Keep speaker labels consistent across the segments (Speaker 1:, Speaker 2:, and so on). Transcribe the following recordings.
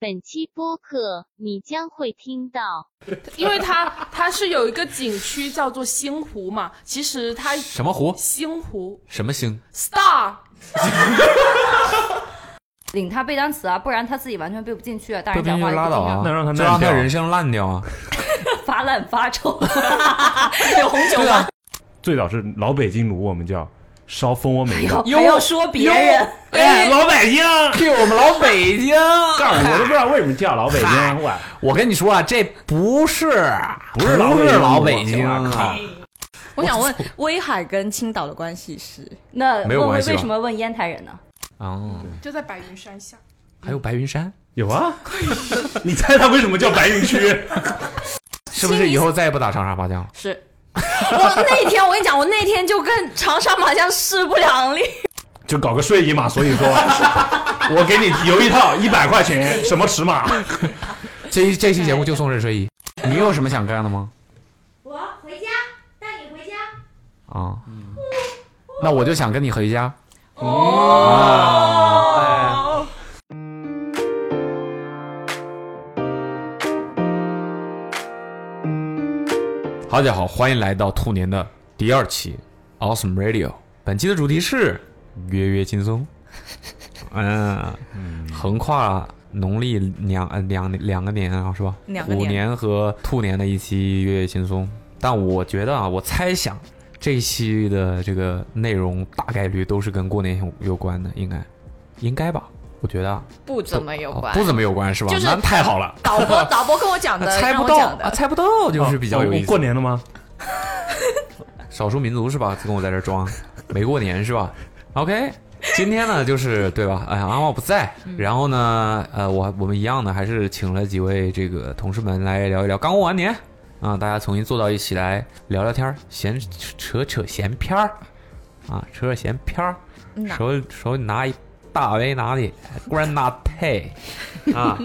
Speaker 1: 本期播客你将会听到
Speaker 2: 因为它它是有一个景区叫做星湖嘛，其实它
Speaker 3: 什么湖？
Speaker 2: 星湖
Speaker 3: 什么星？
Speaker 2: Star
Speaker 4: 领他背单词啊，不然他自己完全背不进去啊。大
Speaker 3: 不
Speaker 4: 人
Speaker 3: 冰
Speaker 4: 讲
Speaker 3: 就
Speaker 4: 话也
Speaker 3: 拉
Speaker 4: 不
Speaker 3: 倒
Speaker 4: 听啊
Speaker 3: 啊，
Speaker 5: 那让他
Speaker 3: 就让
Speaker 5: 烂掉
Speaker 3: 他人生烂掉 啊！
Speaker 4: 发烂发 臭，有红酒
Speaker 3: 对
Speaker 4: 吗
Speaker 3: 啊？，
Speaker 5: 最早是老北京炉，我们叫烧蜂窝煤
Speaker 4: 要
Speaker 5: 的。
Speaker 4: 还要说别 人，
Speaker 5: 哎，老北京，
Speaker 3: 对我们老北 京。
Speaker 5: 干我都不知道为什么叫老北京，我
Speaker 3: 我跟你说啊，这不是
Speaker 5: 不是老北京
Speaker 3: 老北京
Speaker 5: 我靠
Speaker 3: 啊，
Speaker 6: 我想问，威海跟青岛的关系是？
Speaker 4: 那
Speaker 3: 没有
Speaker 4: 问
Speaker 3: 关
Speaker 4: 为
Speaker 3: 系吧
Speaker 4: 为什么问烟台人呢？
Speaker 3: 哦，
Speaker 2: 就在白云山下。
Speaker 3: 还有白云山，
Speaker 5: 有啊。 你猜他为什么叫白云 区？
Speaker 3: 是不是以后再也不打长沙麻将了？
Speaker 6: 是。我那天我跟你讲，我那天就跟长沙麻将势不两立。
Speaker 5: 就搞个睡衣嘛，所 以说，我给你邮一套一百块钱，什么尺码？
Speaker 3: 这这期节目就送任睡衣， 你有什么想干的吗？
Speaker 7: 我回家，带你回家。
Speaker 3: 啊，那我就想跟你回家。好，大家好，欢迎来到兔年的第二期 Awesome Radio。本期的主题是约约轻松， 嗯，横跨农历两呃两两个年啊，是吧？
Speaker 6: 两个
Speaker 3: 虎
Speaker 6: 年
Speaker 3: 年和兔年的一期约约轻松。但我觉得啊，我猜想这一期的这个内容大概率都是跟过年有有关的，应该应该吧？我觉得啊
Speaker 6: 不怎么有关，
Speaker 3: 不 怎么有关是吧？
Speaker 6: 就是
Speaker 3: 那太好了，
Speaker 6: 导播导播跟我讲
Speaker 4: 呃
Speaker 6: 的，
Speaker 3: 猜
Speaker 6: 让
Speaker 3: 不
Speaker 6: 我
Speaker 3: 到
Speaker 6: 讲
Speaker 3: 啊，
Speaker 6: 的。
Speaker 3: 猜不到就是比较有意思。
Speaker 5: 哦过年了吗？
Speaker 3: 少数民族是吧？跟我在这儿装，没过年是吧？OK，今天呢就是对吧？哎，阿茂不在，然后呢，呃，我我们一样呢，还是请了几位这个同事们来聊一聊，刚过完年啊、大家重新坐到一起来聊聊天儿，闲扯扯闲篇儿啊，扯扯闲篇儿，
Speaker 6: 嗯呐
Speaker 3: 手手里拿一大杯拿铁，关拿配啊，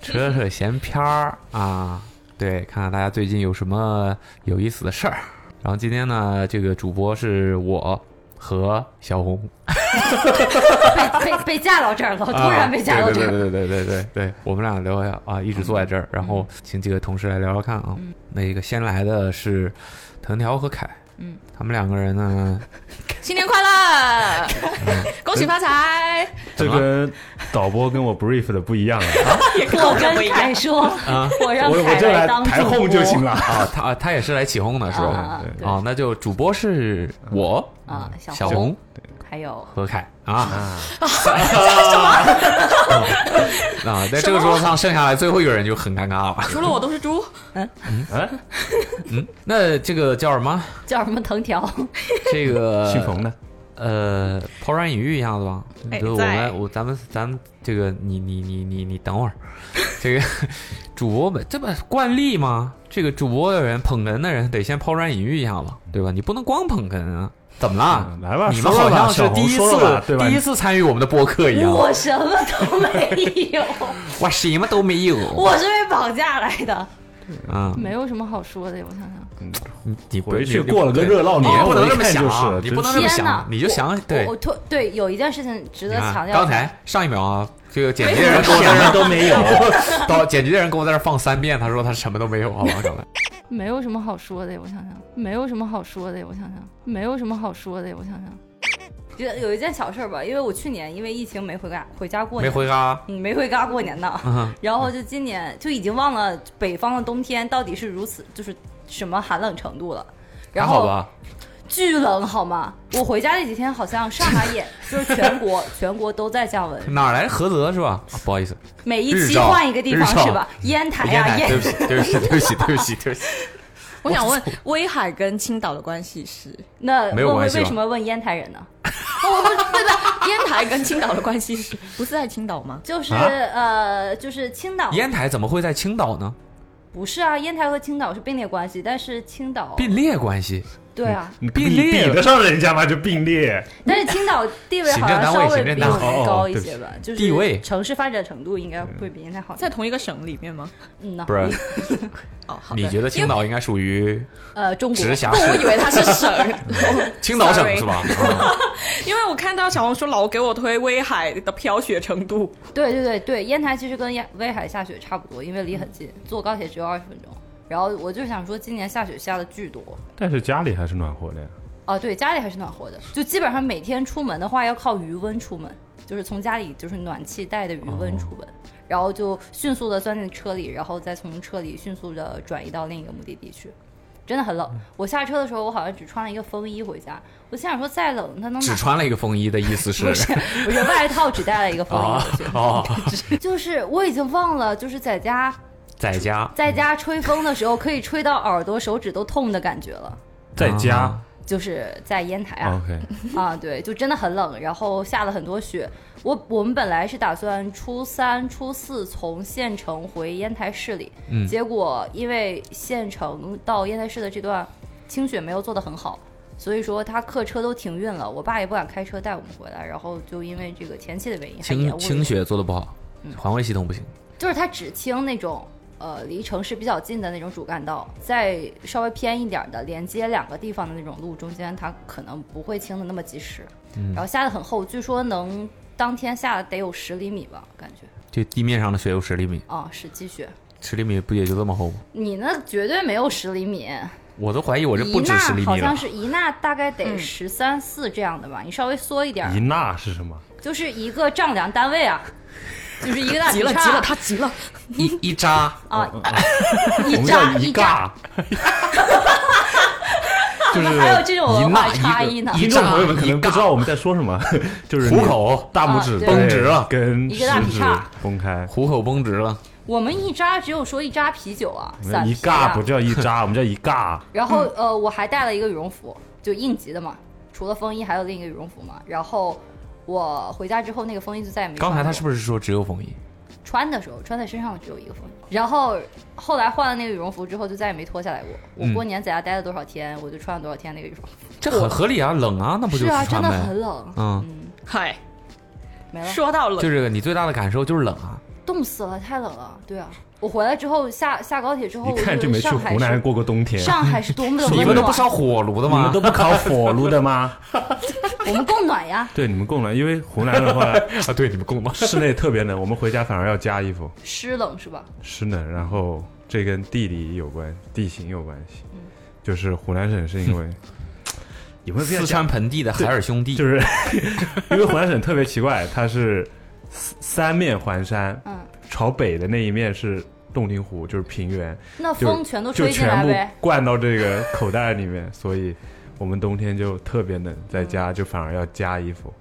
Speaker 3: 扯扯闲篇儿啊，对，看看大家最近有什么有意思的事儿。然后今天呢，这个主播是我和小红，
Speaker 4: 被被被架到这儿了，突然被架
Speaker 3: 啊
Speaker 4: 到这
Speaker 3: 对
Speaker 4: 儿。
Speaker 3: 对对对对对对对，我们俩聊一下啊，一直坐在这
Speaker 4: 嗯
Speaker 3: 儿，然后请几个同事来聊聊看啊。那个先来的是藤条和凯，
Speaker 4: 嗯，
Speaker 3: 他们两个人呢，
Speaker 6: 新年快乐，
Speaker 3: 嗯
Speaker 6: 恭喜发财！
Speaker 5: 这跟导播跟我 brief 的不一样 啊，
Speaker 4: 我跟凯说， 我让
Speaker 5: 我我
Speaker 4: 凯
Speaker 5: 就来
Speaker 4: 当
Speaker 5: 抬
Speaker 4: 主播
Speaker 5: 哄就行了。
Speaker 3: 啊，他他也是来起哄的是吧？
Speaker 4: 啊，对
Speaker 3: 啊，那就主播是我、
Speaker 4: 啊，
Speaker 3: 小
Speaker 4: 红
Speaker 3: 红
Speaker 4: 还有
Speaker 3: 和凯啊。 什么？啊，在这个桌子上剩下来最后一个人就很尴尬了。
Speaker 6: 除了我都是猪，
Speaker 5: 呃哎
Speaker 3: 嗯，那这个叫什么？
Speaker 4: 叫什么藤条，
Speaker 3: 这个
Speaker 5: 姓冯的，
Speaker 3: 呃，抛砖引玉一下子吧。
Speaker 6: 哎
Speaker 3: 就是我
Speaker 6: 在
Speaker 3: 们我咱们咱们这个你你你你你等会儿，这个主播们这不惯例吗？这个主播的人捧哏的人得先抛砖引玉一下吧，对吧？你不能光捧哏啊。怎么啦？
Speaker 5: 嗯来吧
Speaker 3: 你们
Speaker 5: 说
Speaker 3: 好
Speaker 5: 了吧
Speaker 3: 像是
Speaker 5: 小红
Speaker 3: 第一
Speaker 5: 说了吧
Speaker 3: 次
Speaker 5: 对吧
Speaker 3: 第一次参与我们的播客一样。
Speaker 4: 我什么都没有，
Speaker 3: 我什么都没有。
Speaker 4: 我是被绑架来的，
Speaker 3: 啊，
Speaker 4: 没有什么好说的。我想想，
Speaker 3: 你你不
Speaker 5: 回去
Speaker 3: 你
Speaker 5: 过了个热闹年
Speaker 3: 你不能
Speaker 5: 我一
Speaker 3: 这么
Speaker 5: 看
Speaker 3: 想啊
Speaker 5: 就是
Speaker 3: 你不能这么
Speaker 4: 天哪
Speaker 3: 想，你就想对
Speaker 4: 我。我突对有一件事情值
Speaker 3: 你
Speaker 4: 得
Speaker 3: 看
Speaker 4: 强调。
Speaker 3: 刚才上一秒啊，这个剪辑的人跟我在
Speaker 5: 什
Speaker 3: 这
Speaker 5: 么
Speaker 3: 儿
Speaker 5: 都没有。
Speaker 3: 到剪辑的人跟我在这儿放三遍，他说他什么都没有，好啊吧，刚才。
Speaker 8: 没有什么好说的，我想想，没有什么好说的，我想想，没有什么好说的，我想想。
Speaker 4: 觉得有一件小事儿吧，因为我去年因为疫情没回家，回家过
Speaker 3: 没
Speaker 4: 年，
Speaker 3: 回啊，
Speaker 4: 嗯没回家过年呢。
Speaker 3: 嗯，
Speaker 4: 然后就今年就已经忘了北方的冬天到底是如此，就是什么寒冷程度了。
Speaker 3: 还
Speaker 4: 然
Speaker 3: 好
Speaker 4: 后
Speaker 3: 吧？
Speaker 4: 巨冷好吗？我回家那几天好像上海也就是全国全国都在降温，
Speaker 3: 哪来的菏泽是吧？啊不 好意思，
Speaker 4: 每一
Speaker 3: 日
Speaker 4: 期
Speaker 3: 照
Speaker 4: 换一个地方
Speaker 3: 日照
Speaker 4: 是吧？烟台
Speaker 3: 烟
Speaker 4: 哎呀、
Speaker 3: 台，对不
Speaker 4: 烟
Speaker 3: 起，对不起，对不起，对不起，对不起。
Speaker 6: 我想问，威海跟青岛的关系是？
Speaker 4: 那
Speaker 3: 没有
Speaker 4: 问
Speaker 3: 关
Speaker 4: 为
Speaker 3: 系吧
Speaker 4: 为什么问烟台人呢？
Speaker 6: 哦，不对对，烟台跟青岛的关系是？不是在青岛吗？
Speaker 4: 就是、
Speaker 3: 啊
Speaker 4: 呃，就是青 岛
Speaker 3: 烟台怎么会在青岛呢？
Speaker 4: 不是啊，烟台和青岛是并列关系，但是青岛
Speaker 3: 并列关系
Speaker 4: 对啊，
Speaker 5: 你
Speaker 3: 并
Speaker 5: 比
Speaker 3: 列
Speaker 5: 比得上人家吗？就并列，
Speaker 4: 但是青岛地位好像稍微比我们高一些吧，就是
Speaker 3: 地位
Speaker 4: 城市发展程度应该会比烟台好。
Speaker 6: 在同一个省里面吗？
Speaker 4: 嗯呐，
Speaker 3: 不是？
Speaker 6: 哦，好的
Speaker 3: 你觉得青岛应该属于
Speaker 4: 呃，中国
Speaker 3: 直辖
Speaker 6: 我以
Speaker 3: 市？
Speaker 6: 为它啊是省，
Speaker 3: 青岛省
Speaker 6: Sorry
Speaker 3: 是吧？啊
Speaker 6: 因为我看到小红书老给我推威海的飘雪程度，
Speaker 4: 对对对对，烟台其实跟烟威海下雪差不多，因为离很近，坐高铁只有二十分钟。然后我就想说，今年下雪下的巨多
Speaker 5: 但是家里还是暖和的呀。
Speaker 4: 啊，对，家里还是暖和的，就基本上每天出门的话要靠余温出门，就是从家里就是暖气带的余温出门，然后就迅速的钻进车里，然后再从车里迅速的转移到另一个目的地去。真的很冷，
Speaker 3: 嗯
Speaker 4: 我下车的时候，我好像只穿了一个风衣回家。我心想说，再冷它能
Speaker 3: 只
Speaker 4: 哪
Speaker 3: 穿了一个风衣的意思是
Speaker 4: 不是， 我觉得外套只带了一个风衣
Speaker 3: 啊
Speaker 4: 回去，
Speaker 3: 哦，
Speaker 4: 就是我已经忘了，就是在家
Speaker 3: 在家
Speaker 4: 在家吹风的时候，可以吹到耳朵、手指都痛的感觉了。
Speaker 5: 在家
Speaker 3: 啊
Speaker 4: 就是在烟台啊
Speaker 5: ，OK，
Speaker 4: 啊，对，就真的很冷，然后下了很多雪。我我们本来是打算初三、初四从县城回烟台市里，
Speaker 3: 嗯
Speaker 4: 结果因为县城到烟台市的这段清雪没有做得很好，所以说他客车都停运了。我爸也不敢开车带我们回来，然后就因为这个天气的原因还延
Speaker 3: 清
Speaker 4: 误了
Speaker 3: 清雪做的不好，
Speaker 4: 嗯
Speaker 3: 环卫系统不行。
Speaker 4: 就是它只清那种呃离城市比较近的那种主干道，再稍微偏一点的连接两个地方的那种路中间，它可能不会清的那么及时。
Speaker 3: 嗯
Speaker 4: 然后下的很厚，据说能当天下得有十厘米吧，感觉
Speaker 3: 就地面上的雪有十厘米，
Speaker 4: 啊、是积雪。
Speaker 3: 十厘米不也就这么厚吗？
Speaker 4: 你那绝对没有十厘米，
Speaker 3: 我都怀疑我这
Speaker 4: 一
Speaker 3: 不止十厘
Speaker 4: 纳好
Speaker 3: 米
Speaker 4: 像
Speaker 3: 了。嗯
Speaker 4: 是一纳大概得十三四这样的吧，你稍微缩一点儿
Speaker 5: 一，纳是什么？
Speaker 4: 就是一个丈量单位啊，就是一 个大
Speaker 6: 急了
Speaker 4: 劈叉
Speaker 6: 急了，他急了，
Speaker 3: 一一扎，
Speaker 4: 啊，
Speaker 5: 我
Speaker 4: 一
Speaker 5: 们叫
Speaker 4: 扎
Speaker 5: 一
Speaker 4: 扎，
Speaker 5: 尬，就
Speaker 4: 你
Speaker 5: 是
Speaker 4: 们还有这种
Speaker 3: 一
Speaker 4: 文化
Speaker 3: 纳
Speaker 4: 差
Speaker 3: 一
Speaker 4: 异呢
Speaker 3: 个，
Speaker 5: 听众朋友们可能不知道我们在说什么， 就是
Speaker 3: 虎口
Speaker 5: 大拇指
Speaker 4: 啊对
Speaker 5: 绷
Speaker 3: 绷
Speaker 5: 直
Speaker 3: 直
Speaker 5: 了
Speaker 3: 了，
Speaker 5: 跟
Speaker 4: 一个大劈
Speaker 5: 食指
Speaker 4: 叉
Speaker 5: 分开。
Speaker 3: 虎口绷直了，
Speaker 4: 我们一扎只有说一扎啤酒啊，散
Speaker 5: 一
Speaker 4: 啤啊
Speaker 5: 尬不。叫一 扎，我们叫一尬。
Speaker 4: 然后呃，我还带了一个羽绒服，就应急的嘛，除了风衣还有另一个羽绒服嘛。然后我回家之后，那个风衣就再也没穿
Speaker 3: 刚
Speaker 4: 过。
Speaker 3: 才他是不是说只有风衣？
Speaker 4: 穿的时候穿在身上只有一个风衣？然后后来换了那个羽绒服之后，就再也没脱下来过。我
Speaker 3: 嗯
Speaker 4: 过年在家待了多少天，我就穿了多少天那个羽绒服。
Speaker 3: 这很合理啊，冷啊，那不就是
Speaker 4: 啊，真
Speaker 3: 穿
Speaker 4: 的
Speaker 3: 呗？
Speaker 4: 很冷，
Speaker 3: 嗯，
Speaker 6: 嗨，
Speaker 4: 没了，
Speaker 6: 说到冷，
Speaker 3: 就是你最大的感受就是冷啊。
Speaker 4: 啊冻死了，太冷了。对啊，我回来之后下下高铁之后，
Speaker 5: 一
Speaker 4: 我
Speaker 5: 看
Speaker 4: 觉
Speaker 5: 就
Speaker 4: 得
Speaker 5: 没去
Speaker 4: 上海
Speaker 5: 湖南
Speaker 4: 是
Speaker 5: 过过冬天，
Speaker 4: 哦上海是多么的
Speaker 5: 你
Speaker 4: 温
Speaker 3: 你
Speaker 5: 们
Speaker 3: 们
Speaker 5: 都
Speaker 3: 都
Speaker 5: 不
Speaker 3: 不
Speaker 4: 暖，
Speaker 3: 烧火炉的
Speaker 5: 你
Speaker 3: 吗
Speaker 5: 们都？不烤火炉的吗？
Speaker 4: 我们供暖呀。
Speaker 5: 对，你们供暖，因为湖南的话
Speaker 3: 啊，对，你们供吗？
Speaker 5: 室内特别冷，我们回家反而要加衣服，
Speaker 4: 湿冷是吧？
Speaker 5: 湿冷。然后这跟地理有关，地形有关系，
Speaker 4: 嗯
Speaker 5: 就是湖南省是 因为也不是这样
Speaker 3: 四
Speaker 5: 讲
Speaker 3: 川盆地的海尔兄弟
Speaker 5: 就是因为湖南省特别奇怪，它是三三面环山，
Speaker 4: 嗯，
Speaker 5: 朝北的那一面是洞庭湖，就是平原，
Speaker 4: 那
Speaker 5: 就
Speaker 4: 风全都
Speaker 5: 就
Speaker 4: 吹进来
Speaker 5: 全部
Speaker 4: 呗。
Speaker 5: 灌到这个口袋里面， 所以我们冬天就特别冷，
Speaker 4: 嗯
Speaker 5: 在家就反而要加衣服，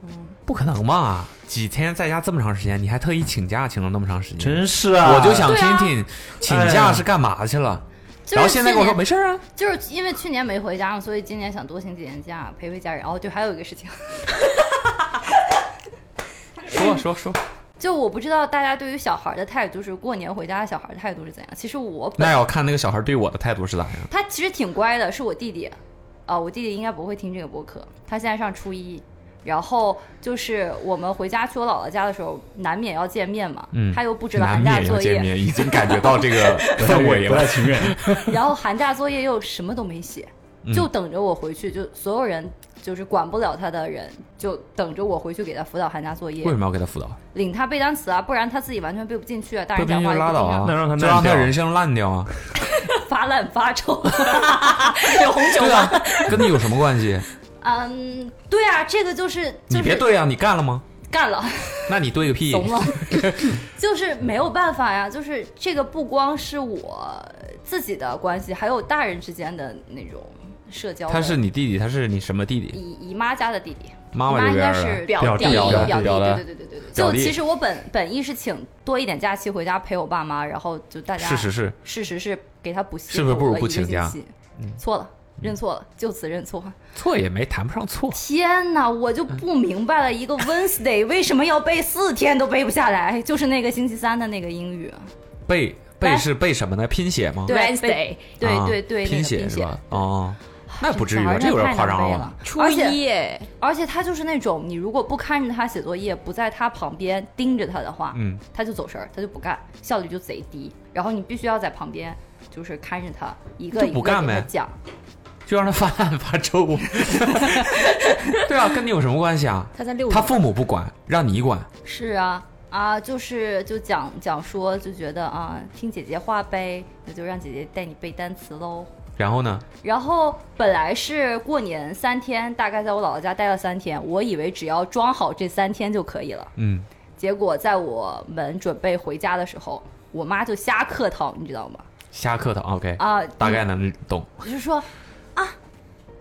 Speaker 3: 不可能吧？几天在家这么长时间，你还特意请假请了那么长时间，
Speaker 5: 是啊
Speaker 3: 我就想听听请假是干嘛去了。
Speaker 4: 就是
Speaker 3: 然后现在跟我说
Speaker 4: 去年
Speaker 3: 没事儿啊，
Speaker 4: 就是因为去年没回家嘛，所以今年想多请几天假陪陪家人。哦，对，还有一个事情，
Speaker 3: 说说说，
Speaker 4: 就我不知道大家对于小孩的态度，就是过年回家的小孩的态度是怎样。其实我本
Speaker 3: 那要看那个小孩对我的态度是咋样。
Speaker 4: 他其实挺乖的，是我弟弟，啊，我弟弟应该不会听这个播客，他现在上初一。然后就是我们回家去我姥姥家的时候，难免要见面嘛，
Speaker 3: 嗯
Speaker 4: 他又布置了
Speaker 3: 难
Speaker 4: 寒假
Speaker 3: 免要
Speaker 4: 作
Speaker 3: 见
Speaker 4: 业，
Speaker 3: 面，已经感觉到这个 氛围
Speaker 5: 不
Speaker 3: 了
Speaker 5: 太。情愿。
Speaker 4: 然后寒假作业又什么都没写，
Speaker 3: 嗯
Speaker 4: 就等着我回去，就所有人就是管不了他的人，就等着我回去给他辅导寒假作业
Speaker 3: 为，什么要给他辅导？
Speaker 4: 领他背单词啊，不然他自己完全背不进去啊。大
Speaker 3: 不
Speaker 4: 人
Speaker 3: 编
Speaker 4: 讲
Speaker 3: 就
Speaker 4: 话
Speaker 3: 拉倒啊，
Speaker 5: 那让他
Speaker 3: 就
Speaker 5: 烂
Speaker 3: 让他
Speaker 5: 掉
Speaker 3: 人生烂掉 啊。
Speaker 4: 发烂发臭。
Speaker 6: 有红酒
Speaker 3: 对
Speaker 6: 吗？
Speaker 3: 啊， 跟你有什么关系？
Speaker 4: 嗯，对啊，这个就是
Speaker 3: 你
Speaker 4: 就
Speaker 3: 别
Speaker 4: 是
Speaker 3: 对啊，你干了吗？
Speaker 4: 干了，
Speaker 3: 那你对个屁！
Speaker 4: 怂了，就是没有办法呀。就是这个不光是我自己的关系，还有大人之间的那种社交 的。
Speaker 3: 他是你弟弟，他是你什么弟弟？
Speaker 4: 姨姨妈家的弟弟。
Speaker 3: 妈
Speaker 4: 妈
Speaker 3: 妈这
Speaker 4: 应
Speaker 3: 边
Speaker 4: 该
Speaker 3: 儿的
Speaker 4: 是
Speaker 6: 表
Speaker 4: 弟，
Speaker 6: 弟
Speaker 4: 表
Speaker 3: 表弟表弟
Speaker 4: 对对对对对对。
Speaker 3: 表
Speaker 4: 就
Speaker 3: 弟
Speaker 4: 其实我本本意是请多一点假期回家陪我爸妈，然后就大家
Speaker 3: 是是是，
Speaker 4: 事实是给他补习，
Speaker 3: 是不是不如
Speaker 4: 补了
Speaker 3: 不
Speaker 4: 一个
Speaker 3: 请
Speaker 4: 星
Speaker 3: 假嗯
Speaker 4: 期？错了，认错了，就此认错。
Speaker 3: 错也没谈不上错。
Speaker 4: 天哪，我
Speaker 3: 嗯
Speaker 4: 就不明白了，一个 Wednesday 为什么要背四天都背不下来？就是那个星期三的那个英
Speaker 3: 哦
Speaker 4: 语，
Speaker 3: 背背是背什么呢？拼写吗？
Speaker 4: 哎对
Speaker 6: Wednesday
Speaker 4: 背对
Speaker 3: 啊
Speaker 4: 对对，那
Speaker 3: 拼
Speaker 4: 个
Speaker 3: 写
Speaker 4: 拼
Speaker 3: 是
Speaker 4: 写
Speaker 3: 吧？哦，那不至于
Speaker 4: 小
Speaker 3: 吧？
Speaker 4: 孩
Speaker 3: 这有点
Speaker 4: 太
Speaker 3: 夸
Speaker 4: 难
Speaker 3: 张啊
Speaker 4: 背
Speaker 3: 了
Speaker 4: 了
Speaker 3: 吧？
Speaker 6: 初
Speaker 4: 而且
Speaker 6: 一哎，
Speaker 4: 而且他就是那种，你如果不看着他写作业，不在他旁边盯着他的话，
Speaker 5: 嗯，
Speaker 4: 他就走神儿，他就不干，效率就贼低。然后你必须要在旁边，就是看着他一个
Speaker 3: 就
Speaker 4: 一
Speaker 3: 不
Speaker 4: 个
Speaker 3: 干
Speaker 4: 给他
Speaker 3: 呗
Speaker 4: 讲。
Speaker 3: 就让他发烂发臭， 对啊，跟你有什么关系啊？
Speaker 6: 他在六
Speaker 3: 他父母不管，让你管，
Speaker 4: 是啊，啊，就是就讲讲说，就觉得啊，听姐姐话呗，那就让姐姐带你背单词喽。
Speaker 3: 然后呢？
Speaker 4: 然后本来是过年三天，大概在我姥姥家待了三天，我以为只要装好这三天就可以了。
Speaker 3: 嗯，
Speaker 4: 结果在我们准备回家的时候，我妈就瞎客套，你知道吗？
Speaker 3: 下课的 OK，
Speaker 4: 啊，
Speaker 3: 大概能懂。
Speaker 4: 就说啊，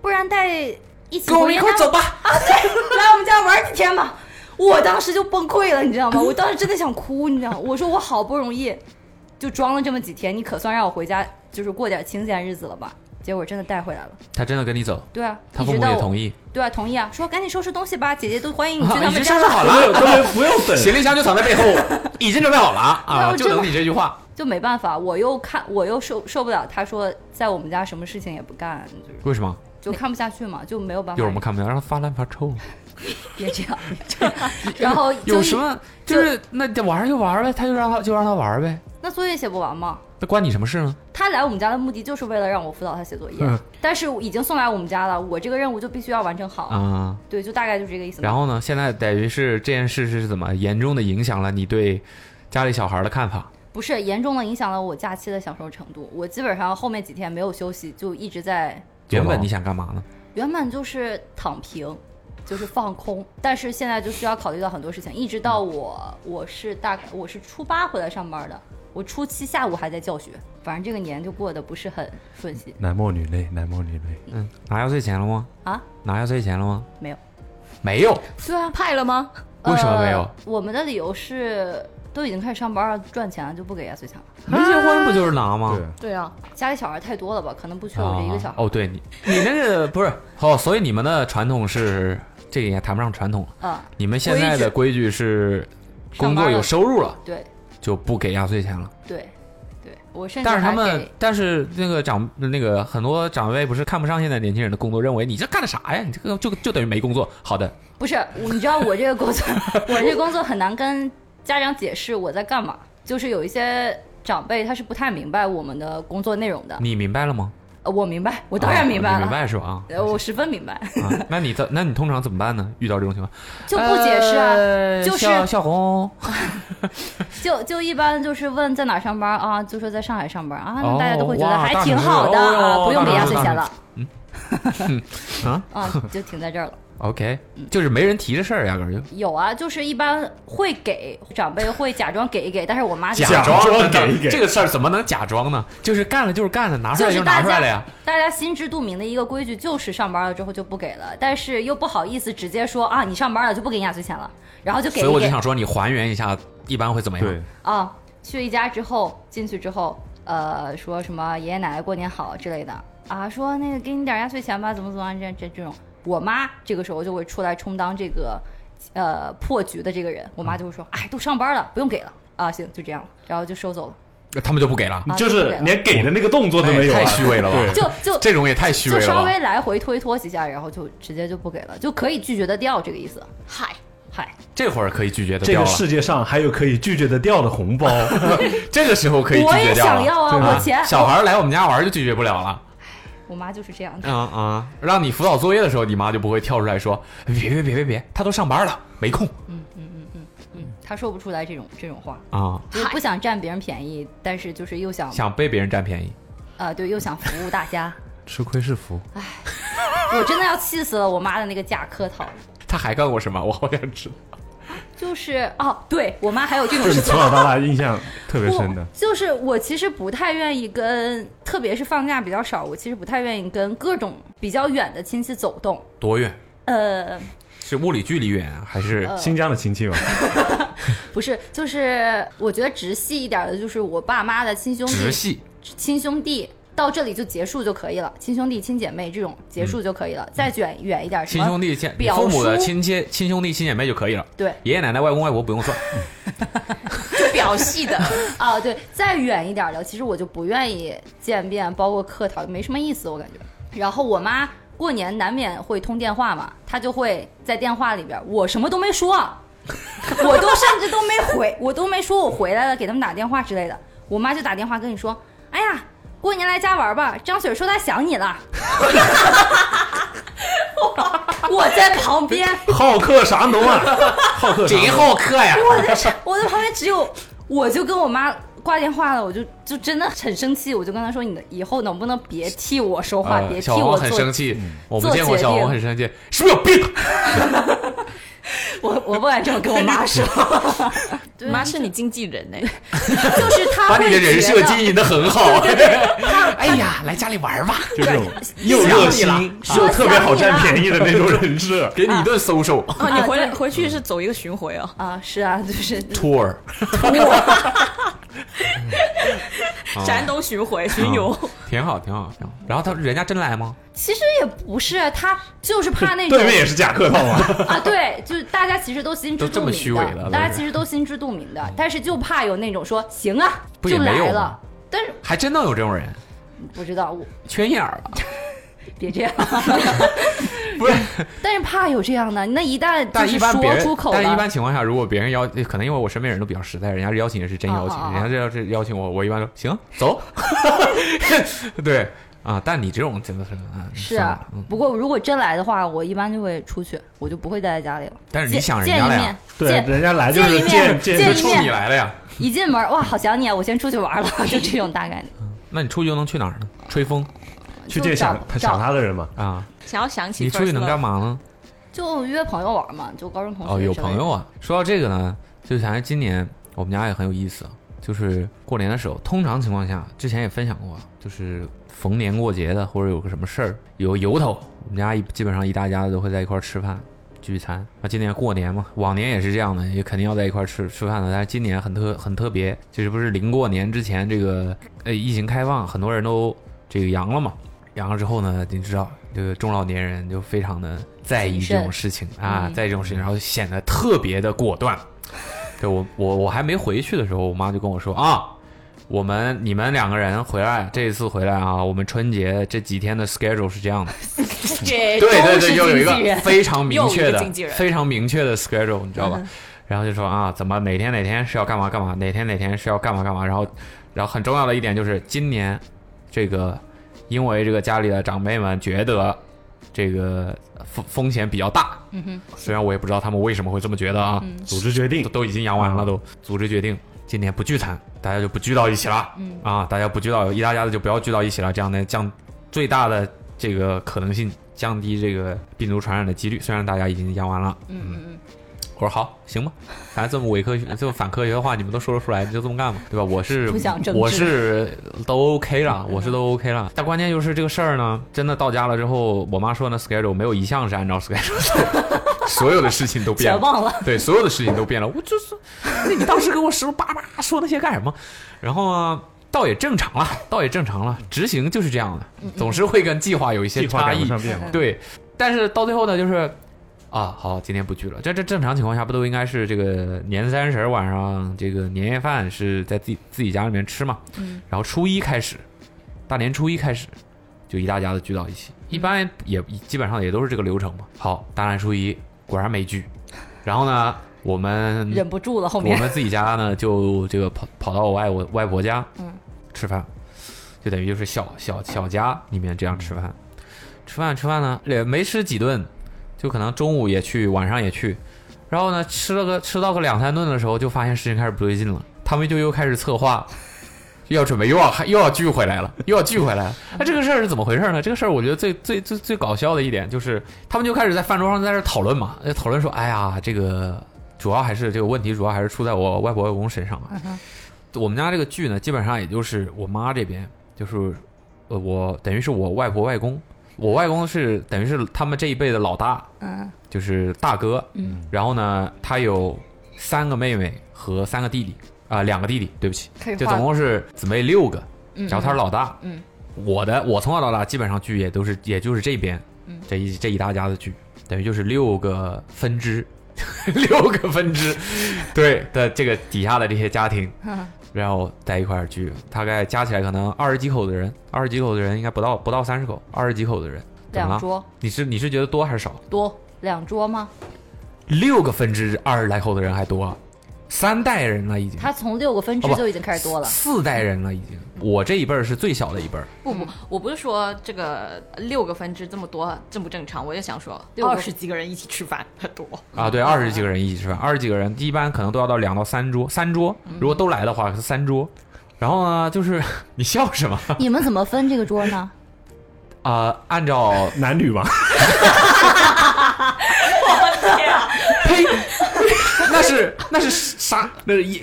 Speaker 4: 不然带一起
Speaker 3: 跟我们一块
Speaker 4: 回
Speaker 3: 儿
Speaker 4: 家
Speaker 3: 走吧。
Speaker 4: 啊， 对，来我们家玩几天吧。我当时就崩溃了，你知道吗？我当时真的想哭，你知道吗？ 我说我好不容易就装了这么几天，你可算让我回家就是过点清闲日子了吧？结果真的带回来了。
Speaker 3: 他真的跟你走，
Speaker 4: 对啊，
Speaker 3: 他
Speaker 4: 一
Speaker 3: 父
Speaker 4: 直
Speaker 3: 母
Speaker 4: 到
Speaker 3: 也
Speaker 4: 我
Speaker 3: 同意。
Speaker 4: 对啊，同意啊，说赶紧收拾东西吧，姐姐都欢迎 你去
Speaker 3: 啊
Speaker 4: 他
Speaker 3: 已
Speaker 4: 们
Speaker 3: 经收
Speaker 4: 家
Speaker 3: 拾
Speaker 4: 了。
Speaker 3: 好了，
Speaker 5: 根本不用等
Speaker 3: 行李箱就藏在背后，已经准备好了 啊，
Speaker 4: 我
Speaker 3: 就
Speaker 4: 真的
Speaker 3: 等你这句话。
Speaker 4: 就没办法，我又看我又受受不了，他说在我们家什么事情也不干，就是
Speaker 3: 为什么？
Speaker 4: 就看不下去嘛，就没有办法。
Speaker 3: 有什么看不见？让他发烂发臭。
Speaker 4: 别这 样，别这样。然后就
Speaker 3: 有
Speaker 4: 一
Speaker 3: 什么？就是那玩儿就玩儿呗，他就让他就让他玩儿呗，
Speaker 4: 那作业写不完嘛？
Speaker 3: 那关你什么事呢？
Speaker 4: 他来我们家的目的就是为了让我辅导他写作业，
Speaker 5: 嗯
Speaker 4: 但是已经送来我们家了，我这个任务就必须要完成好。
Speaker 3: 啊，
Speaker 4: 对，就大概就是这个意思嘛。
Speaker 3: 然后呢？现在等于是这件事是怎么严重的影响了你对家里小孩的看法？
Speaker 4: 不是严重的影响了我假期的享受程度，我基本上后面几天没有休息，就一直在
Speaker 3: 原本你想干嘛呢？
Speaker 4: 原本就是躺平，就是放空，但是现在就需要考虑到很多事情。一直到我我是大概我是初八回来上班的，我初七下午还在教学，反正这个年就过得不是很顺心
Speaker 5: 男莫女泪，男莫女泪，
Speaker 3: 嗯，拿压岁钱了吗？
Speaker 4: 啊。
Speaker 3: 拿压岁钱了吗？
Speaker 4: 没有，
Speaker 3: 没有，
Speaker 6: 对啊，派了吗？
Speaker 3: 为什么没有
Speaker 4: 呃？我们的理由是都已经开始上班了，赚钱了就不给压岁钱了。
Speaker 3: 没结婚不就是拿吗
Speaker 5: 对？，
Speaker 6: 对啊，
Speaker 4: 家里小孩太多了吧，可能不缺我这一个小
Speaker 3: 啊
Speaker 4: 孩。
Speaker 3: 哦，对你，你那个不是哦，所以你们的传统是这个也谈不上传统了。
Speaker 4: 啊，
Speaker 3: 你们现在的规矩是，工
Speaker 4: 上班
Speaker 3: 作
Speaker 4: 了
Speaker 3: 有收入了
Speaker 4: 对
Speaker 3: 就不给压岁钱了。
Speaker 4: 对对，我甚至
Speaker 3: 但是他
Speaker 4: 还
Speaker 3: 们
Speaker 4: 给，
Speaker 3: 但是那个长那个很多长辈不是看不上现在年轻人的工作，认为你这干的啥呀？你这个就就等于没工作。好的，
Speaker 4: 不是我，你知道我这个工作，我这个工作很难跟家长解释我在干嘛，就是有一些。长辈他是不太明白我们的工作内容的，
Speaker 3: 你明白了吗？
Speaker 4: 呃我明白，我当然明
Speaker 3: 啊
Speaker 4: 白
Speaker 3: 你
Speaker 4: 了，
Speaker 3: 明白是吧？啊，
Speaker 4: 呃，我十分明 白，
Speaker 3: 啊那你怎那你通常怎么办呢？遇到这种情况
Speaker 4: 就不解释啊，
Speaker 3: 呃
Speaker 4: 就是
Speaker 3: 笑笑红，
Speaker 4: 就就一般就是问在哪上班啊，就说在上海上班啊，
Speaker 3: 哦
Speaker 4: 那大家都会觉
Speaker 3: 哇
Speaker 4: 得还
Speaker 3: 大
Speaker 4: 挺
Speaker 3: 城市
Speaker 4: 好的
Speaker 3: 哦哟
Speaker 4: 啊，不用给
Speaker 3: 大
Speaker 4: 压
Speaker 3: 城市
Speaker 4: 岁钱了。
Speaker 3: 嗯啊
Speaker 4: 嗯就停在这儿了。
Speaker 3: OK，就是
Speaker 4: 嗯
Speaker 3: 没人提这事儿，压根儿就
Speaker 4: 有啊，就是一般会给长辈会假装给一给，但是我妈就
Speaker 5: 假装
Speaker 3: 啊装
Speaker 5: 给一给
Speaker 3: 这个事儿怎么能假装呢？就是干了啊就是干了，拿出
Speaker 4: 就
Speaker 3: 来
Speaker 4: 是
Speaker 3: 拿
Speaker 4: 大
Speaker 3: 出来了
Speaker 4: 家
Speaker 3: 呀。
Speaker 4: 大家心知肚明的一个规矩，就是上班了之后就不给了，但是又不好意思直接说啊，你上班了就不给你压岁钱了，然后就给
Speaker 3: 所以我
Speaker 4: 一
Speaker 3: 就
Speaker 4: 给
Speaker 3: 想说，你还原一下，一般会怎么样？
Speaker 5: 对，
Speaker 4: 啊。去一家之后，进去之后，呃，说什么爷爷奶奶过年好之类的啊，说那个给你点压岁钱吧，怎么怎么样，这这这种，我妈这个时候就会出来充当这个，呃，破局的这个人，我妈就会说，哎，都上班了，不用给了啊，行，就这样了，然后就收走了。
Speaker 3: 那他们就不给了，
Speaker 4: 啊
Speaker 5: 就是
Speaker 4: 对
Speaker 5: 连给的那个动作都没有
Speaker 9: 哎
Speaker 5: 啊，
Speaker 3: 太虚伪了吧
Speaker 5: 对
Speaker 4: 就就
Speaker 3: 这种也太虚伪
Speaker 4: 就
Speaker 3: 了
Speaker 4: 稍
Speaker 3: 吧。
Speaker 4: 微来回推脱几下，然后就直接就不给了，就可以拒绝的掉这个意思。
Speaker 6: 嗨，
Speaker 4: 嗨，
Speaker 3: 这会儿可以拒绝的
Speaker 9: 这
Speaker 3: 掉
Speaker 9: 个
Speaker 3: 了，
Speaker 9: 世界上还有可以拒绝的掉的红包，
Speaker 3: 这个时候可以拒
Speaker 4: 我
Speaker 3: 绝
Speaker 4: 也
Speaker 3: 掉了。
Speaker 4: 想要啊，
Speaker 3: 对吧
Speaker 4: 我钱。
Speaker 3: 小孩儿来我们家玩儿就拒绝不了 了。
Speaker 4: 我妈就是这样的。
Speaker 3: 啊啊！让你辅导作业的时候，你妈就不会跳出来说：“别别别别别，他都上班了，没空
Speaker 4: 她说不出来这种这种话，
Speaker 3: 啊。
Speaker 4: 就是不想占别人便宜，但是就是又想”
Speaker 3: 想被别人占便宜，
Speaker 4: 呃，对，又想服务大家。
Speaker 5: 吃亏是福。
Speaker 4: 我真的要气死了，我妈的那个假客套，
Speaker 3: 他还干过什么？我好想知道。
Speaker 4: 就是哦，对我妈还有这种
Speaker 5: 这是
Speaker 4: 事情
Speaker 5: 从。小到大印象特别
Speaker 4: 我
Speaker 5: 深的。
Speaker 4: 就是我其实不太愿意跟，特别是放假比较少，我其实不太愿意跟各种比较远的亲戚走动。
Speaker 3: 多远？
Speaker 4: 呃，
Speaker 3: 是物理距离远啊还是？
Speaker 5: 新疆的亲戚嘛，
Speaker 4: 不是，就是我觉得直系一点的，就是我爸妈的亲兄
Speaker 3: 直
Speaker 4: 弟、
Speaker 3: 系
Speaker 4: 亲兄弟到这里就结束就可以了，亲兄弟、亲姐妹这种结束就可以了，再卷远一点，什
Speaker 3: 嗯亲
Speaker 4: 么
Speaker 3: 兄弟亲，你
Speaker 4: 啊表
Speaker 3: 父母的
Speaker 4: 叔
Speaker 3: 亲戚、亲兄弟、亲姐妹就可以了。
Speaker 4: 对
Speaker 3: 爷爷奶奶、外公外婆不用算。
Speaker 6: 就表 戏的，
Speaker 4: 啊，对，再远一点的，其实我就不愿意见面，包括客套，没什么意思，我感觉。然后我妈过年难免会通电话嘛，她就会在电话里边，我什么都没说，我都甚至都没回，我都没说我回来了，给他们打电话之类的。我妈就打电话跟你说：“哎呀，过年来家玩吧，张雪说她想你了。 我”我在旁边，
Speaker 9: 好客啥农啊？好客啥农？
Speaker 3: 好客呀！
Speaker 4: 我在是我在旁边只有我就跟我妈挂电话了，我就就真的很生气，我就跟她说：“你的以后能不能别替我说话，别替
Speaker 3: 啊小王
Speaker 4: 我
Speaker 3: 很
Speaker 4: 做
Speaker 3: 生气，我们
Speaker 4: 做
Speaker 3: 见过
Speaker 4: 决
Speaker 3: 小王
Speaker 4: 定
Speaker 3: 很生气，是不是有病？
Speaker 4: 我我不敢这么跟我 妈说，
Speaker 6: 你妈是你经纪人 呢、
Speaker 4: 就是她
Speaker 3: 把你的
Speaker 4: 会
Speaker 3: 人
Speaker 4: 觉
Speaker 3: 设
Speaker 4: 得
Speaker 3: 经营的很好。 哎呀，来家里玩吧，
Speaker 9: 就这种又热心又特别好占便宜的那种人设。
Speaker 3: 给你一顿搜搜
Speaker 6: 哦，你回来回去是走一个巡回啊。
Speaker 4: 啊，是啊，就是
Speaker 3: tour。哦
Speaker 6: 山东巡回巡游，
Speaker 3: 挺好，挺好，挺好。然后他人家真来吗？
Speaker 4: 其实也不是，啊她就是怕那种
Speaker 9: 对面也是假客套嘛，
Speaker 4: 啊，对，就是大家其实都心知
Speaker 3: 都这
Speaker 4: 肚
Speaker 3: 么虚
Speaker 4: 明
Speaker 3: 伪
Speaker 4: 的，
Speaker 3: 了
Speaker 4: 大家
Speaker 3: 都是嗯
Speaker 4: 其实都心知肚明的，但是就怕有那种说行啊，
Speaker 3: 不也
Speaker 4: 就
Speaker 3: 没有
Speaker 4: 来
Speaker 3: 吗
Speaker 4: 了，但是
Speaker 3: 还真能有这种人，
Speaker 4: 不知道我
Speaker 3: 缺心眼儿 了。
Speaker 4: 别 这样，
Speaker 3: 不是，
Speaker 4: 但是怕有这样的，那一旦就
Speaker 3: 但
Speaker 4: 是
Speaker 3: 一般别
Speaker 4: 说出
Speaker 3: 人，
Speaker 4: 口
Speaker 3: 但一般
Speaker 4: 了，
Speaker 3: 情况下，如果别人邀，可能因为我身边人都比较实在，人家邀请也是真邀请，
Speaker 4: 哦哦哦
Speaker 3: 人家这要是邀请我，我一般说行，走。 对啊，但你这种真的是，嗯、
Speaker 4: 是
Speaker 3: 算
Speaker 4: 啊
Speaker 3: 了嗯，
Speaker 4: 不过如果真来的话，我一般就会出去，我就不会待在家里了。
Speaker 3: 但是你
Speaker 4: 见
Speaker 3: 想人
Speaker 4: 见
Speaker 3: 家啊
Speaker 4: 一
Speaker 3: 了
Speaker 4: 面
Speaker 3: 呀，，
Speaker 9: 对，
Speaker 4: 见
Speaker 9: 人家来就
Speaker 4: 见一
Speaker 9: 是见
Speaker 4: 面见
Speaker 9: 见
Speaker 4: 一
Speaker 3: 冲
Speaker 4: 面
Speaker 3: 你来了呀。
Speaker 4: 一进门哇，好想你啊，我先出去玩了，就这种大概率。
Speaker 3: 那你出去又能去哪儿呢？吹风
Speaker 9: 去
Speaker 4: 就
Speaker 9: 见
Speaker 4: 找
Speaker 9: 想他想他的人嘛。
Speaker 3: 啊？
Speaker 6: 想要想起
Speaker 3: 你出去
Speaker 6: first
Speaker 3: 能
Speaker 6: love
Speaker 3: 干嘛呢？
Speaker 4: 就约朋友玩嘛，就高中同学
Speaker 3: 哦，有
Speaker 4: 之类的
Speaker 3: 朋友啊。说到这个呢，就想起今年我们家也很有意思，就是过年的时候，通常情况下，之前也分享过，啊就是逢年过节的或者有个什么事儿有由头，我们家一基本上一大家子都会在一块儿吃饭。聚餐那今年过年嘛，往年也是这样的，也肯定要在一块儿吃吃饭的。但是今年很特很特别，就是不是临过年之前，这个呃疫情开放，很多人都这个阳了嘛，阳了之后呢，你知道这个中老年人就非常的在意这种事情啊，
Speaker 4: 嗯
Speaker 3: 在意这种事情，然后显得特别的果断。对我我我还没回去的时候，我妈就跟我说啊。我们你们两个人回来，这一次回来啊，我们春节这几天的 schedule 是这样的，
Speaker 6: 这
Speaker 3: 对对
Speaker 6: 都
Speaker 3: 对，
Speaker 6: 是
Speaker 3: 就有一
Speaker 6: 经纪
Speaker 3: 个
Speaker 6: 人
Speaker 3: 非常明确
Speaker 6: 又一个
Speaker 3: 的
Speaker 6: 经纪、人嗯
Speaker 3: 非常明确的 schedule，你知道吧？然后就说啊，怎么哪天哪天是要干嘛干嘛，哪天哪天是要干嘛干嘛。然后，然后很重要的一点就是，今年这个因为这个家里的长辈们觉得这个风风险比较大，嗯哼，虽然我也不知道他们为什么会这么觉得
Speaker 6: 嗯
Speaker 3: 啊，
Speaker 9: 组织决
Speaker 3: 都
Speaker 9: 定，
Speaker 3: 都已经阳完了，都组织决定今年不聚餐，大家就不聚到一起了。嗯啊，大家不聚到一大家子就不要聚到一起了，这样呢降最大的这个可能性降低这个病毒传染的几率。虽然大家已经阳完了，嗯嗯嗯。我说好，行吧，反正这么伪科学、这么反科学的话，你们都说得出来，就这么干吧，对吧？我是
Speaker 4: 不想政治
Speaker 3: 我是都 OK 了，我是都 OK 了。但关键就是这个事儿呢，真的到家了之后，我妈说呢，schedule 没有一项是按照 schedule 做的， 所有的事情都变了
Speaker 4: 全。忘了。
Speaker 3: 对，所有的事情都变了。我就是，那你当时跟我时候叭叭说那些干什么？然后啊，倒也正常了，倒也正常了。执行就是这样的，总是会跟计划有一些
Speaker 5: 嗯计划
Speaker 3: 差
Speaker 5: 赶不
Speaker 3: 异。
Speaker 5: 上变化。
Speaker 3: 对，但是到最后呢，就是啊，好，今天不聚了。这这正常情况下不都应该是这个年三十晚上这个年夜饭是在自己自己家里面吃嘛？嗯。然后初一开始，大年初一开始，就一大家子聚到一起，一般也基本上也都是这个流程嘛。好，大年初一果然没聚，然后呢，我们
Speaker 4: 忍不住了，后
Speaker 3: 我
Speaker 4: 面
Speaker 3: 们自己家呢，就这个跑跑到我外我外婆家，嗯，吃饭，就等于就是小小小家里面这样吃饭，吃饭吃饭呢，也没吃几顿，就可能中午也去，晚上也去，然后呢，吃了个吃到个两三顿的时候，就发现事情开始不对劲了，他们就又开始策划。又要准备，又要又要聚回来了，又要聚回来了。那、这个事儿是怎么回事呢？这个事儿我觉得最最最最搞笑的一点就是，他们就开始在饭桌上在这讨论嘛，在讨论说，哎呀，这个主要还是这个问题，主要还是出在我外婆外公身上
Speaker 4: 嗯
Speaker 3: 嘛。我们家这个剧呢，基本上也就是呃我妈这边，就是呃，我等于是我外婆外公，我外公是等于是他们这一辈的老大，
Speaker 4: 嗯，
Speaker 3: 就是大哥，嗯，然后呢，他有三个妹妹和三个弟弟，啊、两个弟弟，对不起，
Speaker 4: 可以
Speaker 3: 就
Speaker 4: 画
Speaker 3: 总共是姊妹六个，
Speaker 4: 嗯
Speaker 3: 然后他是老大，
Speaker 4: 嗯，
Speaker 3: 我的我从小到大基本上剧 也都是也就是这边，嗯，这一这一大家子剧，等于就是六个分支，六个分支，对的这个底下的这些家 庭，
Speaker 4: 嗯
Speaker 3: 然后在一块儿聚，大概加起来可能二十几口的人，二十几口的人应该不到不到三十口，二十几口的人，怎么
Speaker 4: 两
Speaker 3: 了？
Speaker 4: 桌
Speaker 3: 你是你是觉得多还是少？
Speaker 4: 多两桌吗？
Speaker 3: 六个分支二十来口的人还多啊，三代人了已经，
Speaker 4: 他从六个分支
Speaker 3: 哦不
Speaker 4: 就已经开始多了。
Speaker 3: 四代人了已经。我这一辈儿是最小的一辈儿，
Speaker 6: 不不，我不是说这个六个分支这么多正不正常，我就想说
Speaker 4: 六个
Speaker 6: 二十几个人一起吃饭很多。
Speaker 3: 啊，对，二十几个人一起吃饭，二十几个人一般可能都要到两到三桌，三桌
Speaker 4: 嗯
Speaker 3: 如果都来的话是三桌。然后呢，就是 你笑什么
Speaker 4: 你们怎么分这个桌 呢？
Speaker 3: 啊、按照
Speaker 9: 男女吧，
Speaker 3: 呸，那是那是啥？那是
Speaker 4: 啊
Speaker 3: 一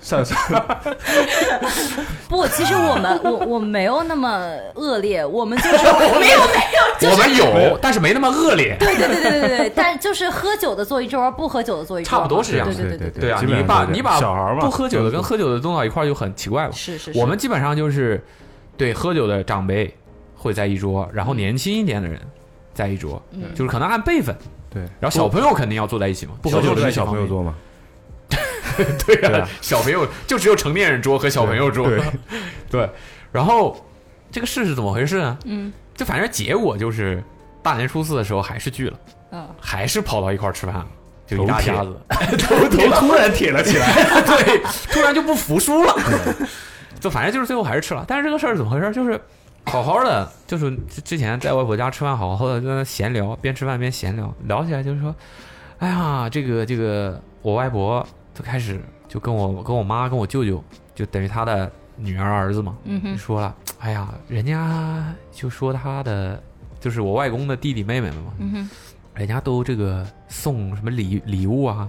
Speaker 5: 上上
Speaker 4: 不，其实 我们我我没有那么恶劣，我们就是
Speaker 3: 我们有，但是没那么恶劣。
Speaker 4: 对对对对对对，但就是喝酒的坐一桌，不喝酒的坐一桌，
Speaker 3: 差不多是这样
Speaker 4: 对
Speaker 3: 子
Speaker 4: 对对
Speaker 5: 对
Speaker 3: 对啊，
Speaker 5: 基本
Speaker 3: 你
Speaker 5: 上
Speaker 3: 把
Speaker 5: 都是
Speaker 3: 你把
Speaker 5: 小孩儿嘛
Speaker 3: 不喝酒的跟喝酒的弄到一块儿就很奇怪嘛。
Speaker 4: 是是是。
Speaker 3: 我们基本上就是对喝酒的长辈会在一桌，然后年轻一点的人在一桌，
Speaker 4: 嗯
Speaker 3: 就是可能按辈分。
Speaker 5: 对，
Speaker 3: 然后小朋友肯定要坐在一起嘛，不喝
Speaker 5: 小
Speaker 3: 酒
Speaker 5: 酒
Speaker 3: 的
Speaker 5: 在
Speaker 3: 是
Speaker 5: 小
Speaker 3: 旁
Speaker 5: 朋友
Speaker 3: 边
Speaker 5: 多嘛，
Speaker 3: 对
Speaker 5: 对
Speaker 3: 啊
Speaker 5: 啊，
Speaker 3: 小朋友就只有成年人桌和小朋友桌，
Speaker 5: 对
Speaker 3: 对然后这个事是怎么回事呢？嗯，就反正结果就是大年初四的时候还是聚了，
Speaker 4: 嗯，
Speaker 3: 还是跑到一块儿吃饭了，就一大
Speaker 9: 头铁
Speaker 3: 家子，
Speaker 9: 头头突然铁了起来。
Speaker 3: 对，突然就不服输了，就反正就是最后还是吃了。但是这个事儿怎么回事？就是好好的，就是之之前在外婆家吃饭，好好的在那闲聊，边吃饭边闲聊，聊起来就是说，哎呀，这个这个，我外婆就开始就跟我跟我妈跟我舅舅，就等于她的女儿儿子嘛，
Speaker 4: 嗯
Speaker 3: 就
Speaker 4: 哼，
Speaker 3: 说了，哎呀，人家就说他的就是我外公的弟弟妹妹们嘛，
Speaker 4: 嗯哼，
Speaker 3: 人家都这个送什么礼礼物啊，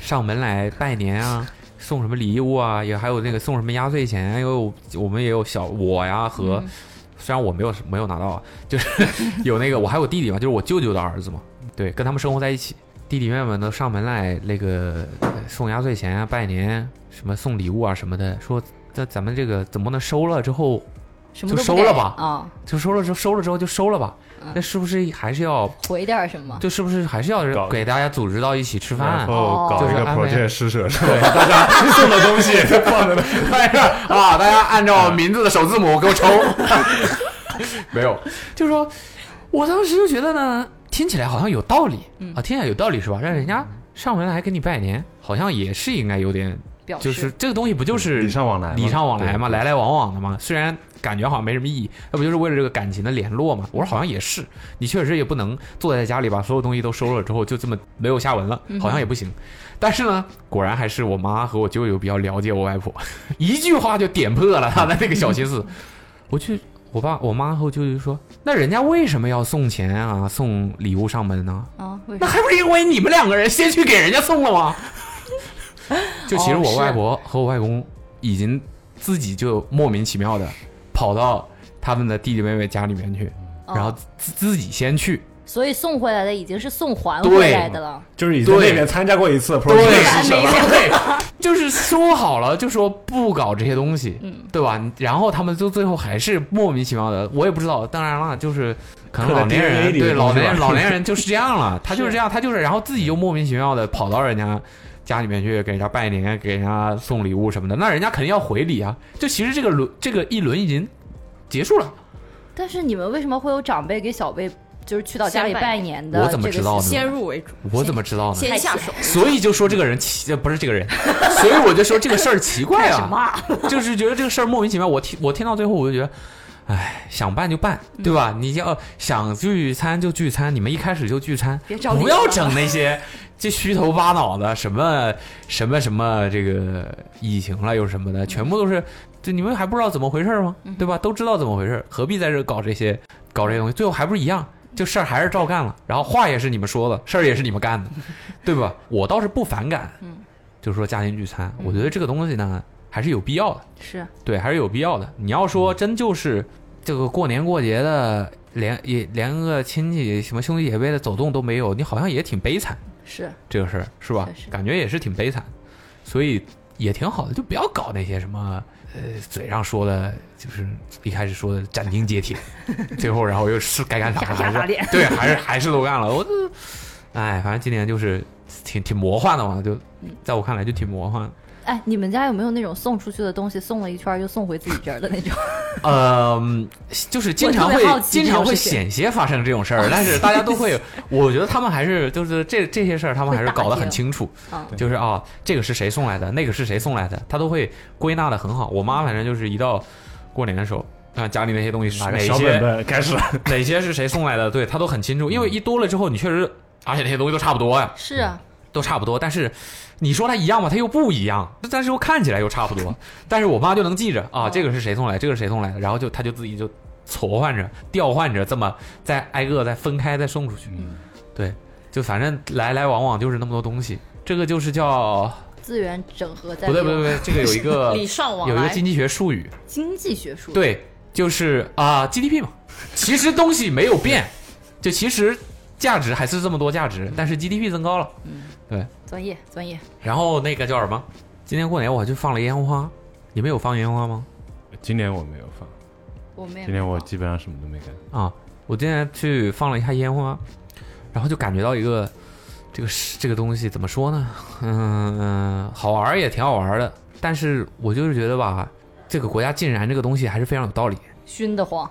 Speaker 3: 上门来拜年啊，送什么礼物啊，也还有那个送什么压岁钱，因为我我们也有小我呀和，虽然我没有没有拿到啊，就是 有那个我还有弟弟嘛，就是我舅舅的儿子嘛，对，跟他们生活在一起，弟弟妹妹们都上门来那个呃送压岁钱啊、拜年什么送礼物啊什么的，说这咱们这个怎么能收了之后
Speaker 4: 什么
Speaker 3: 就
Speaker 4: 都不
Speaker 3: 收
Speaker 4: 给
Speaker 3: 了吧
Speaker 4: 啊，
Speaker 3: 就收了之后收了之后就收了吧，那是不是还是要
Speaker 4: 回点儿什么？
Speaker 3: 就是不是还是要
Speaker 9: 搞
Speaker 3: 给大家组织到一起吃
Speaker 5: 然
Speaker 9: 啊
Speaker 3: 饭？啊
Speaker 5: 后搞一
Speaker 3: 就是
Speaker 5: 个
Speaker 3: 安慰
Speaker 5: project 施舍，是吧
Speaker 3: 对，
Speaker 9: 大家 送的东西都放在那，
Speaker 3: 大家 啊，大家按照名字的首字母给我抽。 没有，就是说，我当时就觉得呢，听起来好像有道理、啊，听起来有道理是吧？让人家上门来给你拜年，好像也是应该有点，
Speaker 4: 表示
Speaker 3: 就是这个东西不就是
Speaker 5: 礼尚往来嘛，
Speaker 3: 礼尚往来嘛，
Speaker 5: 对
Speaker 3: 来来往往的嘛。虽然感觉好像没什么意义，那不就是为了这个感情的联络嘛？我说好像也是，你确实也不能坐在家里把所有东西都收了之后就这么没有下文了，好像也不行。但是呢，果然还是我妈和我舅舅比较了解我外婆， 一句话就点破了她的那个小心思。 我去，我爸、我妈和我舅舅就说：“那人家为什么要送钱啊，送礼物上门呢？
Speaker 4: 啊，为什
Speaker 3: 那
Speaker 4: 么？
Speaker 3: 还不是因为你们两个人先去给人家送了吗？ 哦就其实我外婆和我外公已经自己就莫名其妙的跑到他们的弟弟妹妹家里面去，
Speaker 4: 哦
Speaker 3: 然后自自己先去，
Speaker 4: 所以送回来的已经是送还
Speaker 3: 对
Speaker 4: 回来的了。
Speaker 9: 就是你在那边参加过一次 project 施舍吧？
Speaker 3: 对，就是说好了就说不搞这些东西，对吧？然后他们就最后还是莫名其妙的，我也不知道。当然了，就是可能
Speaker 9: 刻在
Speaker 3: 老年
Speaker 9: DNA
Speaker 3: 人
Speaker 9: 里的
Speaker 3: 对
Speaker 9: 东
Speaker 3: 老
Speaker 9: 西
Speaker 3: 年人
Speaker 9: 吧
Speaker 3: 老年人就是这样了，他就是这样，他就是然后自己又莫名其妙的跑到人家。家里面去给人家拜年，给人家送礼物什么的，那人家肯定要回礼啊。就其实这个轮这个一轮已经结束了，
Speaker 4: 但是你们为什么会有长辈给小辈就是去到家里
Speaker 6: 先拜
Speaker 4: 拜年的？
Speaker 3: 我怎么知道？
Speaker 6: 先
Speaker 3: 呢？
Speaker 6: 入为主，
Speaker 3: 我怎么知道呢？
Speaker 6: 先下手。
Speaker 3: 所以就说这个人奇，呃不是这个人，所以我就说这个事儿奇怪啊，就是觉得这个事儿莫名其妙。我听我听到最后，我就觉得，哎，想办就办，对吧？你要想聚餐就聚餐，你们一开始就聚餐，
Speaker 6: 别找理由
Speaker 3: 不要整那些这虚头巴脑的什么什么什么这个疫情了又什么的，全部都是。就你们还不知道怎么回事吗？对吧？都知道怎么回事，何必在这搞这些搞这些东西？最后还不是一样，就事儿还是照干了。然后话也是你们说的，事儿也是你们干的，对吧？我倒是不反感，嗯，就是说家庭聚餐，我觉得这个东西呢还是有必要的，
Speaker 4: 是
Speaker 3: 对，还是有必要的。你要说真就是这个过年过节的，连也连个亲戚什么兄弟姐妹的走动都没有，你好像也挺悲惨，
Speaker 4: 是，
Speaker 3: 这个事儿是吧
Speaker 4: 确？实
Speaker 3: 感觉也是挺悲惨，所以也挺好的，就不要搞那些什么呃嘴上说的，就是一开始说的斩 钉截铁，最后然后又是该干啥
Speaker 4: 啪
Speaker 3: 干啥 还
Speaker 4: 啪打
Speaker 3: 是
Speaker 4: 脸
Speaker 3: 对，还是还是都干了，我就哎，反正今年就是挺挺魔幻的嘛，就在我看来就挺魔幻的。
Speaker 4: 哎，你们家有没有那种送出去的东西，送了一圈儿又送回自己这儿的那种？
Speaker 3: 呃，就是经常
Speaker 4: 我特别好
Speaker 3: 会
Speaker 4: 奇
Speaker 3: 经常
Speaker 4: 这
Speaker 3: 会
Speaker 4: 种事情
Speaker 3: 险些发生这种事儿， 但是大家都会，我觉得他们还是就是这这些事儿，他们还是
Speaker 4: 会打
Speaker 3: 搞得
Speaker 4: 听
Speaker 3: 很清 楚
Speaker 4: 嗯，
Speaker 3: 就是啊，这个是谁送来的，那个是谁送来的，他都会归纳的很好。我妈反正就是一到过年的时候，看家里那些东西是
Speaker 9: 拿
Speaker 3: 哪
Speaker 9: 个
Speaker 3: 些
Speaker 9: 啊小本本开始，
Speaker 3: 哪些是谁送来的，对他都很清楚，因为一多了之后，你确实，而且那些东西都差不多呀，
Speaker 4: 是啊，
Speaker 3: 都差不多。但是你说它一样吧，它又不一样，但是又看起来又差不 多。但是我妈就能记着啊，
Speaker 6: 哦
Speaker 3: 这个是谁送来，这个是谁送来的，然后就她就自己就撮换着、调换着，这么再挨个再分开再送出去。
Speaker 6: 嗯
Speaker 3: 对，就反正来来往往就是那么多东西。这个就是叫
Speaker 4: 资源整合在
Speaker 3: 不对不
Speaker 4: 利
Speaker 3: 对
Speaker 4: 用
Speaker 3: 不对，这个有一 个
Speaker 6: 礼尚往
Speaker 3: 呃有一个
Speaker 6: 来
Speaker 3: 经济学术语，
Speaker 4: 经济学术
Speaker 3: 对，就是啊、GDP 嘛。其实东西没有变，就其实价值还是这么多价值，但是 GDP 增高了。
Speaker 4: 专业专业，
Speaker 3: 然后那个叫什么？今年过年我就放了烟花，你们有放烟花吗？
Speaker 5: 今年我没有放，
Speaker 4: 我们也
Speaker 5: 今年
Speaker 4: 没
Speaker 5: 我
Speaker 4: 有
Speaker 5: 基本上什么都没干。
Speaker 3: 啊，我今年去放了一下烟花，然后就感觉到一个这个是这个东西怎么说呢？嗯，好玩儿也挺好玩儿的，但是我就是觉得吧，这个国家禁燃这个东西还是非常有道理，
Speaker 4: 熏得慌，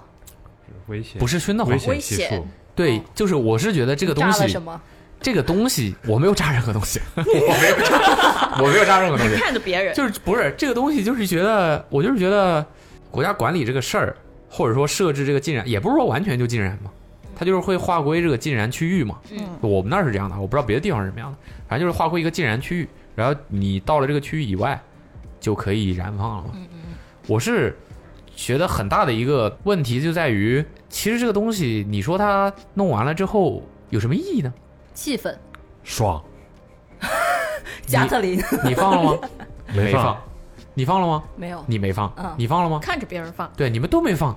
Speaker 5: 危险
Speaker 3: 不是熏得慌
Speaker 5: 危。险系
Speaker 6: 危
Speaker 5: 数
Speaker 6: 险，哦
Speaker 3: 对，就是我是觉得这个东
Speaker 4: 炸了
Speaker 3: 西
Speaker 4: 什，么？
Speaker 3: 这个东西我没有炸任何东西， 我没有炸，我没有炸任何东西。
Speaker 6: 看着别人，
Speaker 3: 就是不是这个东西，就是觉得我就是觉得国家管理这个事儿，或者说设置这个禁燃，也不是说完全就禁燃嘛，它就是会划归这个禁燃区域嘛。
Speaker 6: 嗯，
Speaker 3: 我们那儿是这样的，我不知道别的地方是什么样的，反正就是划归一个禁燃区域，然后你到了这个区域以外就可以燃放了嘛。
Speaker 6: 嗯
Speaker 3: 我是觉得很大的一个问题就在于，其实这个东西你说它弄完了之后有什么意义呢？
Speaker 4: 气氛，
Speaker 9: 爽，
Speaker 4: 加特林
Speaker 3: 你放了吗？没
Speaker 9: 放
Speaker 3: 放。你放了吗？
Speaker 4: 没有，
Speaker 3: 你没放。
Speaker 4: 嗯
Speaker 3: 你放了吗？
Speaker 6: 看着别人放，
Speaker 3: 对，你们都没放。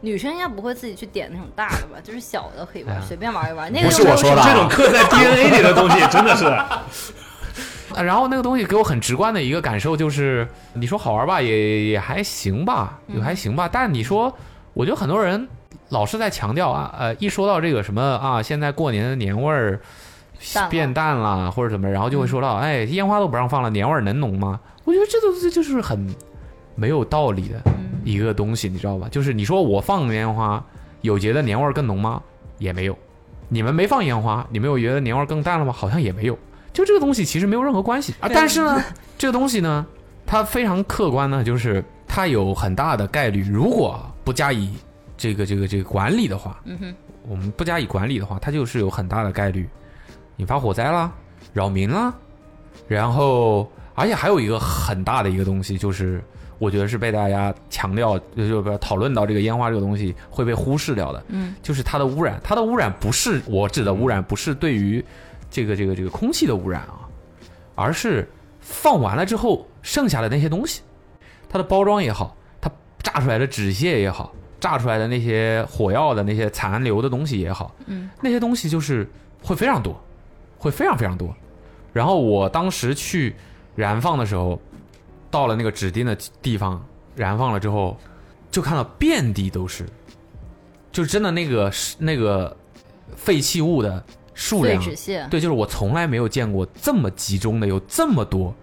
Speaker 4: 女生应该不会自己去点那种大 的吧？就是小的可以
Speaker 3: 哎
Speaker 4: 玩，
Speaker 3: 呀
Speaker 4: 随便玩一玩。那个
Speaker 9: 不是
Speaker 4: 就没
Speaker 9: 我
Speaker 4: 有
Speaker 9: 说的，
Speaker 4: 什
Speaker 5: 啊
Speaker 9: 这
Speaker 4: 么
Speaker 9: 种刻在 DNA 里的东西真的是，
Speaker 3: 啊然后那个东西给我很直观的一个感受就是，你说好玩吧，也也还行吧，也
Speaker 4: 嗯
Speaker 3: 还行吧。但你说，我觉得很多人老是在强调啊，呃，一说到这个什么啊，现在过年的年味儿
Speaker 4: 淡了嗯
Speaker 3: 变淡了或者怎么，然后就会说到，哎，烟花都不让放了，年味儿能浓吗？我觉得这东西就是很没有道理的
Speaker 4: 嗯
Speaker 3: 一个东西，你知道吧？就是你说我放烟花，有觉得年味儿更浓吗？也没有。你们没放烟花，你们有觉得年味儿更淡了吗？好像也没有。就这个东西其实没有任何关系啊。但是呢， 这个东西呢，它非常客观呢，就是它有很大的概率，如果不加以这个这个这个管理的话，嗯哼，我们不加以管理的话，它就是有很大的概率引发火灾啦、扰民啦，然后而且还有一个很大的一个东西就是。我觉得是被大家强调，就就不讨论到这个烟花这个东西会被忽视掉的。嗯，就是它的污染，它的污染不是我指的污染，不是对于这个这个这个空气的污染啊，而是放完了之后剩下的那些东西，它的包装也好，它炸出来的纸屑也好，炸出来的那些火药的那些残留的东西也好，嗯，那些东西就是会非常多，会非常非常多。然后我当时去燃放的时候，到了那个指定的地方燃放了之后，就看到遍地都是，就真的那个那个废弃物的数
Speaker 4: 碎
Speaker 3: 量
Speaker 4: 纸屑，
Speaker 3: 对，就是我从来没有见过这么集中的，有这么多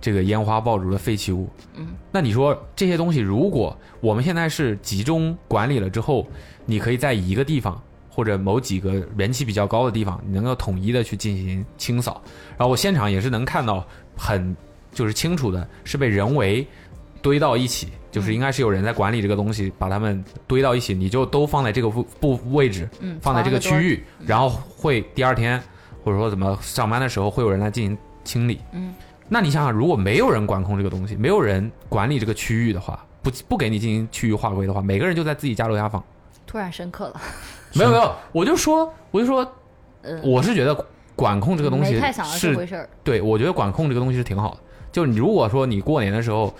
Speaker 3: 这个烟花爆竹的废弃物。嗯，那你说这些东西，如果我们现在是集中管理了之后，你可以在一个地方或者某几个人气比较高的地方，你能够统一的去进行清扫。然后我现场也是能看到很就是清楚的是被人为堆到一起，就是应该是有人在管理这个东西，把它们堆到一起，你就都放在这个部部位置，
Speaker 4: 嗯
Speaker 3: 放在这个区
Speaker 4: 放得
Speaker 3: 域，然后会第二天或者说怎么上班的时候会有人来进行清理。
Speaker 4: 嗯，
Speaker 3: 那你想想，如果没有人管控这个东西，没有人管理这个区域的话，不不给你进行区域划归的话，每个人就在自己家楼下放。
Speaker 4: 突然深刻了。
Speaker 3: 没有没有，我就说我就说，
Speaker 4: 嗯，
Speaker 3: 我是觉得管控这个东西
Speaker 4: 没太想到
Speaker 3: 是
Speaker 4: 这回事儿。
Speaker 3: 对，我觉得管控这个东西是挺好的。就你如果说你过年的时候，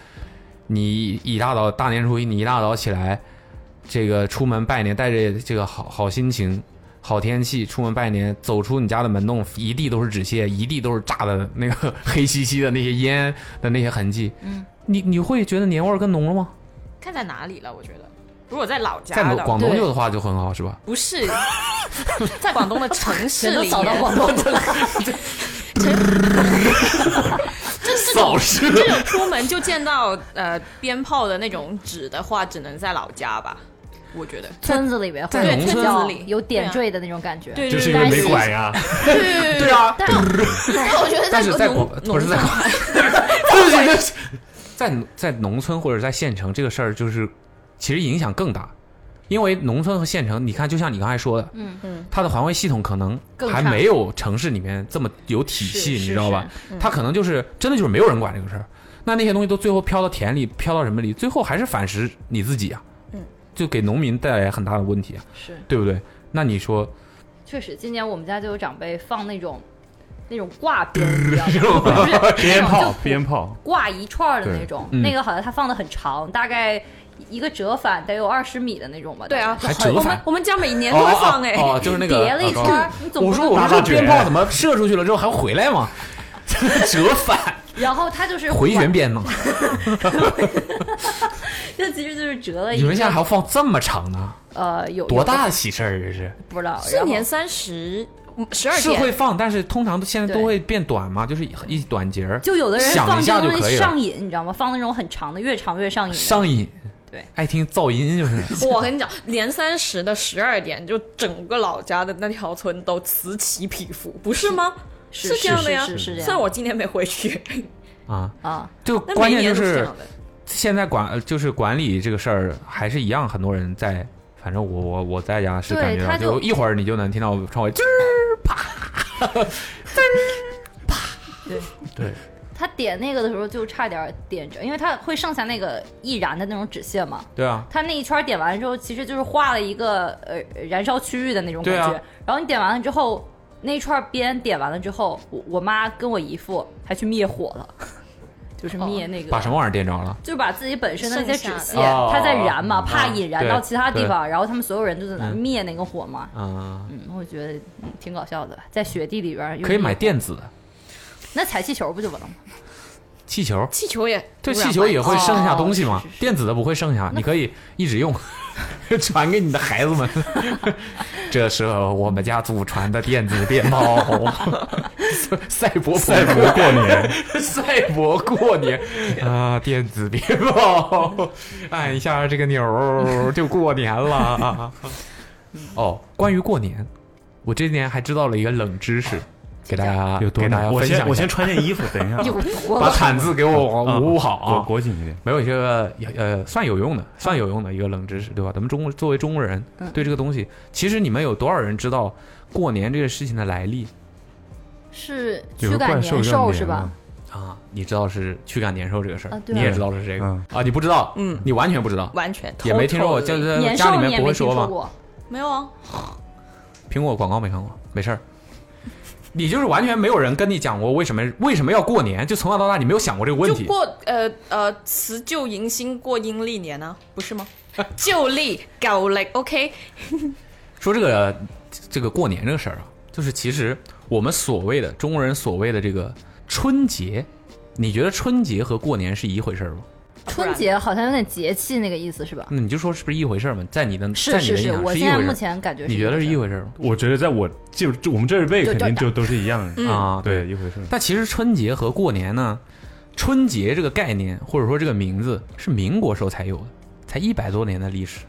Speaker 3: 你一大早大年初一，你一大早起来，这个出门拜年，带着这个好好心情、好天气出门拜年，走出你家的门洞，一地都是纸屑，一地都是炸的那个 黑漆漆的那些烟的那些痕迹，嗯，你你会觉得年味儿更浓了吗？
Speaker 6: 看在哪里了？我觉得，如果在老家
Speaker 3: 在
Speaker 6: 的
Speaker 3: 广
Speaker 6: 话，
Speaker 3: 广东
Speaker 4: 对
Speaker 3: 就的话就很好，是吧？
Speaker 6: 不是 在广东的城市
Speaker 4: 全都
Speaker 6: 里
Speaker 4: 扫到
Speaker 6: 面
Speaker 4: 广东去了。
Speaker 6: 这是
Speaker 9: 扫射
Speaker 6: 这种出门就见到呃鞭炮的那种纸的话，只能在老家吧，我觉得。
Speaker 4: 村子里面会
Speaker 3: 在
Speaker 4: 比
Speaker 3: 农村
Speaker 4: 较
Speaker 6: 村子里
Speaker 4: 有点
Speaker 6: 对啊
Speaker 4: 缀的那种感觉。
Speaker 6: 对，
Speaker 9: 就是因
Speaker 6: 对
Speaker 9: 为
Speaker 6: 对
Speaker 9: 没管呀。
Speaker 6: 对
Speaker 9: 啊，
Speaker 6: 但但我觉得
Speaker 3: 但是在
Speaker 6: 农
Speaker 3: 广
Speaker 6: 农
Speaker 3: 不是在
Speaker 6: 村
Speaker 3: 广， 对不起对不起，在在农村或者在县城这个事儿，就是其实影响更大，因为农村和县城，你看，就像你刚才说的，
Speaker 4: 嗯
Speaker 6: 嗯，
Speaker 3: 它的环卫系统可能
Speaker 4: 更
Speaker 3: 还
Speaker 4: 差
Speaker 3: 没有城市里面这么有体系，
Speaker 6: 是
Speaker 3: 你
Speaker 6: 是
Speaker 3: 知道吧？
Speaker 6: 是嗯
Speaker 3: 它可能就是真的就是没有人管这个事儿，那那些东西都最后飘到田里，飘到什么里，最后还是反噬你自己啊，
Speaker 6: 嗯，
Speaker 3: 就给农民带来很大的问题啊，
Speaker 4: 是
Speaker 3: 对不对？那你说
Speaker 4: 确实，今年我们家就有长辈放那种那种挂鞭一样的，
Speaker 5: 鞭炮
Speaker 4: 就普
Speaker 5: 鞭炮，
Speaker 4: 挂一串儿的那种，
Speaker 3: 对嗯
Speaker 4: 那个好像它放的很长，大概一个折返得有二十米的那种吧。
Speaker 6: 对啊，
Speaker 3: 还折返
Speaker 6: 我们我们家每年都会放哎，
Speaker 3: 哦，就是那
Speaker 4: 大概，
Speaker 3: 个
Speaker 4: 叠了一圈
Speaker 3: 啊
Speaker 4: 儿，你总不
Speaker 3: 我
Speaker 4: 能
Speaker 3: 说我
Speaker 9: 八
Speaker 3: 说
Speaker 9: 大
Speaker 3: 这鞭
Speaker 9: 卷
Speaker 3: 炮怎么射出去了之后还回来吗？ 折返
Speaker 4: 然后它就是
Speaker 3: 回旋，鞭呢？
Speaker 4: 这其实就是折了一
Speaker 3: 你们现在
Speaker 4: 圈
Speaker 3: 还要放这么长呢？
Speaker 4: 呃有
Speaker 3: 多？大
Speaker 4: 有
Speaker 3: 的喜事儿这是？
Speaker 4: 不知道，
Speaker 6: 是年三十嗯十二
Speaker 3: 是会
Speaker 6: 点，
Speaker 3: 放，但是通常现在
Speaker 4: 对
Speaker 3: 都会变短嘛，就是一一短节儿。
Speaker 4: 就有的人
Speaker 3: 想
Speaker 4: 放
Speaker 3: 一
Speaker 4: 这
Speaker 3: 下
Speaker 4: 个
Speaker 3: 就
Speaker 4: 东
Speaker 3: 可
Speaker 4: 西
Speaker 3: 以了
Speaker 4: 上瘾，你知道吗？放那种很长的，越长越上瘾。
Speaker 3: 上瘾，
Speaker 4: 对，
Speaker 3: 爱听噪音 就是。
Speaker 6: 我跟你讲，年三十的十二点，就整个老家的那条村都此起彼伏，不是吗？
Speaker 4: 是
Speaker 6: 这样的呀，
Speaker 4: 是是是这
Speaker 6: 虽
Speaker 4: 样
Speaker 6: 然我今年没回 去，
Speaker 3: 啊，
Speaker 4: 啊，
Speaker 3: 就
Speaker 6: 但
Speaker 3: 关
Speaker 6: 每
Speaker 3: 键就
Speaker 6: 年都这
Speaker 3: 是
Speaker 6: 样的。
Speaker 3: 现在管呃就是管理这个事儿还是一样，很多人在，反正我我我在家是
Speaker 4: 对
Speaker 3: 感觉到，
Speaker 4: 他就
Speaker 3: 就一会儿你就能听到窗外吱
Speaker 4: 对。
Speaker 3: 对，
Speaker 4: 他点那个的时候就差点点着，因为他会剩下那个易燃的那种纸屑嘛。
Speaker 3: 对啊，
Speaker 4: 他那一圈点完之后，其实就是画了一个呃燃烧区域的那种感觉。
Speaker 3: 对啊
Speaker 4: 然后你点完了之后，那一串边点完了之后，我我妈跟我姨父还去灭火了， 就是灭那个，
Speaker 3: 哦把什么玩意儿点着了？
Speaker 4: 就是把自己本身的那些纸屑
Speaker 3: 剩下的，
Speaker 4: 它在燃嘛，
Speaker 3: 哦
Speaker 4: 怕引燃到
Speaker 3: 对
Speaker 4: 其他地方，然后他们所有人就在那
Speaker 3: 嗯
Speaker 4: 灭那个火嘛。
Speaker 3: 嗯，
Speaker 4: 嗯，我觉得嗯挺搞笑的，在雪地里边儿用
Speaker 3: 可以买
Speaker 4: 灭火
Speaker 3: 电子的
Speaker 4: 那踩气球不就完了吗？
Speaker 3: 气球，
Speaker 6: 气球也
Speaker 3: 对，
Speaker 6: 污染
Speaker 3: 气球也会剩下东西嘛
Speaker 4: 哦是是，是
Speaker 3: 电子的不会剩下，你可以一直用，传给你的孩子们。 这是我们家祖传的电子鞭炮，赛博
Speaker 5: 赛博过年，
Speaker 3: 赛博过 年啊，电子鞭炮，按一下这个钮儿就过年了。哦，关于过年，我这年还知道了一个冷知识，给大家
Speaker 5: 有多
Speaker 3: 给大家
Speaker 5: 冷
Speaker 9: 我
Speaker 3: 分享一下
Speaker 9: 先我先穿件衣服，等 一下啊，
Speaker 3: 把毯子给我
Speaker 5: 啊
Speaker 3: 捂好
Speaker 5: 裹
Speaker 3: 啊。
Speaker 5: 裹紧一点。
Speaker 3: 没有一个呃算有用的，算有用的一个冷知识，对吧？咱们中国作为中国人，对这个东西，其实你们有多少人知道过年这个事情的来历
Speaker 4: 是
Speaker 5: 有
Speaker 4: 驱
Speaker 5: 个
Speaker 4: 赶
Speaker 5: 怪
Speaker 4: 年
Speaker 5: 兽
Speaker 4: 兽
Speaker 5: 叫
Speaker 4: 是
Speaker 5: 年
Speaker 4: 吧
Speaker 5: 了？，
Speaker 3: 啊？你知道是驱赶年兽这个事儿，
Speaker 4: 啊对啊
Speaker 3: 你也知道是这个、
Speaker 5: 嗯
Speaker 3: 啊？你不知道，
Speaker 6: 嗯
Speaker 3: 你完全不知道，
Speaker 6: 完全
Speaker 3: 也没听说过，就
Speaker 6: totally
Speaker 3: 是
Speaker 4: 年
Speaker 3: 呃家
Speaker 4: 兽
Speaker 3: 里
Speaker 4: 你
Speaker 3: 面
Speaker 4: 也
Speaker 3: 不
Speaker 4: 没
Speaker 3: 会
Speaker 4: 听
Speaker 3: 说
Speaker 4: 说
Speaker 3: 吗？
Speaker 4: 过？
Speaker 6: 没有啊，
Speaker 3: 苹果广告没看过，没事儿。你就是完全没有人跟你讲过为什么为什么要过年，就从小到大你没有想过这个问
Speaker 6: 就
Speaker 3: 题。
Speaker 6: 过呃呃辞旧迎新过阴历年啊，不是吗？ 旧历狗历，OK，
Speaker 3: 说这个这个过年这个事儿啊，就是其实我们所谓的中国人所谓的这个春节，你觉得春节和过年是一回事儿吗？
Speaker 4: 春节好像有点节气那个意思是吧？
Speaker 3: 那你就说是不是一回事儿吗？在你的
Speaker 4: 是
Speaker 3: 在你
Speaker 4: 是
Speaker 3: 的印
Speaker 4: 是，
Speaker 3: 象
Speaker 4: 我
Speaker 3: 是一
Speaker 4: 现在
Speaker 3: 回事
Speaker 4: 目
Speaker 3: 儿，
Speaker 4: 前感觉
Speaker 3: 你觉得是一回
Speaker 4: 回事
Speaker 3: 事儿吗？
Speaker 5: 我觉得在我就就我们这一辈
Speaker 4: 就嗯
Speaker 5: 肯定
Speaker 4: 就
Speaker 5: 就都是一样的
Speaker 3: 啊
Speaker 5: 对，一回事。
Speaker 3: 但其实春节和过年呢，春节这个概念或者说这个名字是民国时候才有的，才一百多年的历史。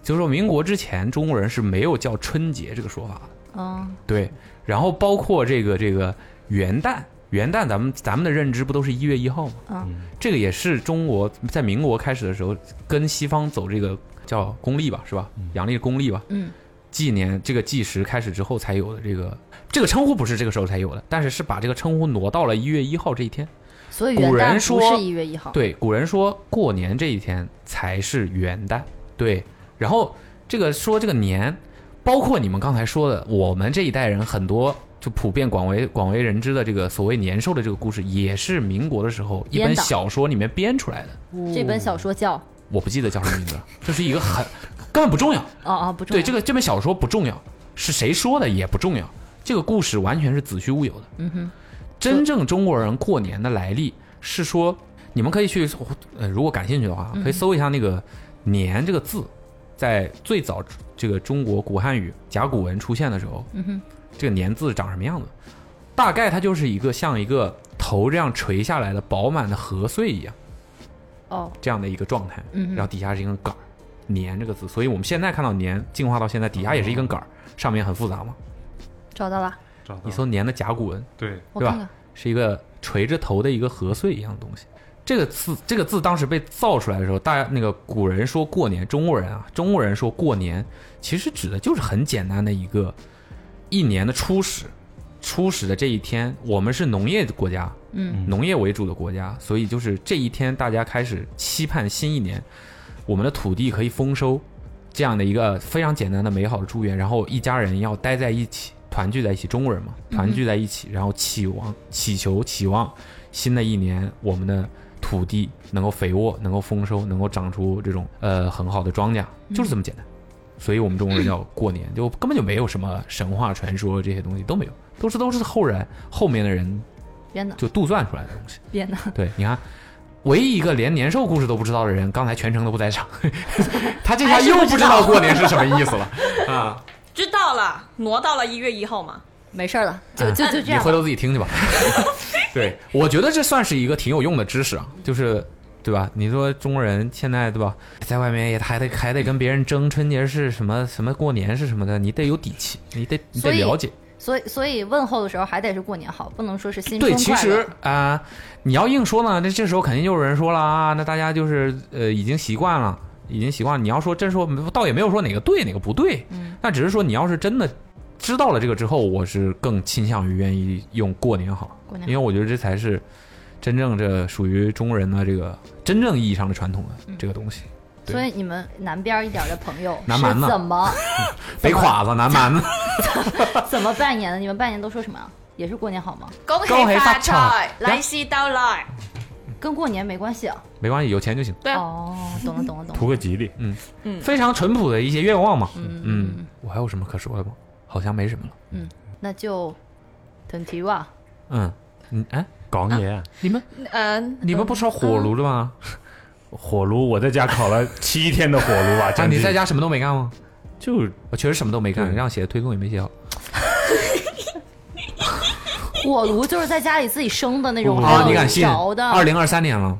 Speaker 3: 就是说，民国之前中国人是没有叫春节这个说法的。
Speaker 4: 嗯，
Speaker 3: 对，然后包括这个这个元旦，元旦咱们咱们的认知不都是一月一号吗？
Speaker 4: 嗯，
Speaker 3: 这个也是中国在民国开始的时候跟西方走这个叫公历吧，是吧？阳历公历吧，
Speaker 4: 嗯，
Speaker 3: 纪年这个纪时开始之后才有的这个这个称呼不是这个时候才有的，但是是把这个称呼挪到了一月一号这一天。
Speaker 4: 所以
Speaker 3: 古
Speaker 4: 元
Speaker 3: 人
Speaker 4: 旦不
Speaker 3: 说
Speaker 4: 是一月一号，
Speaker 3: 对，古人说过年这一天才是元旦，对。然后这个说这个年，包括你们刚才说的，我们这一代人很多就普遍广为广为人知的这个所谓年兽的这个故事，也是民国的时候一
Speaker 4: 编
Speaker 3: 本
Speaker 4: 的
Speaker 3: 小说里面编出来的。
Speaker 4: 这本小说叫
Speaker 3: 我不记得叫什么名字了，这是一个很根本不重要。
Speaker 4: 哦哦不重
Speaker 3: 对
Speaker 4: 要，
Speaker 3: 这
Speaker 4: 个
Speaker 3: 个这本小说不重要，是谁说的也不重要，这个故事完全是子虚乌有的。嗯
Speaker 4: 哼，
Speaker 3: 真正中国人过年的来历是
Speaker 4: 嗯
Speaker 3: 说，你们可以去，呃，如果感兴趣的话，可以搜一下那个“年”这个字，在最早这个中国古汉语甲骨文出现的时候，
Speaker 4: 嗯哼，
Speaker 3: 这个年字长什么样子？大概它就是一个像一个头这样垂下来的饱满的禾穗一样
Speaker 4: 哦，
Speaker 3: 这样的一个状态，
Speaker 4: 嗯哼
Speaker 3: 然后底下是一根杆儿，年这个字，所以我们现在看到年进化到现在，底下也是一根杆儿，上面很复杂嘛。
Speaker 4: 找到了，
Speaker 5: 找到
Speaker 3: 你搜年的甲骨文，
Speaker 5: 对，
Speaker 4: 我
Speaker 3: 对吧
Speaker 4: 看看，
Speaker 3: 是一个垂着头的一个禾穗一样的东西。这个字，这个字当时被造出来的时候，大家那个古人说过年，中国人啊，中国人说过年，其实指的就是很简单的一个一年的初始，初始的这一天，我们是农业国家，
Speaker 4: 嗯，
Speaker 3: 农业为主的国家，所以就是这一天，大家开始期盼新一年，我们的土地可以丰收，这样的一个非常简单的美好的祝愿。然后一家人要待在一起，团聚在一起，中国人嘛，团聚在一起，然后祈望、祈求、期望新的一年，我们的土地能够肥沃，能够丰收，能够长出这种呃很好的庄稼，就是这么简单。所以我们中国人要过年，就根本就没有什么神话传说这些东西都没有，都是都是后人后面的人
Speaker 4: 编的
Speaker 3: 就杜撰出来的 东西。
Speaker 4: 编的，
Speaker 3: 对，你看，唯一一个连年兽故事都不知道的人，刚才全程都不在场，他这下又不知道过年是什么意思 了啊！
Speaker 6: 知道了，挪到了一月一号嘛。
Speaker 4: 没事儿了，就就就这
Speaker 3: 啊你
Speaker 4: 样
Speaker 3: 回
Speaker 4: 吧，
Speaker 3: 头自己听去吧。对，我觉得这算是一个挺有用的知识啊，就是。对吧？你说中国人现在对吧，在外面也还得还得跟别人争春节是什么什么过年是什么的，你得有底气，你得你得
Speaker 4: 所以
Speaker 3: 了解。
Speaker 4: 所以所以问候的时候还得是过年好，不能说是新春
Speaker 3: 对，
Speaker 4: 快
Speaker 3: 其实
Speaker 4: 乐
Speaker 3: 啊、呃你要硬说呢，那这时候肯定就有人说了啊，那大家就是呃已经习惯了，已经习惯了。你要说真说，倒也没有说哪个对哪个不对，
Speaker 4: 嗯，
Speaker 3: 那只是说你要是真的知道了这个之后，我是更倾向于愿意用过年好，
Speaker 4: 过年好
Speaker 3: 因为我觉得这才是真正这属于中国人的这个真正意义上的传统
Speaker 4: 嗯
Speaker 3: 的这个东西。对
Speaker 4: 所以你们南边一点儿的朋友
Speaker 3: 南蛮
Speaker 4: 是
Speaker 3: 呢
Speaker 4: 怎么
Speaker 3: 北垮子、南蛮子，
Speaker 4: 怎么拜年的？你们拜年都说什么啊？也是过年好吗？
Speaker 6: 恭
Speaker 3: 恭喜发财
Speaker 6: 财，来西到来。
Speaker 4: 跟过年没关系啊。
Speaker 3: 没关系，有钱就行。
Speaker 6: 对啊
Speaker 4: 哦，懂了懂了懂了。
Speaker 9: 图个吉利。
Speaker 3: 嗯非常淳朴的一些愿望嘛。
Speaker 4: 嗯
Speaker 3: 嗯，我还有什么可说的吗？好像没什么了。
Speaker 4: 那就等提哇，
Speaker 3: 嗯，嗯，哎，
Speaker 9: 港
Speaker 4: 啊
Speaker 5: 啊
Speaker 9: 爷，
Speaker 3: 你们
Speaker 6: 嗯，
Speaker 3: 你们不烧火炉的吗？
Speaker 9: 火炉，我在家烤了七天的火炉吧，
Speaker 3: 啊，
Speaker 9: 将
Speaker 3: 你
Speaker 9: 近
Speaker 3: 在家什么都没干吗？
Speaker 9: 就
Speaker 3: 我确实什么都没干，
Speaker 9: 对
Speaker 3: 让写的推送也没写好。
Speaker 4: 火炉就是在家里自己生的那种，
Speaker 3: 啊，
Speaker 4: 还
Speaker 3: 你
Speaker 4: 有
Speaker 3: 敢信？
Speaker 4: 着的。
Speaker 3: 二零二三年了，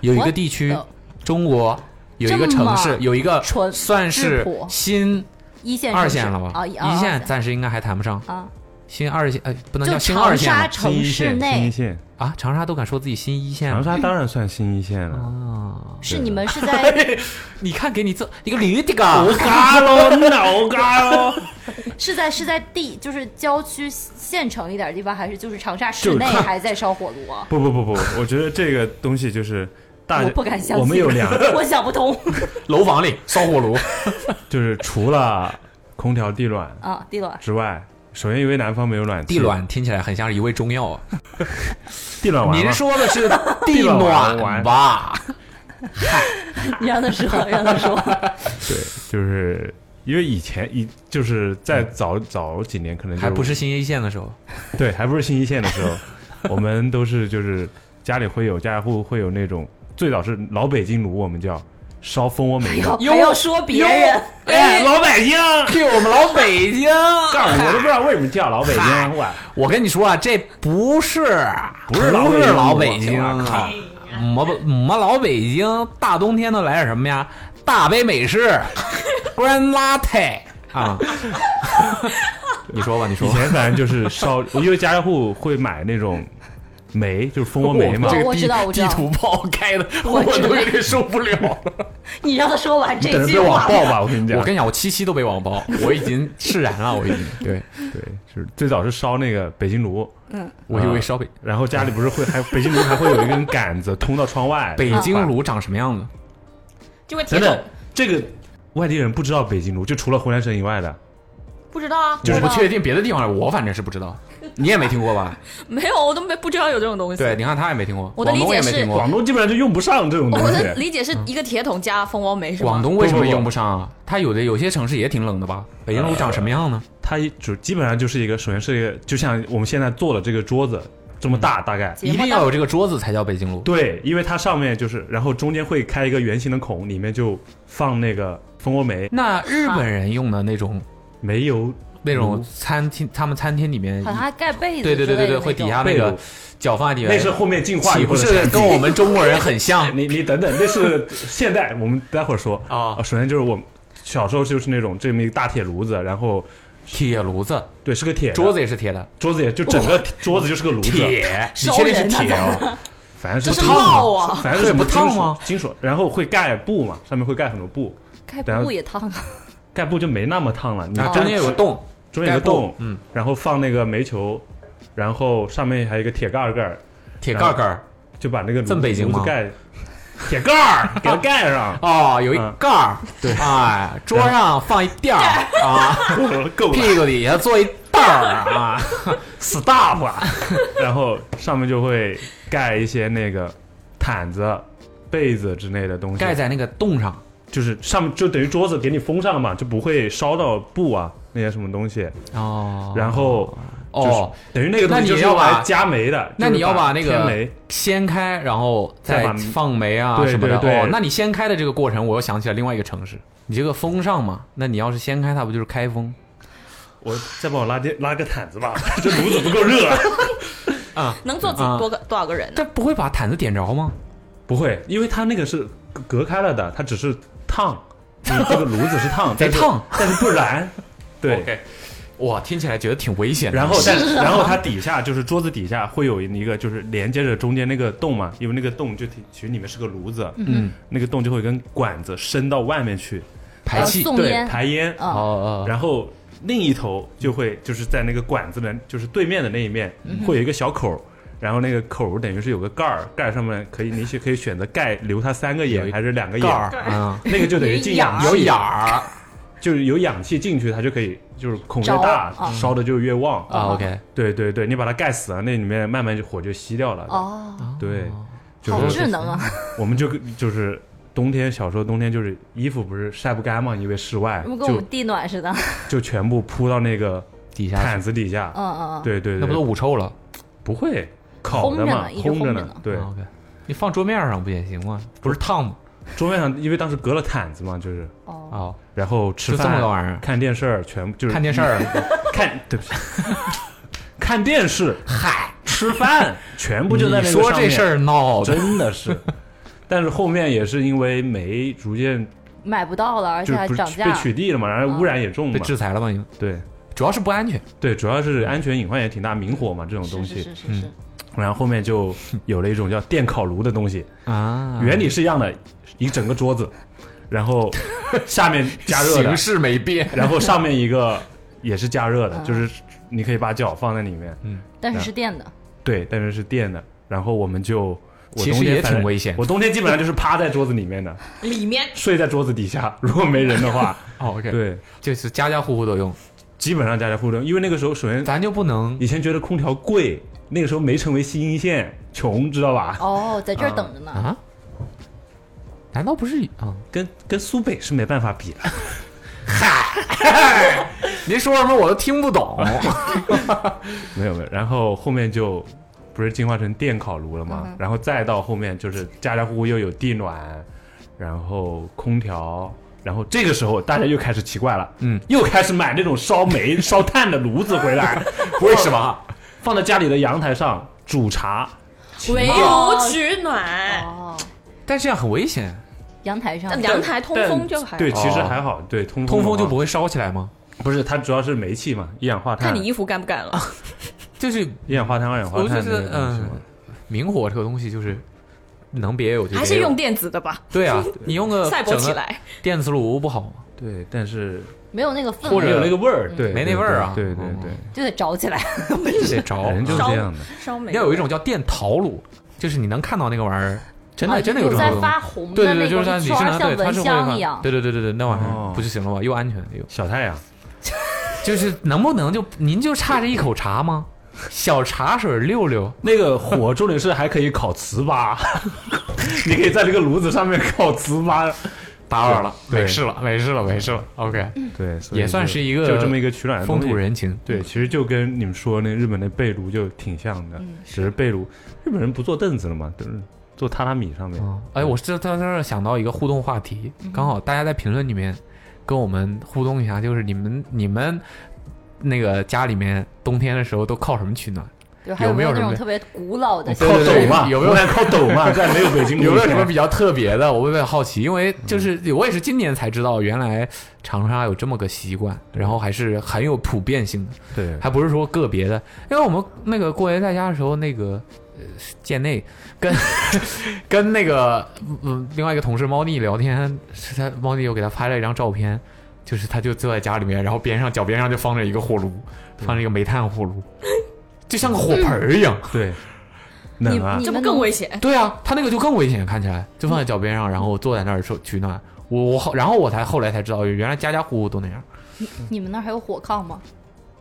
Speaker 3: 有一个地区
Speaker 4: What，
Speaker 3: 中国有一个城市
Speaker 4: 这，么
Speaker 3: 有一个
Speaker 4: 淳
Speaker 3: 算是
Speaker 4: 质朴
Speaker 3: 新
Speaker 4: 一线
Speaker 3: 二
Speaker 4: 城市
Speaker 3: 线了吧？
Speaker 4: 啊，
Speaker 3: 一
Speaker 4: 啊
Speaker 3: 线暂时应该还谈不上，
Speaker 4: 啊，
Speaker 3: 新二线哎，不能
Speaker 4: 就
Speaker 3: 叫新二
Speaker 4: 长
Speaker 3: 线
Speaker 4: 沙
Speaker 3: 了
Speaker 5: 新
Speaker 4: 城
Speaker 5: 一
Speaker 4: 市
Speaker 5: 线，新一
Speaker 4: 内
Speaker 5: 线，
Speaker 3: 啊！长沙都敢说自己新一线
Speaker 5: 长
Speaker 3: 了
Speaker 5: 沙当然算新一线了。
Speaker 3: 啊！
Speaker 4: 是你们是在
Speaker 3: 你看，给你这一个啊驴的个，
Speaker 9: 嘎喽，脑嘎喽，
Speaker 4: 是在是在地就是郊区县城一点地方，还是就是长沙市内
Speaker 9: 就是看
Speaker 4: 还在烧火炉啊？
Speaker 5: 不不不不，我觉得这个东西就是大，
Speaker 4: 我不敢相信，
Speaker 5: 啊我们有两，
Speaker 4: 我想不通
Speaker 3: 楼房里烧火 炉，
Speaker 5: 就是除了空调地暖
Speaker 4: 啊，地暖
Speaker 5: 之外，首先因为南方没有暖气，
Speaker 3: 地暖听起来很像是一味中 药啊。
Speaker 5: 地暖完
Speaker 3: 您
Speaker 5: 了，
Speaker 3: 说的是 地
Speaker 5: 地暖
Speaker 3: 暖
Speaker 5: 完
Speaker 3: 吧？
Speaker 4: 你让他说，让他 说。
Speaker 5: 对，就是因为以前以就是在早早几年可能就
Speaker 3: 还不是新一线的时候，
Speaker 5: 对，还不是新一线的时候，我们都是就是家里会有家家户户会有那种最早是老北京炉，我们叫烧蜂窝煤的。
Speaker 4: 还要说别人，
Speaker 5: 哎，老北京，
Speaker 3: 对我们老北京。
Speaker 5: 告诉我都不知道为什么叫老北
Speaker 3: 嗨
Speaker 5: 京，哇，
Speaker 3: 我跟你说啊，这不是
Speaker 9: 不是老北京
Speaker 3: 是老北京啊，我们我们老北京大冬天的来点什么呀？大杯美式，Grand Latte 啊。你说吧，你说
Speaker 5: 以
Speaker 3: 吧。
Speaker 5: 前反正就是烧，因为家家户户会买那种煤，就是蜂窝煤嘛。
Speaker 4: 这个我知道我知道
Speaker 3: 炮开的，
Speaker 4: 我知道
Speaker 3: 点受不 了了。
Speaker 4: 你让他说完
Speaker 5: 你等
Speaker 4: 这
Speaker 5: 着
Speaker 4: 句
Speaker 5: 被网
Speaker 4: 话。
Speaker 5: 暴吧，我跟你 讲。
Speaker 3: 我跟你讲，我七夕都被网暴，我已经释然了，我已经。对，
Speaker 5: 对，就是最早是烧那个北京炉，
Speaker 3: 我以为烧北
Speaker 5: 然后家里不是会还北京炉还会有一根杆子通到窗外。
Speaker 3: 北京炉长什么样子。
Speaker 6: 这位铁
Speaker 5: 等
Speaker 6: 总
Speaker 5: 等，这个外地人不知道北京炉，就除了湖南省以外的，
Speaker 6: 不知道啊，
Speaker 3: 我不确定别的地方，我反正是不知 道，你也没听过吧？
Speaker 6: 没有，我都没不知道有这种东西。
Speaker 3: 对，你看他也没听过，
Speaker 6: 我的
Speaker 3: 广
Speaker 6: 理
Speaker 3: 东
Speaker 6: 解
Speaker 3: 也没
Speaker 6: 是
Speaker 3: 听过，
Speaker 9: 广东基本上就用不上这种东
Speaker 6: 我的
Speaker 9: 西。
Speaker 6: 理解是一个铁桶加蜂窝煤是吗？
Speaker 3: 广东为什么用不上啊？它有的有些城市也挺冷的吧？ 北京炉长什么样呢？
Speaker 5: 它一就基本上就是一个，首先是一个，就像我们现在坐的这个桌子，这么
Speaker 3: 嗯
Speaker 5: 大，大概。
Speaker 4: 节
Speaker 3: 一
Speaker 4: 目
Speaker 3: 定
Speaker 4: 到
Speaker 3: 要有这个桌子才叫北京炉。
Speaker 5: 对，因为它上面就是，然后中间会开一个圆形的孔，里面就放那个蜂窝煤，
Speaker 3: 那日本人用的那种
Speaker 5: 煤油
Speaker 3: 那种
Speaker 5: 炉
Speaker 3: 餐厅，他们餐厅里面，
Speaker 4: 好像还盖被子
Speaker 3: 对对对对对，
Speaker 4: 之类的那
Speaker 3: 会
Speaker 4: 种
Speaker 3: 底下那
Speaker 5: 被
Speaker 3: 个
Speaker 5: 褥
Speaker 3: 脚放在底下，
Speaker 5: 那是后面进化以
Speaker 3: 岂
Speaker 5: 后
Speaker 3: 不
Speaker 5: 的
Speaker 3: 是
Speaker 5: 产
Speaker 3: 跟我们中国人很像
Speaker 5: 你你等等，那是现代，我们待会儿说呃
Speaker 3: 啊
Speaker 5: 首先就是我们小时候就是那种这么一个大铁炉子，然后
Speaker 3: 铁炉子，
Speaker 5: 对是个铁的
Speaker 3: 桌子，也是铁的，
Speaker 5: 桌子也就整个桌子就是个炉子，
Speaker 3: 铁，你确定是铁哦？
Speaker 5: 反正是
Speaker 6: 这是
Speaker 5: 烫嘛
Speaker 6: 烙啊
Speaker 5: 反正是什么
Speaker 3: 这不烫
Speaker 5: 金属
Speaker 3: 吗？
Speaker 5: 金属，然后会盖布嘛，上面会盖很多布，
Speaker 4: 盖
Speaker 5: 等下
Speaker 4: 布也烫啊，
Speaker 5: 盖布就没那么烫了。你
Speaker 3: 啊，
Speaker 5: 真
Speaker 3: 中间有个洞，
Speaker 5: 中间有个
Speaker 3: 盖
Speaker 5: 洞
Speaker 3: 布，嗯，
Speaker 5: 然后放那个煤球，然后上面还有一个铁盖儿盖儿，
Speaker 3: 铁盖盖儿
Speaker 5: 就把那个
Speaker 3: 这
Speaker 5: 炉
Speaker 3: 么北京吗，
Speaker 5: 炉子盖铁盖儿给它盖 上
Speaker 3: 哦，有一盖儿，对，哎，桌上放一 垫儿啊，
Speaker 5: 够了够了。
Speaker 3: 屁股底下坐一凳儿啊，
Speaker 5: stop，啊然后上面就会盖一些那个毯子、被子之类的东西，
Speaker 3: 盖在那个洞上。
Speaker 5: 就是上面就等于桌子给你封上了嘛，就不会烧到布啊那些什么东西。
Speaker 3: 哦，
Speaker 5: 然后就是
Speaker 3: 哦，
Speaker 5: 等于那个东西就是用来加煤的，
Speaker 3: 那你要把
Speaker 5: 就
Speaker 3: 那
Speaker 5: 是把
Speaker 3: 个
Speaker 5: 天煤
Speaker 3: 掀开，然后
Speaker 5: 再
Speaker 3: 再
Speaker 5: 把
Speaker 3: 放煤啊
Speaker 5: 对
Speaker 3: 什么的。
Speaker 5: 对对
Speaker 3: 哦，那你掀开的这个过程，我又想起了另外一个城市，你这个风扇嘛，那你要是掀开它，不就是开封？
Speaker 5: 我再帮我拉电拉个毯子吧， 这炉子不够热。啊
Speaker 6: 能坐几
Speaker 3: 啊
Speaker 6: 多个多少个人呢？
Speaker 3: 但不会把毯子点着吗？
Speaker 5: 不会，因为它那个是隔隔开了的，它只是烫，就是这个炉子是 烫，
Speaker 3: 得
Speaker 5: 但是
Speaker 3: 烫，哦
Speaker 5: 但是不燃。对，
Speaker 3: OK 哇，听起来觉得挺危险的。
Speaker 5: 然后但 然后它底下就是桌子底下会有一个就是连接着中间那个洞嘛，因为那个洞就挺其实里面是个炉子，
Speaker 3: 嗯，
Speaker 5: 那个洞就会跟管子伸到外面去，
Speaker 3: 排气，
Speaker 4: 送
Speaker 5: 对，
Speaker 4: 烟
Speaker 5: 排烟。
Speaker 3: 哦
Speaker 4: 啊，
Speaker 3: 哦，
Speaker 5: 然后另一头就会就是在那个管子的，就是对面的那一面
Speaker 3: 嗯
Speaker 5: 会有一个小口儿。然后那个口儿等于是有个盖儿，盖儿上面可以，你是可以选择盖留它三个
Speaker 3: 有一
Speaker 5: 眼还是两个
Speaker 3: 盖
Speaker 5: 眼，
Speaker 3: 儿啊，
Speaker 5: 那个就等于进氧
Speaker 3: 有
Speaker 5: 气
Speaker 3: 眼，儿
Speaker 5: 就是有氧气进去，它就可以就是孔越大
Speaker 4: 着啊，
Speaker 5: 烧的就越旺
Speaker 3: 啊。OK，
Speaker 5: 对对对，你把它盖死了，那里面慢慢就火就熄掉了。
Speaker 4: 哦，
Speaker 5: 对，就
Speaker 4: 好
Speaker 5: 是
Speaker 4: 智能啊，
Speaker 5: 我们就就是冬天小时候冬天就是衣服不是晒不干嘛，因为室外
Speaker 4: 跟我
Speaker 5: 就
Speaker 4: 们地暖似的，
Speaker 5: 就全部铺到那个
Speaker 3: 底下
Speaker 5: 毯子底下。
Speaker 4: 嗯嗯嗯，
Speaker 5: 对对
Speaker 3: 那不都
Speaker 5: 对，
Speaker 3: 捂臭了
Speaker 5: 不会烤的嘛，
Speaker 4: 烘着呢一直
Speaker 5: 着
Speaker 4: 烘着
Speaker 5: 呢
Speaker 4: 呢。
Speaker 5: 对，
Speaker 3: 啊？OK，你放桌面上不也行吗？不是烫吗？
Speaker 5: 桌面上因为当时隔了毯子嘛，就是
Speaker 4: 哦，
Speaker 3: 哦，
Speaker 5: 然
Speaker 3: 就
Speaker 5: 后吃
Speaker 3: 这么个
Speaker 5: 饭、
Speaker 3: 玩意儿，
Speaker 5: 看电视儿全部就是
Speaker 3: 看电视 儿，
Speaker 5: 看，对不起， 看电视，嗨，吃饭，全部就在
Speaker 3: 你
Speaker 5: 那个
Speaker 3: 说
Speaker 5: 上
Speaker 3: 这
Speaker 5: 面
Speaker 3: 事儿闹的，
Speaker 5: 真的是。但是后面也是因为煤逐渐
Speaker 4: 买不到了，而
Speaker 5: 就
Speaker 4: 且还
Speaker 5: 不
Speaker 4: 涨
Speaker 5: 是被
Speaker 4: 价，嗯
Speaker 5: 取缔了嘛，然后污染也重
Speaker 3: 被
Speaker 5: 嘛，
Speaker 3: 制裁了吧？你
Speaker 5: 对
Speaker 3: 主要是不安 全。
Speaker 5: 对，主要是安全隐患也挺大，明火嘛这种东
Speaker 4: 是
Speaker 5: 西，嗯
Speaker 4: 是是是是，
Speaker 5: 然后后面就有了一种叫电烤炉的东西，
Speaker 3: 啊
Speaker 5: 原理是一样的，一整个桌子，然后下面加热的
Speaker 3: 形，式没变，
Speaker 5: 然后上面一个也是加热的，
Speaker 4: 嗯
Speaker 5: 就是你可以把脚放在里面，
Speaker 4: 但是
Speaker 5: 啊
Speaker 4: 是电的，
Speaker 5: 对，但是是电的，然后我们就。我
Speaker 3: 其实
Speaker 5: 冬天
Speaker 3: 也
Speaker 5: 反正
Speaker 3: 挺危险
Speaker 5: 我冬天基本上就是趴在桌子里面的，
Speaker 6: 里面
Speaker 5: 睡在桌子底下。 如果没人的话，
Speaker 3: 哦，OK，，
Speaker 5: 对，
Speaker 3: 就是家家户户都用，
Speaker 5: 基本上家家户户都，因为那个时候首先
Speaker 3: 咱就不能
Speaker 5: 以前觉得空调贵，那个时候没成为新一线，穷知道吧？
Speaker 4: 哦，在这儿等着呢，
Speaker 3: 啊？难道不是啊？
Speaker 5: 跟跟苏北是没办法比的。
Speaker 3: 您说什么我都听不懂。
Speaker 5: 没有没有，然后后面就不是进化成电烤炉了吗？
Speaker 6: 嗯
Speaker 5: 然后再到后面就是家家户户又有地暖，然后空调。然后这个时候，大家又开始奇怪了，
Speaker 3: 嗯，
Speaker 5: 又开始买那种 烧煤、烧炭的炉子回来，为什么？放在家里的阳台上煮茶，
Speaker 6: 围炉
Speaker 2: 哦
Speaker 6: 取暖，
Speaker 4: 哦，
Speaker 3: 但这样很危险，
Speaker 4: 阳台上
Speaker 6: 那，阳台通
Speaker 5: 但
Speaker 6: 风就还
Speaker 5: 对，
Speaker 6: 好。
Speaker 5: 其实
Speaker 3: 哦
Speaker 5: 还好，对通
Speaker 3: 通风就
Speaker 5: 的话
Speaker 3: 不会烧起来吗？
Speaker 5: 不是，它主要是煤气嘛，一氧化碳。
Speaker 6: 看你衣服干不干了。
Speaker 3: 就是
Speaker 5: 一氧化碳、二氧化
Speaker 3: 我就
Speaker 5: 碳
Speaker 3: 是
Speaker 5: 这个东西嘛
Speaker 3: 嗯，明火这个东西就是能别有就别有
Speaker 6: 还是用电子的 吧，
Speaker 3: 对啊，你用个
Speaker 6: 赛博
Speaker 3: 整
Speaker 6: 起
Speaker 3: 个
Speaker 6: 来。
Speaker 3: 电磁炉不好吗？
Speaker 5: 对，但是
Speaker 4: 没有那个氛
Speaker 3: 或
Speaker 5: 没有
Speaker 3: 者
Speaker 5: 那个味儿，对，
Speaker 3: 没那味儿啊哦
Speaker 5: 对对对
Speaker 4: 就得着起来，
Speaker 3: 这得
Speaker 5: 对，
Speaker 3: 着
Speaker 5: 人就是
Speaker 6: 烧
Speaker 5: 这样的。
Speaker 6: 烧煤
Speaker 3: 要有一种叫电陶炉，就是你能看到那个玩意儿，真
Speaker 4: 啊
Speaker 3: 的真的有这 种
Speaker 4: 有在
Speaker 3: 东西。
Speaker 4: 发红
Speaker 3: 对
Speaker 4: 的
Speaker 3: 对对，
Speaker 4: 那
Speaker 3: 就是
Speaker 4: 种
Speaker 3: 像李
Speaker 4: 一圈
Speaker 3: 世
Speaker 4: 儿
Speaker 3: 南对，
Speaker 4: 像
Speaker 3: 他
Speaker 4: 蚊
Speaker 3: 是会放
Speaker 4: 香一样，
Speaker 3: 对对对对对，那玩意
Speaker 5: 哦
Speaker 3: 儿不就行了吗？又安全又
Speaker 5: 小太阳，
Speaker 3: 就是能不能就您就差这一口茶吗？小茶水溜溜，
Speaker 5: 那个火重点 是还可以烤糍粑，你可以在这个炉子上面烤糍粑，
Speaker 3: 打扰了，
Speaker 5: 对
Speaker 3: 没事了，没事了，没事了。OK，
Speaker 5: 对，所以
Speaker 3: 也算
Speaker 5: 就是
Speaker 3: 一个
Speaker 5: 就这么一个取暖的
Speaker 3: 风
Speaker 5: 东西
Speaker 3: 土人情。
Speaker 5: 对，其实就跟你们说那日本那被褥就挺像的，
Speaker 3: 嗯
Speaker 5: 只是被褥日本人不坐凳子了嘛，都是坐榻榻米上面。
Speaker 3: 嗯哎，我这当时想到一个互动话题，
Speaker 4: 嗯
Speaker 3: 刚好大家在评论里面跟我们互动一下，就是你们你们那个家里面冬天的时候都靠什么取暖？
Speaker 4: 对，还有没
Speaker 3: 有
Speaker 4: 有
Speaker 3: 没有什
Speaker 4: 那
Speaker 3: 么
Speaker 4: 种特别古老的
Speaker 5: 靠
Speaker 4: 小
Speaker 3: 对对
Speaker 5: 抖
Speaker 3: 对
Speaker 5: 嘛，
Speaker 3: 有没有
Speaker 5: 湖南靠抖 嘛？在没有北京
Speaker 3: 有没有什么
Speaker 5: 么
Speaker 3: 比较特别的？我特别好奇，因为就是我也是今年才知道，原来长沙有这么个习惯，然后还是很有普遍性的，
Speaker 5: 对
Speaker 3: 还不是说个别的。因为我们那个过年在家的时候，那个呃贱内跟 跟那个嗯另外一个同事猫腻聊天，是他猫腻又给他拍了一张照片，就是他就坐在家里面，然后边上脚边上就放着一个火炉，放着一个煤炭火炉，就像个火盆儿一样。
Speaker 5: 对冷啊
Speaker 4: 你？
Speaker 6: 这不
Speaker 4: 们
Speaker 6: 更
Speaker 4: 能
Speaker 6: 危
Speaker 2: 嗯
Speaker 6: 险？
Speaker 3: 对啊，他那个就更危险，看起来就放在脚边上，然后坐在那儿受取暖。我我后，然后我才后来才知道，原来家家户户都那样，
Speaker 4: 你们那儿还有火炕吗？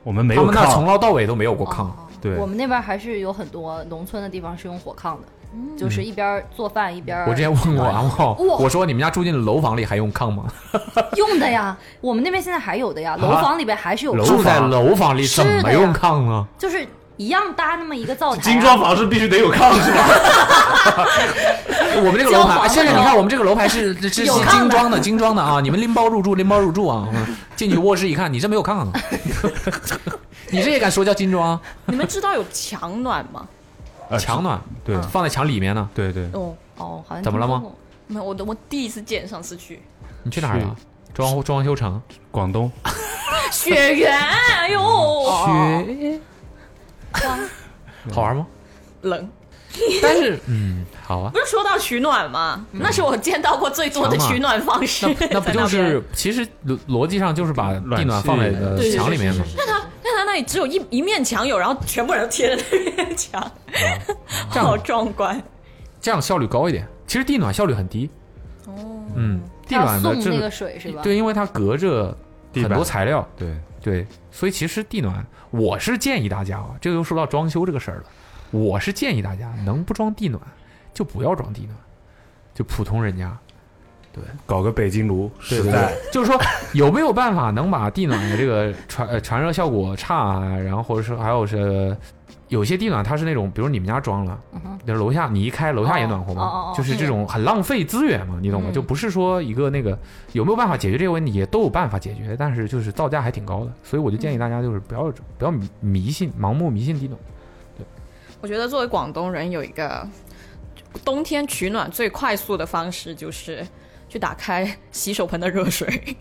Speaker 5: 我们没
Speaker 3: 他
Speaker 5: 有
Speaker 3: 们那儿从
Speaker 5: 炕，
Speaker 3: 头到尾都没有过炕
Speaker 4: 哦。哦
Speaker 5: 对
Speaker 4: 我们那边还是有很多农村的地方是用火炕的，
Speaker 6: 嗯
Speaker 4: 就是一边儿做饭一边儿。
Speaker 3: 我之前问过啊阿茂，
Speaker 6: 哎
Speaker 4: 哇
Speaker 3: 我说你们家住进楼房里还用炕吗？
Speaker 4: 用的呀，我们那边现在还有的呀，楼房里边还是有炕
Speaker 3: 住在啊楼房里怎么用炕啊呢？
Speaker 4: 就是一样搭那么一个灶台、啊。
Speaker 9: 精装房是必须得有炕是 吧？
Speaker 3: 我们这个楼
Speaker 4: 交
Speaker 3: 盘，
Speaker 4: 房
Speaker 3: 现在你看我们这个楼盘是这是
Speaker 4: 有炕的
Speaker 3: 精装的，精装的啊！你们拎包入住，拎包入住啊！进去卧室一看，你这没有炕，啊， 你这也敢说叫精装？ 啊
Speaker 6: 你们知道有强暖吗？
Speaker 5: 呃
Speaker 3: 墙暖
Speaker 5: 对
Speaker 3: 放在墙里面呢？
Speaker 5: 对对，
Speaker 6: 哦，
Speaker 4: 哦，好像
Speaker 3: 怎么了吗
Speaker 4: 听说过？
Speaker 6: 没有，我我第一次见，上次 去
Speaker 3: 你去哪儿了？装装修城。
Speaker 5: 广东
Speaker 6: 雪原，哎呦，
Speaker 3: 雪， 好玩吗？
Speaker 6: 冷。
Speaker 3: 但是，嗯，好啊
Speaker 6: 不，是说到取暖吗？那是我见到过最多的
Speaker 3: 强嘛
Speaker 6: 取暖方式
Speaker 3: 那。那不就
Speaker 6: 在边
Speaker 3: 是其实逻逻辑上就是把
Speaker 5: 暖
Speaker 3: 地暖
Speaker 5: 气
Speaker 3: 放在
Speaker 5: 对
Speaker 3: 呃
Speaker 6: 对
Speaker 3: 墙里面嘛？
Speaker 6: 但他但他那里只有一一面墙有，然后全部人都贴着那面墙，
Speaker 3: 这样
Speaker 6: 好壮观。
Speaker 3: 这样效率高一点。其实地暖效率很低。哦，嗯，地
Speaker 4: 还要
Speaker 3: 暖的
Speaker 4: 送
Speaker 3: 这
Speaker 4: 那个
Speaker 3: 个
Speaker 4: 水是吧？
Speaker 3: 对，因为它隔着
Speaker 5: 地
Speaker 3: 很
Speaker 5: 板
Speaker 3: 多材料，
Speaker 5: 对
Speaker 3: 对，所以其实地暖，我是建议大家啊，这个又说到装修这个事儿了，我是建议大家能不装地暖就不要装地暖，就普通人家。
Speaker 5: 搞个北京炉实在，
Speaker 3: 就是说有没有办法能把地暖的这个传呃传热效果差啊，然后或者是还有是有些地暖它是那种，比如你们家装了，就是楼下你一开楼下也暖和
Speaker 4: 嗯哦哦
Speaker 3: 嘛
Speaker 4: 哦，
Speaker 3: 就是这种很浪费资源嘛，你懂吗？
Speaker 4: 嗯
Speaker 3: 就不是说一个那个有没有办法解决这个问题，也都有办法解决，但是就是造价还挺高的，所以我就
Speaker 4: 嗯
Speaker 3: 建议大家就是不要不要迷迷信盲目迷信地暖，
Speaker 6: 我觉得作为广东人，有一个冬天取暖最快速的方式就是去打开洗手盆的热 水。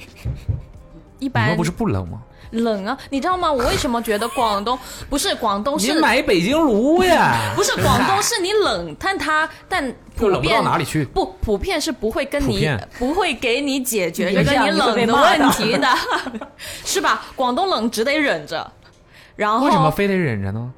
Speaker 6: 一
Speaker 3: 你
Speaker 6: 般
Speaker 3: 们不是不冷吗？
Speaker 6: 冷啊，你知道吗？我为什么觉得广东不是广东
Speaker 3: 你
Speaker 6: 是
Speaker 3: 买北京炉
Speaker 10: 啊
Speaker 3: 呀，
Speaker 6: 不是广东是你冷，但它但
Speaker 3: 又
Speaker 6: 普
Speaker 3: 冷不
Speaker 6: 遍
Speaker 3: 到哪里去。
Speaker 6: 不普遍是不会跟
Speaker 3: 普
Speaker 6: 你
Speaker 3: 遍
Speaker 6: 不会给你解决
Speaker 4: 你
Speaker 6: 这个
Speaker 4: 这样
Speaker 6: 你
Speaker 4: 你会
Speaker 6: 冷
Speaker 4: 被
Speaker 6: 的
Speaker 4: 骂
Speaker 6: 问
Speaker 4: 的
Speaker 6: 题的， 是吧？广东冷只得忍着，然后
Speaker 3: 为什么非得忍着呢？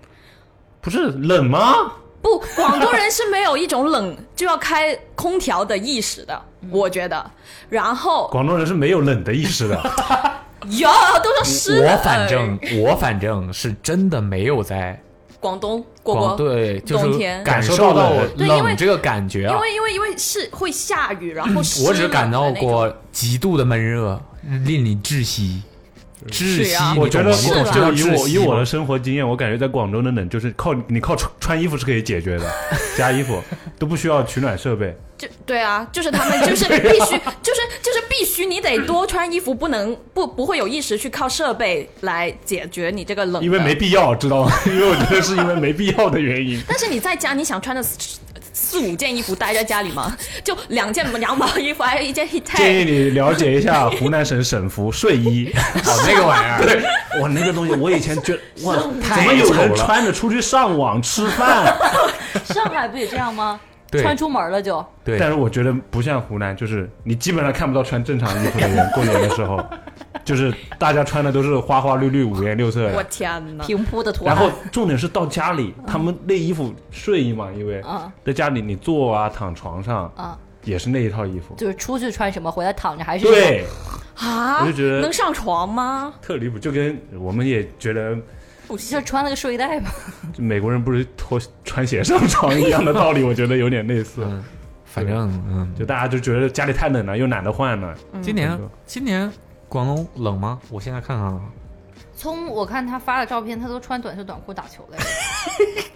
Speaker 9: 不是冷吗？
Speaker 6: 不，广东人是没有一种冷就要开空调的意识的，
Speaker 4: 嗯
Speaker 6: 我觉得。然后
Speaker 5: 广东人是没有冷的意 识的。
Speaker 6: 有都说湿冷，
Speaker 3: 我反正我反正是真的没有在
Speaker 6: 广东果
Speaker 3: 广
Speaker 6: 果
Speaker 3: 对，就是
Speaker 6: 冬天
Speaker 3: 感受
Speaker 5: 感受
Speaker 3: 到
Speaker 5: 到
Speaker 3: 了
Speaker 5: 了
Speaker 6: 对因为
Speaker 3: 冷这个感觉
Speaker 6: 因
Speaker 3: 啊。
Speaker 6: 为因为因为是会下雨，然后湿
Speaker 3: 我只感到
Speaker 6: 冷的那种
Speaker 3: 过极度的闷热，令你窒息，窒
Speaker 6: 是
Speaker 3: 息
Speaker 6: 啊。
Speaker 3: 你
Speaker 5: 嗯我觉
Speaker 3: 懂
Speaker 5: 得
Speaker 3: 吗
Speaker 5: 我
Speaker 3: 你懂啥
Speaker 5: 就
Speaker 3: 叫
Speaker 5: 以
Speaker 3: 窒
Speaker 5: 我以
Speaker 3: 息
Speaker 5: 我
Speaker 3: 吗
Speaker 5: 的生活经验，我感觉在广州的冷就是靠你靠穿穿衣服是可以解决的，加衣 服都不需要取暖设备。
Speaker 3: 哦
Speaker 6: 就对啊，就是他们 就是必须，就是就是必须你得多穿衣服，不能不不会有意识去靠设备来解决你这个冷的，
Speaker 5: 因
Speaker 3: 啊
Speaker 5: 为没必要，知道吗？因为我觉得是因为没必要的原因。
Speaker 6: 但是你在家，你想穿着四四五件衣服待在家里吗？就两件羊毛衣服，还有一件 heat
Speaker 5: 建议
Speaker 6: tag。
Speaker 5: 你了解一下湖南省省服睡衣，
Speaker 3: 哦，那个玩意儿，对，
Speaker 9: 哇，那个东西我以前觉得哇，怎
Speaker 3: 太
Speaker 9: 么有人
Speaker 3: 丑了
Speaker 9: 穿着出去上网吃饭？
Speaker 4: 上海不也这样吗？
Speaker 3: 对
Speaker 4: 穿出门了就
Speaker 3: 对
Speaker 5: 但是我觉得不像湖南，就是你基本上看不到穿正常衣服的人。过年的时候，就是大家穿的都是花花绿绿、五颜六色
Speaker 6: 我
Speaker 5: 的。
Speaker 6: 天 哪！
Speaker 4: 平铺的图案。
Speaker 5: 然后重点是到家里，他们那衣服睡衣嘛，因为
Speaker 4: 嗯
Speaker 5: 在家里你坐啊、躺床上
Speaker 4: 啊，
Speaker 5: 也是那一套衣服，
Speaker 4: 就是出去穿什么，回来躺着还是那种
Speaker 5: 对，
Speaker 6: 啊
Speaker 5: 我就觉得
Speaker 6: 能上床吗？
Speaker 5: 特离谱。就跟我们也觉得
Speaker 6: 不，
Speaker 4: 就是穿了个睡袋 吧。
Speaker 5: 美国人不是脱穿鞋上床一样的道理，我觉得有点类似。
Speaker 10: 反正嗯，
Speaker 5: 就大家就觉得家里太冷了，又懒得换了。
Speaker 4: 嗯
Speaker 10: 今年今年广东冷吗？我现在看看啊，
Speaker 4: 葱，我看他发的照片，他都穿短袖短裤打球了。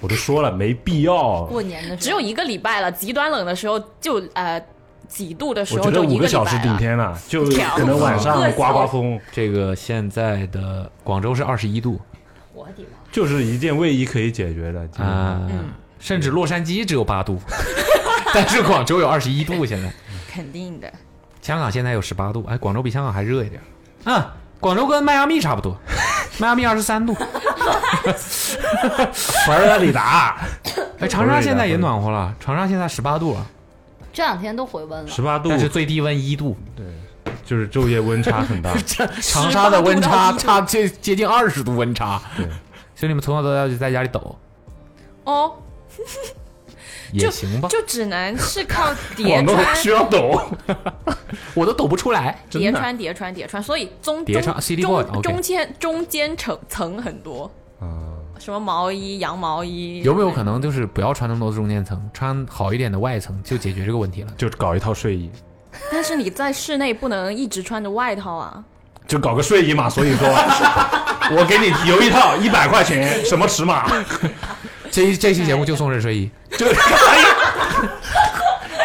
Speaker 5: 我都说了没必 要，
Speaker 4: 过年的时
Speaker 6: 只
Speaker 4: 候
Speaker 6: 有一个礼拜了，极端冷的时候就呃几度的时
Speaker 5: 我觉
Speaker 6: 候
Speaker 5: 得
Speaker 6: 就一
Speaker 5: 五
Speaker 6: 个
Speaker 5: 个
Speaker 6: 礼拜
Speaker 5: 小时顶
Speaker 6: 了。
Speaker 5: 天了，就
Speaker 10: 啊
Speaker 5: 可能晚上刮刮风，
Speaker 10: 这个现在的广州是二十一度
Speaker 4: 我的妈！
Speaker 5: 就是一件卫衣可以解决的。
Speaker 10: 啊、甚至洛杉矶只有八度， 但是广州有二十一度现在。
Speaker 6: 肯定的，
Speaker 10: 香港现在有十八度，哎，广州比香港还热一点。嗯，广州跟迈阿密差不多，迈阿密二十三度。
Speaker 5: 玩儿啊里达
Speaker 10: 哎，长沙现在也暖和了，长沙现在十八度了，
Speaker 4: 这两天都回温了
Speaker 5: 十。八度
Speaker 10: 但，是最低温一度。
Speaker 5: 就是昼夜温差 很大。
Speaker 10: 长沙的温差差接接近二十度温差。
Speaker 5: 对，
Speaker 10: 所以你们从小到大就在家里抖，
Speaker 6: 哦，
Speaker 10: 也行吧？
Speaker 6: 就只能是靠叠
Speaker 5: 广东
Speaker 6: 穿、
Speaker 5: 需要抖，
Speaker 10: 我都抖不出来。
Speaker 6: 叠
Speaker 5: 真的
Speaker 6: 穿、叠穿、叠穿，所以中
Speaker 10: 叠
Speaker 6: 中
Speaker 10: 穿啊 CD
Speaker 6: 中
Speaker 10: board，OK
Speaker 6: 中间中间层层很多，
Speaker 5: 嗯，
Speaker 6: 什么毛衣、羊毛衣，
Speaker 10: 啊有没有可能就是不要穿那么多中间层，穿好一点的外层就解决这个问题了？
Speaker 5: 就搞一套睡衣，
Speaker 6: 但是你在室内不能一直穿着外套啊。
Speaker 5: 就搞个睡衣嘛。所以说， 我给你邮一套一百块钱，什么尺码？
Speaker 10: 这一这期节目就送这睡衣，
Speaker 5: 就哎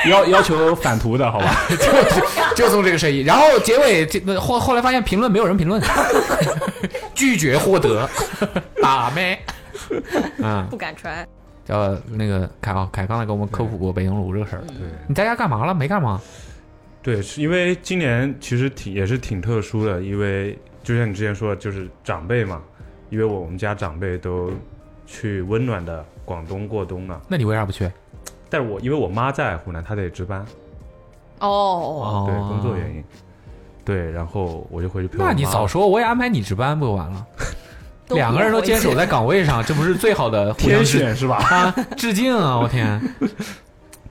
Speaker 5: 要要求返图的好吧？
Speaker 10: 就就送这个睡衣。然后结尾这后后来发现评论没有人评论，拒绝获得，打妹。嗯，
Speaker 6: 不敢穿。
Speaker 10: 叫那个凯啊，凯刚才给我们科普过北京炉这个事儿。
Speaker 5: 对。
Speaker 10: 你在家干嘛了？没干嘛。
Speaker 5: 对，是因为今年其实挺也是挺特殊的，因为就像你之前说的，就是长辈嘛，因为我们家长辈都去温暖的广东过冬了，
Speaker 10: 那你为啥不去？
Speaker 5: 但是我因为我妈在湖南，她得值班，
Speaker 6: 哦，
Speaker 5: 对工作原因，对，然后我就回去陪我
Speaker 10: 那你
Speaker 5: 妈
Speaker 10: 早说，我也安排你值班不就完了？
Speaker 6: 都
Speaker 10: 两个人都坚守在岗位上，这不是最好的互相
Speaker 5: 天
Speaker 10: 致
Speaker 5: 选是吧？
Speaker 10: 啊致敬啊！我天，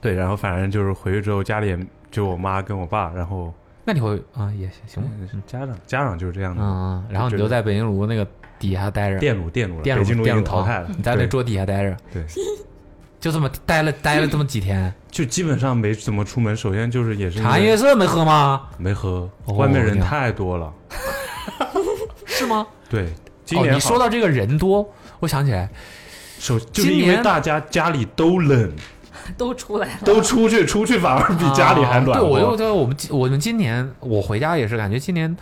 Speaker 5: 对，然后反正就是回去之后，家里也就我妈跟我爸，然后
Speaker 10: 那你会啊也行行吧，
Speaker 5: 嗯家长家长就是这样的，
Speaker 10: 嗯，然后你就在北京炉那个底下待着，
Speaker 5: 电炉电炉了
Speaker 10: 电炉
Speaker 5: 北京炉已
Speaker 10: 电炉
Speaker 5: 经
Speaker 10: 淘
Speaker 5: 淘汰了，
Speaker 10: 你在那
Speaker 5: 对
Speaker 10: 桌底下待着，
Speaker 5: 对，
Speaker 10: 就这么待了待了这么几 天，
Speaker 5: 就基本上没怎么出门，首先就是也是因为
Speaker 10: 茶叶社没喝吗？
Speaker 5: 没喝，
Speaker 10: 哦
Speaker 5: 外面人太多了。
Speaker 10: 是吗？
Speaker 5: 对，今
Speaker 10: 哦，
Speaker 5: 年好、
Speaker 10: 你说到这个人多，我想起来，
Speaker 5: 首就是
Speaker 10: 今
Speaker 5: 因为
Speaker 10: 年
Speaker 5: 大家家里都冷，
Speaker 4: 都出来了，
Speaker 5: 都出去，出去反而比家里还暖
Speaker 10: 啊
Speaker 5: 和。
Speaker 10: 对，我就觉得我们今我们今年我回家也是感觉今年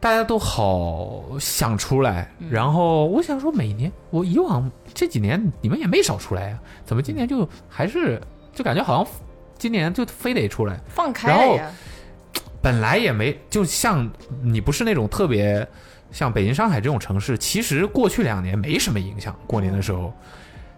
Speaker 10: 大家都好想出来，然后我想说每年我以往这几年你们也没少出来呀、怎么今年就还是就感觉好像今年就非得出来？
Speaker 6: 放开了呀！
Speaker 10: 本来也没，就像你不是那种特别像北京、上海这种城市，其实过去两年没什么影响，过年的时
Speaker 6: 嗯
Speaker 10: 候。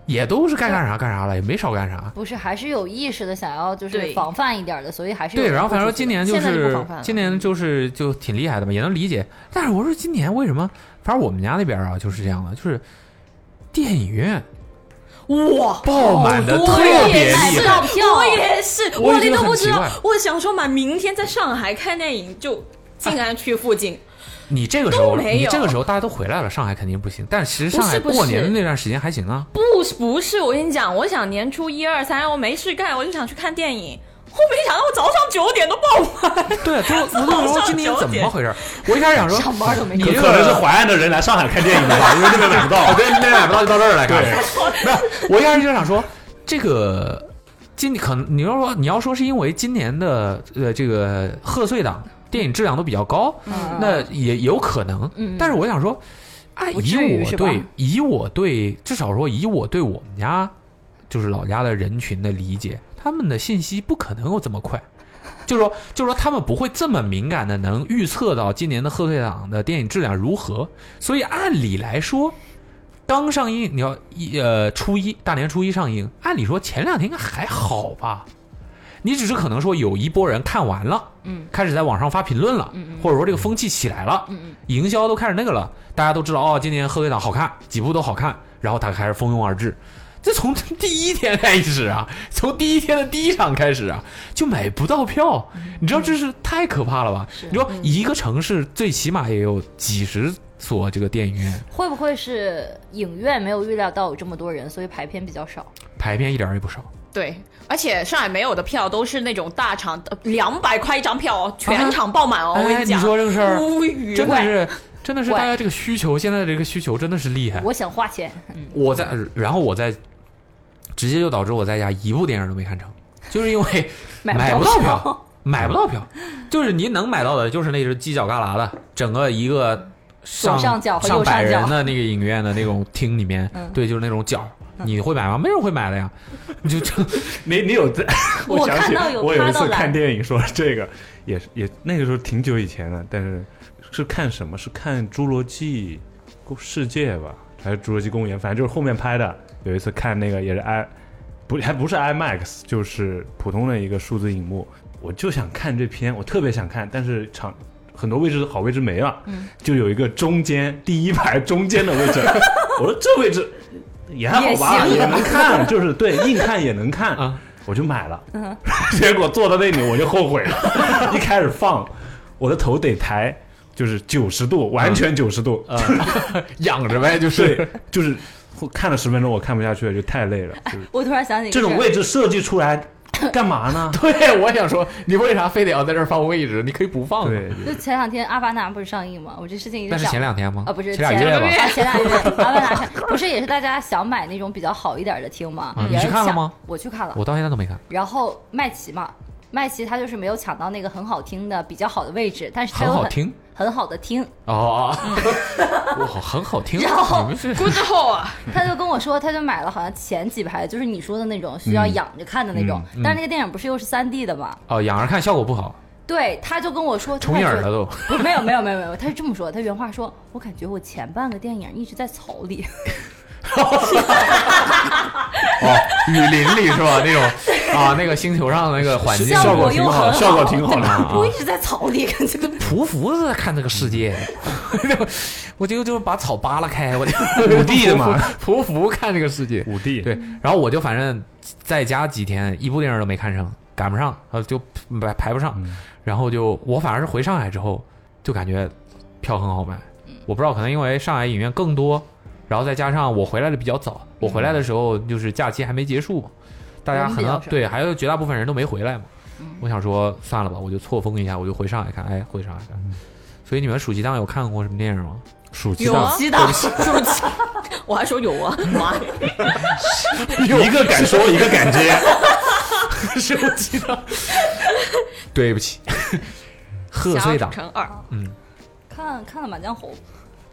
Speaker 10: 也都是该干啥干啥了，也没少干啥。
Speaker 4: 不是还是有意识的想要就是
Speaker 6: 对
Speaker 4: 防范一点的，所以还是有
Speaker 10: 对，然后反正
Speaker 4: 不出去
Speaker 10: 今年就
Speaker 6: 现在就是不防范了
Speaker 10: 今年就是就挺厉害的嘛，也能理解。但是我说今年为什么？反正我们家那边啊就是这样的，就是电影院
Speaker 6: 哇，
Speaker 10: 爆满的
Speaker 6: 好多
Speaker 10: 特
Speaker 6: 呀
Speaker 10: 别厉
Speaker 4: 是
Speaker 10: 害。
Speaker 4: 到票
Speaker 6: 我也是，
Speaker 10: 我
Speaker 6: 我
Speaker 10: 也觉
Speaker 6: 你
Speaker 10: 得
Speaker 6: 都
Speaker 10: 很
Speaker 6: 不
Speaker 10: 奇
Speaker 6: 知道
Speaker 10: 怪，
Speaker 6: 我想说买明天在上海看电影，就静安区附 近。
Speaker 10: 你这个时
Speaker 6: 都
Speaker 10: 候，
Speaker 6: 没
Speaker 10: 你
Speaker 6: 有
Speaker 10: 这个时候大家都回来了，上海肯定不行。但其实上海
Speaker 6: 不是不是
Speaker 10: 过年的那段时间还行啊。
Speaker 6: 不是不是，我跟你讲，我想年初一二三我没事干，我就想去看电影。我没想到我早上九点都爆满，
Speaker 10: 对，就 我都说
Speaker 6: 上
Speaker 10: 今年
Speaker 6: 九
Speaker 10: 怎么
Speaker 6: 点
Speaker 10: 回事儿？我一开始想说，
Speaker 4: 上班都没
Speaker 10: 你
Speaker 5: 可
Speaker 10: 这
Speaker 5: 可能是
Speaker 10: 个
Speaker 5: 淮安的人来上海看电影的吧，因为那边买不到。
Speaker 10: 对，那买不到就到这儿来看。那 我一开始就想说，这个今可能你要说你要说是因为今年的呃这个贺岁档电影质量都比较高，
Speaker 4: 嗯
Speaker 10: 那也有可能。但是我想说，啊，
Speaker 4: 不
Speaker 10: 以
Speaker 4: 至于
Speaker 10: 我
Speaker 4: 是吧
Speaker 10: 对以我对至少说以我对我们家就是老家的人群的理解，他们的信息不可能有这么快。就是说，就是说，他们不会这么敏感的能预测到今年的贺岁档的电影质量如何，所以按理来说，刚上映，你要一呃初一大年初一上映，按理说前两天应该还好吧？你只是可能说有一波人看完了，嗯，开始在网上发评论了，嗯或者说这个风气起来了，嗯营销都开始那个了，大家都知道哦，今年贺岁档好看，几部都好看，然后他开始蜂拥而至。这从第一天开始啊， 从第一天的第一场开始啊，就买不到票，你知道这是太可怕了吧？你
Speaker 4: 嗯
Speaker 10: 说一个城市最起码也有几十所这个电影院，
Speaker 4: 会不会是影院没有预料到有这么多人，所以排片比较少？
Speaker 10: 排片一点儿也不少。
Speaker 6: 对，而且上海没有的票都是那种大场，两百块一张票哦，全场爆满哦。我跟
Speaker 3: 啊哎，你
Speaker 6: 讲，
Speaker 3: 说这个事儿，
Speaker 6: 无语，
Speaker 3: 真的是，真的是
Speaker 4: 怪
Speaker 3: 大家这个需求，现在这个需求真的是厉害。
Speaker 4: 我想花钱，
Speaker 3: 我在，然后我在，直接就导致我在家一部电影都没看成，就是因为买
Speaker 4: 不
Speaker 3: 不到 票，买不到票，就是您能买到的，就是那只犄角旮旯的，整个一个上
Speaker 4: 左上角和
Speaker 3: 上
Speaker 4: 右
Speaker 3: 百
Speaker 4: 上角嗯
Speaker 3: 人的那个影院的那种厅里面，对，就是那种角。你会买吗？没人会买的 呀，你就就
Speaker 5: 你你有在？
Speaker 4: 我
Speaker 5: 想
Speaker 4: 看
Speaker 5: 起
Speaker 4: 到有
Speaker 5: 我有
Speaker 4: 趴
Speaker 5: 一
Speaker 4: 到
Speaker 5: 次
Speaker 4: 栏
Speaker 5: 看电影说这个，也是也那个时候挺久以前了，但是是看什么？是看《侏罗纪世界》吧，还是《侏罗纪公园》？反正就是后面拍的。有一次看那个也是 i 不还不是 IMAX，就是普通的一个数字荧幕。我就想看这片，我特别想看，但是场很多位置好位置没了，就有一个中间第一排中间的位置，我说这位置也还好
Speaker 4: 也
Speaker 5: 吧，
Speaker 4: 行
Speaker 5: 也能 看，就是对硬看也能看
Speaker 3: 啊，
Speaker 5: 我就买了。 结果坐到那里我就后悔了，一开始放我的头得抬，就是九十度，完全九十度，
Speaker 11: 啊
Speaker 3: 养着呗，就是
Speaker 5: 对，就是看了十分钟我看不下去了，就太累了。哎就是
Speaker 4: 我突然想起一个
Speaker 5: 这种
Speaker 4: 事儿
Speaker 5: 位置设计出 来干嘛 呢？
Speaker 3: 对。我想说，你为啥非得要在这儿放位置？你可以不放
Speaker 5: 对，
Speaker 4: 就前两天《阿凡达》不是上映吗？我这事情一
Speaker 3: 那是
Speaker 4: 直想
Speaker 3: 前两天吗？
Speaker 4: 啊，不是
Speaker 3: 前两月
Speaker 4: 两个
Speaker 3: 吧？
Speaker 4: 啊前两个月《 阿凡达》看不是也是大家想买那种比较好一点的厅吗？
Speaker 3: 啊
Speaker 4: 也
Speaker 3: 你
Speaker 4: 是
Speaker 3: 去看了
Speaker 4: 抢
Speaker 3: 吗？
Speaker 4: 我去看了，
Speaker 3: 我到现在都没看。
Speaker 4: 然后麦琪嘛，麦琪他就是没有抢到那个很好听的、比较好的位置，但是他
Speaker 3: 很
Speaker 4: 有
Speaker 3: 好
Speaker 10: 哦
Speaker 3: 听
Speaker 4: 很好 的听，
Speaker 3: 哦， 哇，很好听。
Speaker 4: 然后
Speaker 3: 你们是
Speaker 6: ，good 后啊，
Speaker 4: 他就跟我说，他就买了好像前几排，就是你说的那种需
Speaker 3: 嗯
Speaker 4: 要仰着看的那种，但是那个电影不是又是三 D 的嘛？
Speaker 3: 哦，养着看效果不好，
Speaker 4: 对，他就跟我说
Speaker 3: 重影儿了
Speaker 4: 都，
Speaker 3: 都。
Speaker 4: 不是没有没有没有没有，他是这么说，他原话说，我感觉我前半个电影一直在草里，
Speaker 3: 哦，雨林里是吧？ 那种啊，那个星球上的那个环境
Speaker 4: 效
Speaker 5: 效果
Speaker 4: 又
Speaker 5: 挺
Speaker 4: 很
Speaker 5: 好，效果挺 好的
Speaker 3: 啊
Speaker 4: 我一直在草里，感觉
Speaker 3: 匍匐着看这个世界，我就就把草扒拉开， 我就五
Speaker 5: D 嗯的嘛，
Speaker 3: 匍匐看这个世界。
Speaker 5: 五 D
Speaker 3: 对，
Speaker 4: 嗯
Speaker 3: 然后我就反正在家几天，一部电影都没看上，赶不上，呃，就排排不上，然后就我反而是回上海之后，就感觉票很好买，
Speaker 4: 嗯
Speaker 3: 我不知道可能因为上海影院更多，然后再加上我回来的比较早，我回来的时候就是假期还没结束嘛，大家可
Speaker 4: 人比较
Speaker 3: 能
Speaker 4: 少嗯
Speaker 3: 对，还有绝大部分人都没回来嘛，我想说算了吧，我就错峰一下，我就回上海看，哎，回上海看，所以你们暑期档有看过什么电影吗？
Speaker 5: 暑期
Speaker 6: 有
Speaker 5: 档
Speaker 6: 啊，
Speaker 4: 期档
Speaker 6: 是不是？ 我还说有啊，妈呀！
Speaker 5: 一个敢说，一个敢接，
Speaker 3: 暑期档， 对不起，贺岁档，
Speaker 6: 乘二，
Speaker 4: 看看了《满江红》，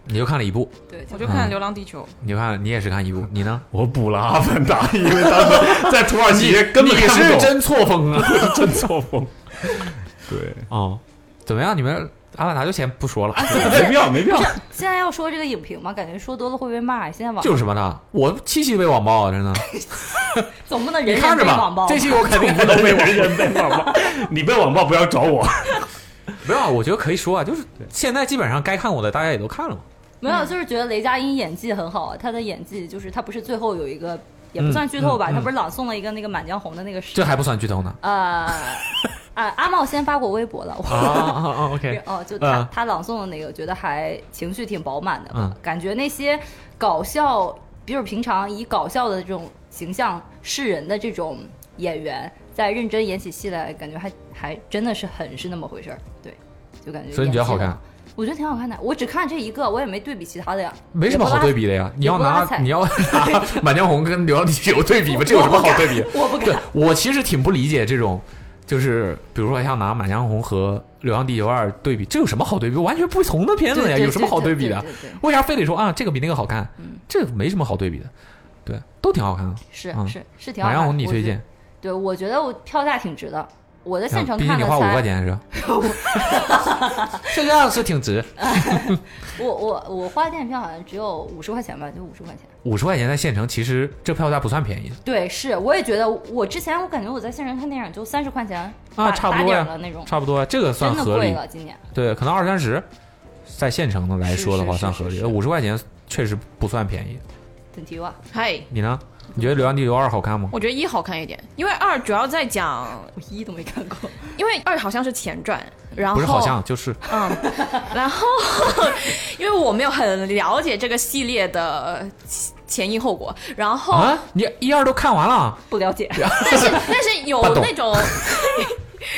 Speaker 3: 你就看了一部。
Speaker 4: 对，
Speaker 6: 我就看《流浪地球
Speaker 10: 嗯
Speaker 3: 你看，你也是看一部，你 呢？
Speaker 5: 我补了《阿凡达》，因为当时在土耳其根本
Speaker 3: 你
Speaker 5: 看
Speaker 3: 是
Speaker 5: 不懂，
Speaker 3: 真错峰啊！
Speaker 5: 真错峰。对，
Speaker 3: 哦，啊怎么样？你们《阿凡达》就先不说了，
Speaker 5: 没必要，没必要。
Speaker 4: 现在要说这个影评嘛，感觉说多了会被骂。现在网
Speaker 3: 就是什么呢？我七夕被网暴啊，真 的。
Speaker 4: 总不能
Speaker 3: 你
Speaker 4: 人
Speaker 3: 看
Speaker 4: 人
Speaker 3: 着
Speaker 4: 被
Speaker 3: 吧
Speaker 4: 网暴，吧
Speaker 3: 这期我肯定
Speaker 5: 不能被人人被网暴， 你被网暴不要找我。
Speaker 3: 没有啊，我觉得可以说啊，就是现在基本上该看我的大家也都看了嘛。
Speaker 4: 没有，就是觉得雷佳音演技很好啊，他的演技就是他不是最后有一个也不算剧透吧，他不是朗诵了一个那个《满江红》的那个诗，
Speaker 3: 嗯这还不算剧透 呢。
Speaker 4: 呃啊阿茂先发过微博了，我。
Speaker 3: 啊啊啊！OK，
Speaker 4: 哦，就他、
Speaker 3: 嗯
Speaker 4: 他朗诵的那个，觉得还情绪挺饱满的吧，
Speaker 3: 嗯
Speaker 4: 感觉那些搞笑，就是平常以搞笑的这种形象示人的这种演员，在认真演起戏来，感觉还还真的是很是那么回事儿，对，就感觉。
Speaker 3: 所以你觉得好看？？
Speaker 4: 我觉得挺好看的，我只看这一个，我也没对比其他的呀，
Speaker 3: 没什么好对比的呀。你要
Speaker 4: 也不
Speaker 3: 拿
Speaker 4: 拉踩
Speaker 3: 你 要拿《满江红》跟《流浪地球》对比吗？这有什么好对比的？
Speaker 4: 我 不
Speaker 3: 对
Speaker 4: 敢。
Speaker 3: 我其实挺不理解这种，就是比如说像拿《满江红》和《流浪地球二》对比，这有什么好对比？完全不同的片子呀，有什么好对比的
Speaker 4: 对？对对对
Speaker 3: 为啥非得说啊这个比那个好看？这没什么好对比的，对，都挺好看的。
Speaker 4: 是
Speaker 3: 嗯
Speaker 4: 是是挺好
Speaker 3: 满江
Speaker 4: 看的。
Speaker 3: 红你
Speaker 4: 我
Speaker 3: 推
Speaker 4: 觉得
Speaker 3: 荐？？
Speaker 4: 对，我觉得我票价挺值的。我在现
Speaker 3: 啊
Speaker 4: 场
Speaker 3: 毕竟
Speaker 4: 看
Speaker 3: 你
Speaker 4: 的
Speaker 3: 花五块
Speaker 4: 才，
Speaker 3: 钱是吧？ 这个是挺值，
Speaker 4: 我我我花电影票好像只有五十块钱吧，就五十块钱。
Speaker 3: 五十块钱在县城，其实这票价不算便宜的。
Speaker 4: 对，是，我也觉得，我之前我感觉我在现场看电影就三十块钱
Speaker 3: 啊，
Speaker 4: 打
Speaker 3: 差不
Speaker 4: 打
Speaker 3: 多
Speaker 4: 点儿
Speaker 3: 呀
Speaker 4: 了那种，
Speaker 3: 差不多呀，啊这个算
Speaker 4: 嗯真的
Speaker 3: 合
Speaker 4: 贵
Speaker 3: 理。
Speaker 4: 了。今年
Speaker 3: 对，可能二三十，在县城的来说的话
Speaker 4: 是是
Speaker 3: 算
Speaker 4: 是
Speaker 3: 合
Speaker 4: 是
Speaker 3: 理。
Speaker 4: 是
Speaker 3: 五十块钱确实不算便宜。
Speaker 4: 很提哇，
Speaker 6: 嗨，
Speaker 3: 你呢？你觉得《流浪地球二》好看吗？
Speaker 6: 我觉得一好看一点，因为二主要在讲，
Speaker 4: 我一都没看过。
Speaker 6: 因为二好像是前传，然后
Speaker 3: 不是，好像就是
Speaker 6: 嗯，然后因为我没有很了解这个系列的起前因后果，然
Speaker 4: 哦
Speaker 6: 后、
Speaker 10: 啊，你一二都看完了，
Speaker 4: 不了解。
Speaker 6: 但是但是 有
Speaker 10: 不懂
Speaker 6: 那种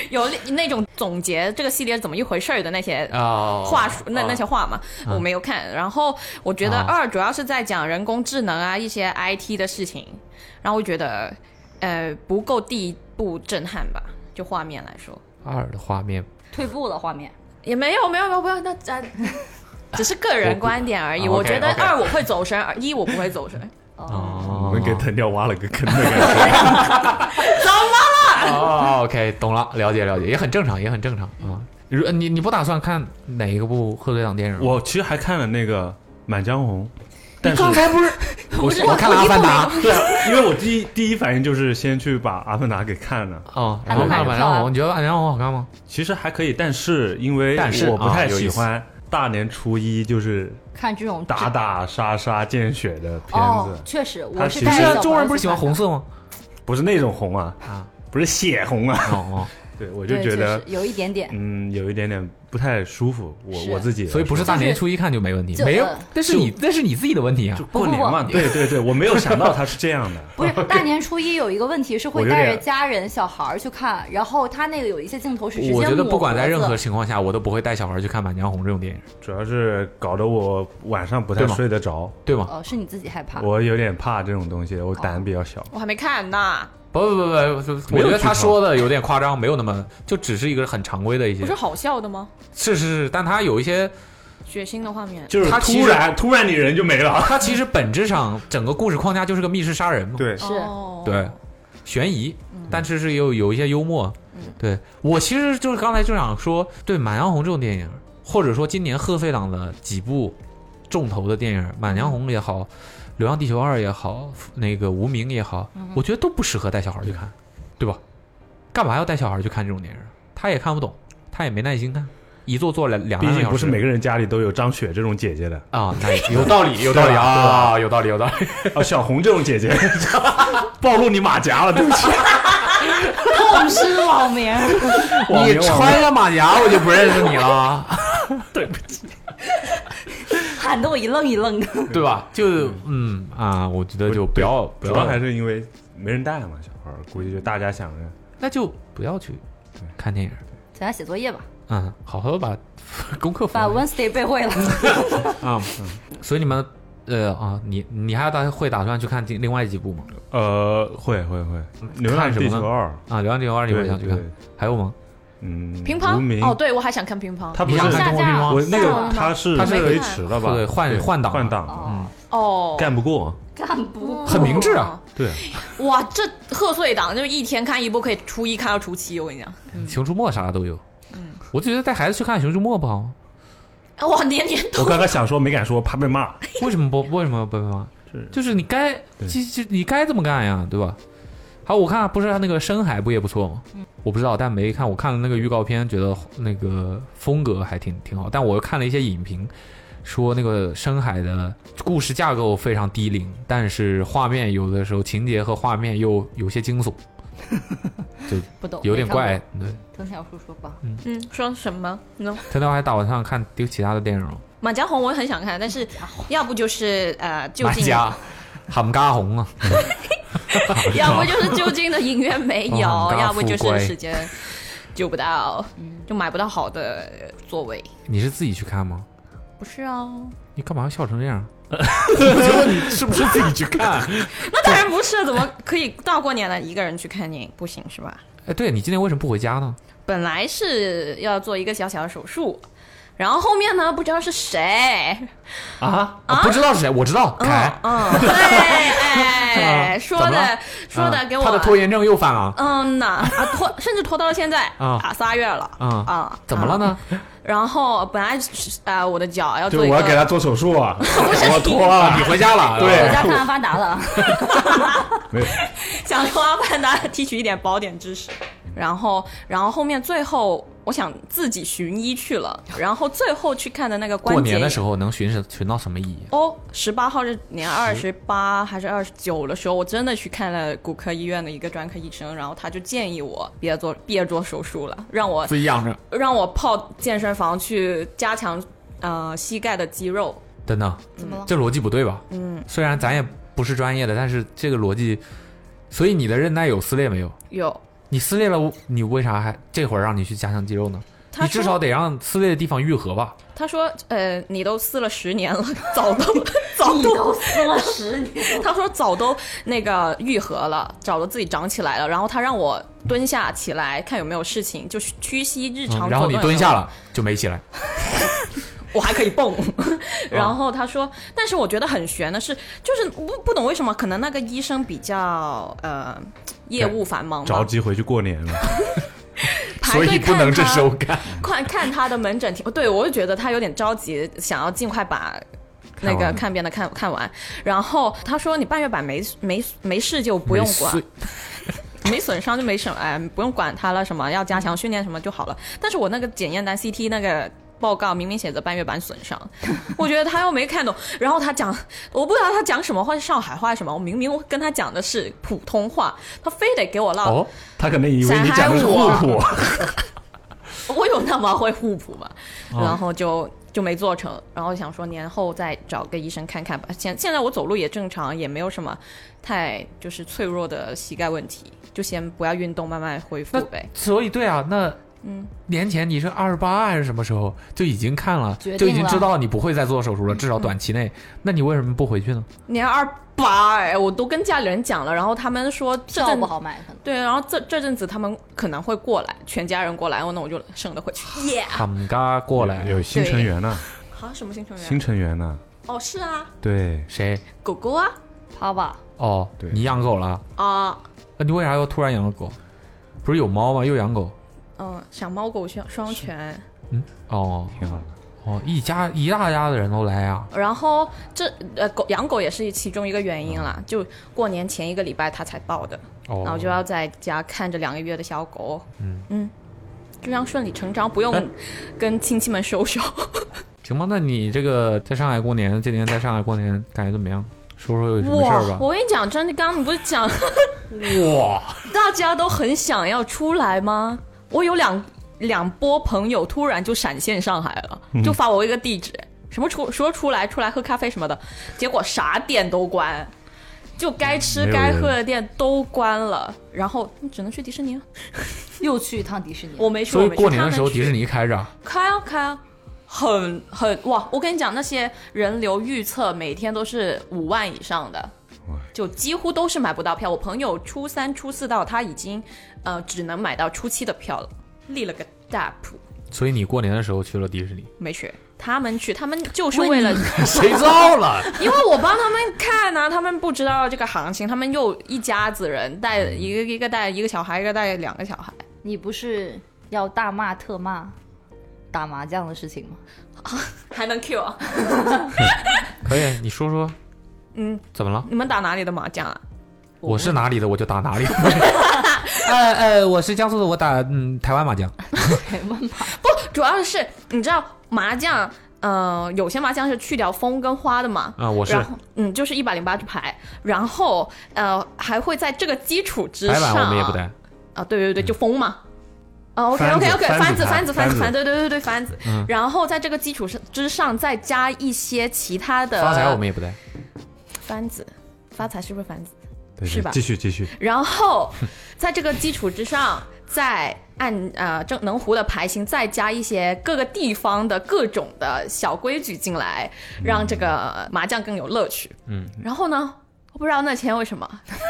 Speaker 6: 有那那种总结这个系列怎么一回事儿的那
Speaker 3: 啊
Speaker 6: 些
Speaker 10: 哦
Speaker 6: 话术，那
Speaker 10: 哦
Speaker 6: 那些话嘛，我没有看。然后我觉得
Speaker 10: 哦
Speaker 6: 二主要是在讲人工智能啊一些 IT 的事情，然后我觉得呃不够第一部震撼吧，就画面来说
Speaker 10: 二的画面
Speaker 4: 退步了画面，
Speaker 6: 也没有没有没有没有，那咱只是个人观点而已。
Speaker 10: 我不
Speaker 6: 我觉得
Speaker 10: OK，OK
Speaker 6: 二我会走神，而一我不会走神。
Speaker 10: 哦
Speaker 12: 我们给藤条挖了个坑的感觉。
Speaker 10: 哦，OK，懂了，了解了解，也很正常，也很正常啊。如你你不打算看哪一个部贺岁档电影吗？
Speaker 11: 我其实还看了那个《满江红》，但是
Speaker 10: 刚才不是我我看了《阿凡达》
Speaker 11: 对啊，因为我第一第一反应就是先去把《阿凡达》给看了，
Speaker 10: 哦，然后看了《满江红》，你觉得《满江红》好看吗？
Speaker 11: 其实还可以，但是因为
Speaker 10: 但是
Speaker 11: 我不太
Speaker 10: 啊有意
Speaker 11: 喜
Speaker 10: 思
Speaker 11: 欢大年初一就是
Speaker 4: 看这种
Speaker 11: 打打杀杀见血的片
Speaker 4: 哦
Speaker 11: 子，，
Speaker 4: 确实我
Speaker 11: 它
Speaker 4: 是
Speaker 10: 不
Speaker 11: 其
Speaker 4: 带
Speaker 11: 实
Speaker 10: 是
Speaker 4: 着
Speaker 10: 啊
Speaker 4: 小
Speaker 10: 中
Speaker 4: 朋
Speaker 10: 人
Speaker 4: 友
Speaker 10: 不是
Speaker 4: 去
Speaker 10: 喜欢
Speaker 4: 看
Speaker 10: 红
Speaker 4: 的
Speaker 10: 色吗？
Speaker 11: 不是那种红啊，
Speaker 10: 啊，
Speaker 11: 不是血红啊。
Speaker 10: 哦
Speaker 11: 对，我就
Speaker 4: 对，
Speaker 11: 觉得
Speaker 4: 确实有一点点。
Speaker 11: 嗯，有一点点不太舒服，我
Speaker 4: 是
Speaker 11: 我自己
Speaker 10: 哦，
Speaker 11: 来
Speaker 10: 所以不是
Speaker 11: 说
Speaker 10: 大年初一看就没问题，
Speaker 4: 就
Speaker 10: 没有
Speaker 4: 呃，
Speaker 10: 但是你那是你自己的问题啊
Speaker 11: 就。过年嘛，
Speaker 4: 不
Speaker 11: 对对对，我没有想到他是这样 的。
Speaker 4: 不是大年初一有一个问题是
Speaker 11: 我
Speaker 4: 会
Speaker 11: 有
Speaker 4: 带
Speaker 11: 点
Speaker 4: 着家人、小孩儿去看，然后他那个有一些镜头是直接
Speaker 10: 我觉得
Speaker 4: 抹
Speaker 10: 不管在
Speaker 4: 脖
Speaker 10: 任
Speaker 4: 子
Speaker 10: 何情况下，我都不会带小孩去看《满江红》这种电影，
Speaker 11: 主要是搞得我晚上不太
Speaker 10: 对吗
Speaker 11: 睡得着，
Speaker 10: 对吗？啊哦
Speaker 4: 哦，是你自己害怕。
Speaker 11: 我有点怕这种东西，我胆比较小。
Speaker 6: 我还没看呢，
Speaker 10: 不不不不，我
Speaker 11: 没有
Speaker 10: 觉得他
Speaker 11: 剧透
Speaker 10: 说的有点夸张，没有那么就只是一个很常规的一些
Speaker 6: 不是，好笑的吗？
Speaker 10: 是是是，但他有一些
Speaker 6: 血腥的画面，
Speaker 11: 就是
Speaker 10: 他其
Speaker 11: 突
Speaker 10: 实
Speaker 11: 然突然你人就没了，
Speaker 10: 它其实本质上整个故事框架就是个密室杀人嘛，
Speaker 11: 对
Speaker 4: 是
Speaker 6: 哦
Speaker 10: 对，悬疑，但是是有有一些幽默。对我其实就是刚才就想说，对《满江红》这种电影，或者说今年贺岁档的几部重头的电影，《满江红》也好，《流浪地球二》也好，那个《无名》也好，我觉得都不适合带小孩去看，对吧？干嘛要带小孩去看这种电影？他也看不懂，他也没耐心看，一坐坐两两
Speaker 11: 毕
Speaker 10: 三个
Speaker 11: 竟
Speaker 10: 小
Speaker 11: 不是
Speaker 10: 时。
Speaker 11: 每个人家里都有张雪这种姐姐的
Speaker 10: 啊，那 也有道理，有道理啊，有道理，有道理。
Speaker 11: 啊，小红这种姐 姐，暴露你马甲了，对不起，
Speaker 4: 痛失网名，
Speaker 10: 你
Speaker 11: 网名网名
Speaker 10: 穿个马甲，我就不认识你了。
Speaker 4: 喊得我一愣一愣的。
Speaker 10: 对吧？就嗯啊，我觉得就不要不
Speaker 11: 主要
Speaker 10: 要，
Speaker 11: 还是因为没人带嘛，小孩儿估计就大家想着
Speaker 10: 那就不要去看电影。
Speaker 4: 咱俩写作业吧，
Speaker 10: 嗯，好好把 功课
Speaker 4: 把
Speaker 10: 放。
Speaker 4: Wednesday 背会了。
Speaker 11: 啊，
Speaker 10: 所以你们呃啊，你你还打会打算去看另另外几部吗？
Speaker 11: 呃，会会会，《流浪
Speaker 10: 看什么
Speaker 11: 地
Speaker 10: 呢
Speaker 11: 球二》
Speaker 10: 啊，《流浪地球二》你会
Speaker 11: 对
Speaker 10: 想去
Speaker 11: 呃对
Speaker 10: 看，？还有吗？
Speaker 11: 嗯，
Speaker 6: 乒
Speaker 11: 无
Speaker 6: 乓
Speaker 11: 名
Speaker 6: 哦，，对我还想看乒乓
Speaker 11: 他不
Speaker 10: 你
Speaker 11: 是
Speaker 10: 想看《中国乒
Speaker 11: 我
Speaker 10: 乓》？
Speaker 11: 那
Speaker 6: 下了吗
Speaker 11: 个他是
Speaker 10: 它是
Speaker 11: 维持了吧？
Speaker 10: 对换换档
Speaker 11: 换档了，
Speaker 4: 哦，
Speaker 6: 哦，
Speaker 11: 干不过。
Speaker 4: 干部
Speaker 10: 很明智啊！
Speaker 11: 对，
Speaker 6: 哇，这贺岁档就是一天看一部，可以初一看到初七，我跟你讲，
Speaker 10: 《熊出没》啥的都有。我就觉得带孩子去看《熊出没》不好吗？
Speaker 6: 哎 哇，年年
Speaker 11: 我
Speaker 6: 都
Speaker 11: 刚刚想说没敢说，怕 被骂。
Speaker 10: 为什么不？为什么不不不？
Speaker 11: 是
Speaker 10: 就是你该，
Speaker 11: 对
Speaker 10: 其实你该这么干呀，对吧？还有我看不是他那个深海不也不错吗？
Speaker 6: 嗯
Speaker 10: 我不知道，但没看。我看了那个预告片，觉得那个风格还挺挺好。但我又看了一些影评，说那个深海的故事架构非常低龄，但是画面有的时候情节和画面又有些惊悚，
Speaker 4: 不懂，哎
Speaker 10: 有点
Speaker 4: 没看过
Speaker 10: 怪。。对，
Speaker 4: 藤条叔叔吧，
Speaker 6: 嗯，说什么呢？
Speaker 10: 他那还打算看丢其他的电影吗？
Speaker 6: 满江红我也很想看，但是要不就是呃就
Speaker 10: 马
Speaker 6: 近，
Speaker 10: 甲， 喊嘎红啊！
Speaker 6: 要不就是就近的影院 没有，
Speaker 10: 哦很高
Speaker 6: 要不就
Speaker 10: 富贵
Speaker 6: 是时间救不到，就买不到好的呃座位。
Speaker 10: 你是自己去看吗？
Speaker 6: 不是啊，
Speaker 10: 你干嘛要笑成这样？
Speaker 11: 是不是自己去看？
Speaker 6: 那当然不是，怎么可以大过年了一个人去看电影？不行是吧？
Speaker 10: 哎，对你今天为什么不回家呢？
Speaker 6: 本来是要做一个小小的手术，然后后面呢，不知道是谁，
Speaker 10: 啊，不知道是谁，我知道凯。
Speaker 6: 嗯， 对， 哎，说
Speaker 10: 啊怎么了
Speaker 6: 的说的
Speaker 10: 嗯
Speaker 6: 给我
Speaker 10: 他的拖延症又犯了。
Speaker 6: 嗯呐，啊拖，甚至拖到现在
Speaker 10: 啊
Speaker 6: 啊仨月了
Speaker 10: 啊
Speaker 6: 啊，
Speaker 10: 怎么了呢？
Speaker 6: 啊？然后本来是啊我的脚要
Speaker 11: 就
Speaker 6: 做一
Speaker 11: 我要给他
Speaker 6: 个，
Speaker 11: 做手术 啊！
Speaker 6: 是
Speaker 11: 我脱了，
Speaker 10: 你回家 了？
Speaker 6: 啊
Speaker 11: 对
Speaker 4: 回家看《阿凡达》 了。
Speaker 6: 想啊从阿凡达提取一点宝典知识，然后然后后面最后我想自己寻医去了，然后最后去看的那个关
Speaker 10: 过
Speaker 6: 节
Speaker 10: 年的时候能寻寻到什么意义？
Speaker 6: 哦，十八号是年二十八还是二十九的时候，我真的去看了骨科医院的一个专科医生，然后他就建议我别做别做手术了，让我
Speaker 10: 自己养着。
Speaker 6: 让我泡健身房去加强呃膝盖的肌肉。
Speaker 10: 真的？
Speaker 4: 怎么了？
Speaker 10: 这逻辑不对吧？嗯，虽然咱也
Speaker 3: 不是专业的，但是这个逻辑，所以你的韧带有撕裂没有？
Speaker 6: 有，
Speaker 3: 你撕裂了，你为啥还这会儿让你去加强肌肉呢？
Speaker 6: 他
Speaker 3: 你至
Speaker 6: 说
Speaker 3: 少得让撕裂的地方愈合吧。
Speaker 6: 他说呃，你都撕了十年了，早 都早都
Speaker 4: 撕了十 年，
Speaker 6: 他说早都那个愈合了，早都自己长起来了。然后他让我蹲下起来看有没有事情，就是屈膝日
Speaker 3: 嗯
Speaker 6: 常、
Speaker 3: 然后你蹲下，了就没起来。
Speaker 6: 我还可以 蹦。然
Speaker 3: 哦
Speaker 6: 后他说，但是我觉得很悬的是，就是不不懂为什么，可能那个医生比较呃业务繁忙
Speaker 5: 着
Speaker 6: 吧，
Speaker 5: 急回去过 年了，
Speaker 6: 排队看他
Speaker 3: 干。
Speaker 6: 快看他的门诊挺，对我就觉得他有点着急，想要尽快把。那
Speaker 3: 看
Speaker 6: 个
Speaker 3: 完
Speaker 6: 看遍的看看完，然后他说你半月板没没没事就不用管， 没损伤就没什么，哎，不用管它了，什么要加强训练什么就好了。但是我那个检验单 CT 那个报告明明写着半月板损伤，我觉得他又没看懂。然后他讲，我不知道他讲什么话，是上海话还是什么，我明明跟他讲的是普通话，他非得给我唠。
Speaker 5: 哦，他可能以为你
Speaker 6: 闪
Speaker 5: 讲的是
Speaker 6: 开我
Speaker 5: 互补，
Speaker 6: 我有那么会互补嘛，
Speaker 5: 哦
Speaker 6: 然后就就没做成，然后想说年后再找个医生看看吧。现现在我走路也正常，也没有什么太就是脆弱的膝盖问题，就先不要运动，慢慢恢复
Speaker 3: 那
Speaker 6: 呗。
Speaker 3: 所以对啊，那
Speaker 6: 嗯，
Speaker 3: 年前你是二十八啊还是什么时候就已经看了，
Speaker 4: 决定了
Speaker 3: 就已经知道你不会再做手术了，至少短期内。那你为什么不回去呢？
Speaker 6: 年二八哎，我都跟家里人讲了，然后他们说这
Speaker 4: 票
Speaker 6: 阵
Speaker 4: 不好买，可能
Speaker 6: 对，然后这这阵子他们可能会过来，全家人过来，哦，那我就省得回去。
Speaker 3: 喊嘎过来，
Speaker 5: 有新成员呢，
Speaker 6: 啊，什么新成
Speaker 5: 新
Speaker 6: 员？
Speaker 5: 成员呢，
Speaker 6: 哦，是啊，
Speaker 5: 对，
Speaker 3: 谁？
Speaker 6: 狗狗啊
Speaker 4: 啪吧，
Speaker 3: 哦，
Speaker 5: 对
Speaker 3: 你养狗了？
Speaker 6: 啊，
Speaker 3: 那你为啥要突然养了狗？不是有猫吗？又养狗？
Speaker 6: 嗯，想猫狗双双全。
Speaker 3: 哦
Speaker 5: 挺好的。
Speaker 3: 哦，一家一大家子人都来啊！
Speaker 6: 然后这呃狗养狗也是其中一个原因啦，就过年前一个礼拜它才抱的，
Speaker 3: 哦，
Speaker 6: 然后就要在家看着两个月的小狗，
Speaker 3: 嗯
Speaker 6: 就这样顺理成章，不用
Speaker 3: 哎
Speaker 6: 跟亲戚们收手。
Speaker 3: 行吧。那你这个在上海过年，这几天在上海过年感觉怎么样？说说有什么事儿
Speaker 6: 哇！
Speaker 3: 吧。
Speaker 6: 我跟你讲，真的，刚刚你不是讲
Speaker 3: 哇，
Speaker 6: 大家都很想要出来吗？我有两两波朋友突然就闪现上海了，
Speaker 3: 嗯
Speaker 6: 就发我一个地址，什么出说出来出来喝咖啡什么的，结果啥店都关，就该吃
Speaker 5: 没有
Speaker 6: 该喝
Speaker 5: 人
Speaker 6: 的店都关了，然后你只能去迪士尼啊。
Speaker 4: 又去一趟迪士尼。
Speaker 6: 我没去，
Speaker 3: 所以
Speaker 6: 我没去
Speaker 3: 过年的时候
Speaker 6: 他们去
Speaker 3: 迪士尼开着啊，
Speaker 6: 开啊开啊，很很哇！我跟你讲，那些人流预测每天都是五万以上的
Speaker 5: 哇，
Speaker 6: 就几乎都是买不到票。我朋友初三、初四到，他已经呃只能买到初七的票了，立了个大谱。
Speaker 3: 所以你过年的时候去了迪士尼，
Speaker 6: 没去，他们去，他们就是为了，
Speaker 3: 谁造了？
Speaker 6: 因为我帮他们看啊，他们不知道这个行情，他们又一家子人带
Speaker 3: 嗯
Speaker 6: 一个一个带一个小孩，一个带两个小孩。
Speaker 4: 你不是要大骂特骂打麻将的事情吗？
Speaker 6: 还能 Q 啊？
Speaker 3: 可以，你说说
Speaker 6: 嗯，
Speaker 3: 怎么了？
Speaker 6: 你们打哪里的麻将啊？
Speaker 3: 我是哪里的，我就打哪里。呃呃，我是江苏的，我打嗯台湾麻将。
Speaker 6: 主要是你知道麻将，呃，有些麻将是去掉风跟花的嘛。
Speaker 3: 啊我是
Speaker 6: 然后嗯，就是一百零八牌，然后呃，还会在这个基础之
Speaker 3: 台
Speaker 6: 上，
Speaker 3: 版我们也不带。嗯
Speaker 6: 啊，对对对，就风嘛。啊，OK
Speaker 5: 番
Speaker 6: OK
Speaker 5: 子
Speaker 6: OK，
Speaker 5: 番
Speaker 6: 番
Speaker 5: 子
Speaker 6: 子
Speaker 5: 牌
Speaker 6: 番子
Speaker 5: 番
Speaker 6: 番子
Speaker 5: 子
Speaker 6: 番，对对对对番子
Speaker 3: 嗯。
Speaker 6: 然后在这个基础上之上再加一些其他的
Speaker 3: 发财我们也不带。
Speaker 6: 番子，发财是不是番子？
Speaker 5: 对
Speaker 6: 是吧
Speaker 5: 继续继续，
Speaker 6: 然后在这个基础之上，再按呃正能胡的牌型再加一些各个地方的各种的小规矩进来，让这个麻将更有乐趣。
Speaker 3: 嗯，
Speaker 6: 然后呢？我不知道那天为什么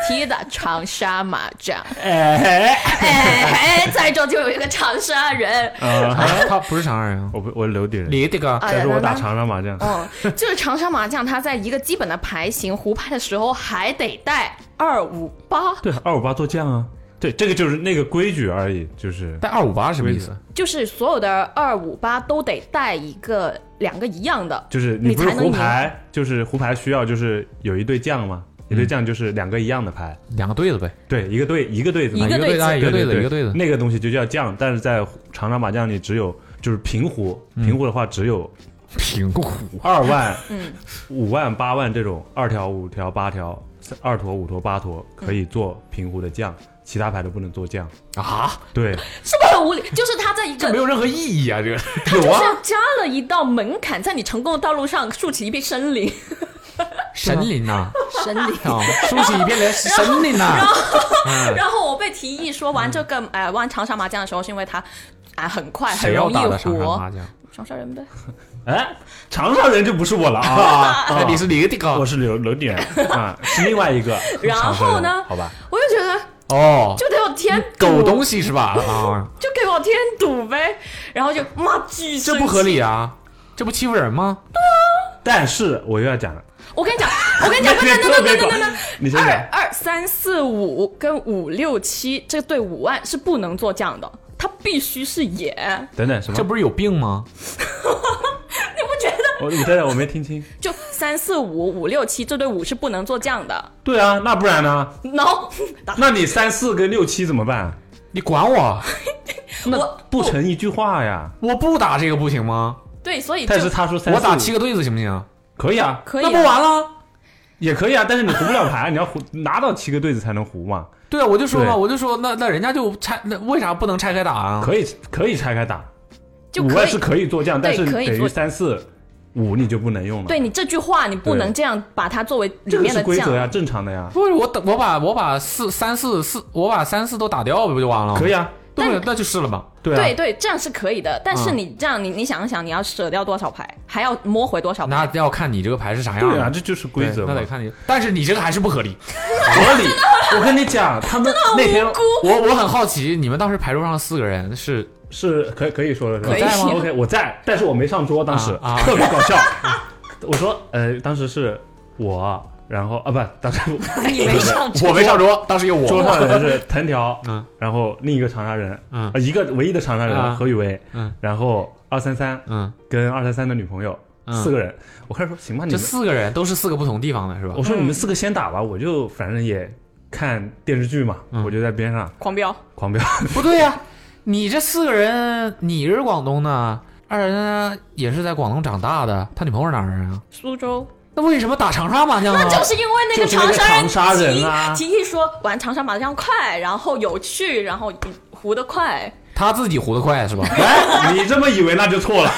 Speaker 6: 踢的长沙麻将，哎，在这就有一个长沙人，
Speaker 5: 啊，
Speaker 3: 啊他不是常人啊，
Speaker 5: 我不我留底人，
Speaker 3: 你这个
Speaker 6: 啊
Speaker 5: 但是我打
Speaker 6: 那
Speaker 5: 长沙麻将，
Speaker 6: 哦，就是长沙麻将，它在一个基本的牌型胡拍的时候还得带二五八，
Speaker 5: 对，二五八做酱啊，对，这个就是那个规矩而已，就是
Speaker 3: 带二五八什么意思？
Speaker 6: 就是所有的二五八都得带一个两个一样的，
Speaker 5: 就是
Speaker 6: 你
Speaker 5: 不是
Speaker 6: 才能
Speaker 5: 胡
Speaker 6: 赢
Speaker 5: 牌，就是胡牌需要就是有一对酱嘛，
Speaker 11: 嗯
Speaker 5: 一对酱就是两个一样的牌，
Speaker 3: 两个对子呗，
Speaker 5: 对，一个对一个对子嘛，
Speaker 6: 一个
Speaker 3: 个
Speaker 6: 对
Speaker 3: 子啊，一
Speaker 5: 对
Speaker 3: 个对子，
Speaker 5: 对
Speaker 3: 一个对子。
Speaker 5: 那个东西就叫酱，但是在长沙麻将里只有就是平胡，
Speaker 11: 嗯
Speaker 5: 平胡的话只有
Speaker 3: 平湖
Speaker 5: 二万、
Speaker 6: 嗯
Speaker 5: 五万、八万这
Speaker 11: 嗯
Speaker 5: 种二条、五条、八条、三二坨、五坨、八坨可以做平胡的酱，其他牌都不能做酱。
Speaker 3: 啊，
Speaker 5: 对，
Speaker 6: 是不是很无理？就是他在一个
Speaker 3: 没有任何意义啊，这 个
Speaker 6: 他就是加了一道门槛，在你成功的道路上竖起一片森林。
Speaker 3: 神灵呐，
Speaker 4: 神灵。
Speaker 3: 啊，竖起一片来，神灵呐，嗯，
Speaker 6: 然后我被提议说玩这个呃玩长沙麻将的时候，是因为它啊很快很
Speaker 3: 谁要
Speaker 6: 容易
Speaker 3: 打的长沙
Speaker 6: 活
Speaker 3: 麻，将？
Speaker 6: 长沙人呗。
Speaker 11: 哎，长沙人就 不是我了啊，
Speaker 3: 啊，那你是哪个地
Speaker 11: 我
Speaker 3: 方？
Speaker 11: 是刘刘点啊，是另外一个长沙人。
Speaker 6: 然后呢
Speaker 11: 好吧，
Speaker 6: 我就觉得
Speaker 3: 哦，
Speaker 6: 就给我添堵
Speaker 3: 狗东西是吧？啊，
Speaker 6: 就给我添堵呗，然后就妈巨
Speaker 3: 这不合理啊，这不欺负人吗？
Speaker 11: 但是我又要讲了，
Speaker 6: 我跟你讲，我跟你讲， 等等等等等等等，
Speaker 11: 你先
Speaker 6: 二
Speaker 11: 讲。
Speaker 6: 二三四五跟五六七这对五万是不能做酱的，它必须是野，
Speaker 11: 等等什么？
Speaker 3: 这不是有病吗？
Speaker 6: 你不觉得？
Speaker 11: 我哦等等，我没听清。
Speaker 6: 就三四五五六七这对五是不能做酱的
Speaker 11: 对啊，那不然呢？
Speaker 6: ，no，打
Speaker 11: 那你三四跟六七怎么办？
Speaker 3: 你管我，
Speaker 11: 那
Speaker 6: 我
Speaker 11: 不成一句话呀。
Speaker 3: 我不打这个不行吗？
Speaker 6: 对，所以就
Speaker 11: 但是他说三
Speaker 3: 我
Speaker 11: 四
Speaker 3: 打七个对子行不行？
Speaker 11: 可以啊，
Speaker 6: 可以
Speaker 3: 那
Speaker 6: 啊
Speaker 3: 不完了？
Speaker 11: 也可以啊，但是你胡不了牌， 你要胡拿到七个对子才能胡嘛。
Speaker 3: 对啊，我就说嘛，
Speaker 11: 对
Speaker 3: 我就说那那人家就拆，那为啥不能拆开打啊？
Speaker 11: 可以可以拆开打，
Speaker 6: 就
Speaker 11: 五
Speaker 6: 可
Speaker 11: 二
Speaker 6: 以
Speaker 11: 是可以做酱，但
Speaker 6: 对
Speaker 11: 是
Speaker 6: 可以
Speaker 11: 等于
Speaker 6: 做
Speaker 11: 三四五你就不能用了。
Speaker 6: 对，你这句话你不
Speaker 11: 对
Speaker 6: 能这样把它作为里
Speaker 11: 这个
Speaker 6: 面
Speaker 11: 是
Speaker 6: 的
Speaker 11: 规
Speaker 6: 酱
Speaker 11: 则，呀，正常的呀，
Speaker 3: 不是我打我把我把四三四四我把三四都打掉不就完了？
Speaker 11: 可以啊，
Speaker 3: 对不对，
Speaker 6: 但
Speaker 3: 那就是了嘛。
Speaker 11: 对啊，
Speaker 6: 对对，这样是可以的，但是
Speaker 3: 嗯
Speaker 6: 你这样，你你想想，你要舍掉多少牌，还要摸回多少牌
Speaker 3: 那？要看你这个牌是啥样
Speaker 11: 对啊，
Speaker 3: 的，
Speaker 11: 这就是规则
Speaker 3: 对
Speaker 11: 嘛
Speaker 3: 那。得看你。但是你这个还是不合理。
Speaker 11: 合理。我跟你讲，他们那天
Speaker 3: 我我很好奇，你们当时牌桌上四个人是
Speaker 11: 是可以可以说的，是吧
Speaker 6: 可以在吗
Speaker 11: OK，我在，但是我没上桌，当时
Speaker 3: 啊啊
Speaker 11: 特别搞笑。我说，呃，当时是我，然后啊，不，当时
Speaker 6: 你没上
Speaker 3: 我没上桌，当时有我
Speaker 11: 桌上的人是藤条，
Speaker 3: 嗯，
Speaker 11: 然后另一个长沙人，
Speaker 3: 嗯
Speaker 11: 啊一个唯一的长沙
Speaker 3: 啊
Speaker 11: 人何雨薇，
Speaker 3: 嗯，
Speaker 11: 然后二三三
Speaker 3: 嗯，
Speaker 11: 跟二三三的女朋友，
Speaker 3: 嗯
Speaker 11: 四个人。我开始说行吧，你
Speaker 3: 这
Speaker 11: 们，
Speaker 3: 四个人都是四个不同地方的是吧
Speaker 11: 嗯我？说你们四个先打吧，我就反正也看电视剧嘛，我就在边上
Speaker 6: 狂飙，
Speaker 11: 狂 飙。
Speaker 3: 不对呀、你这四个人，你是广东的，二人也是在广东长大的，他女朋友是哪儿人啊？
Speaker 6: 苏州。
Speaker 3: 那为什么打长沙麻将啊？
Speaker 6: 就是因为那个
Speaker 11: 就是那个
Speaker 6: 沙人
Speaker 11: 长沙人啊
Speaker 6: 提提议说玩长沙麻将快，然后有趣，然后胡得快。
Speaker 3: 他自己胡得快是吧？
Speaker 11: 哎，你这么以为那就错了。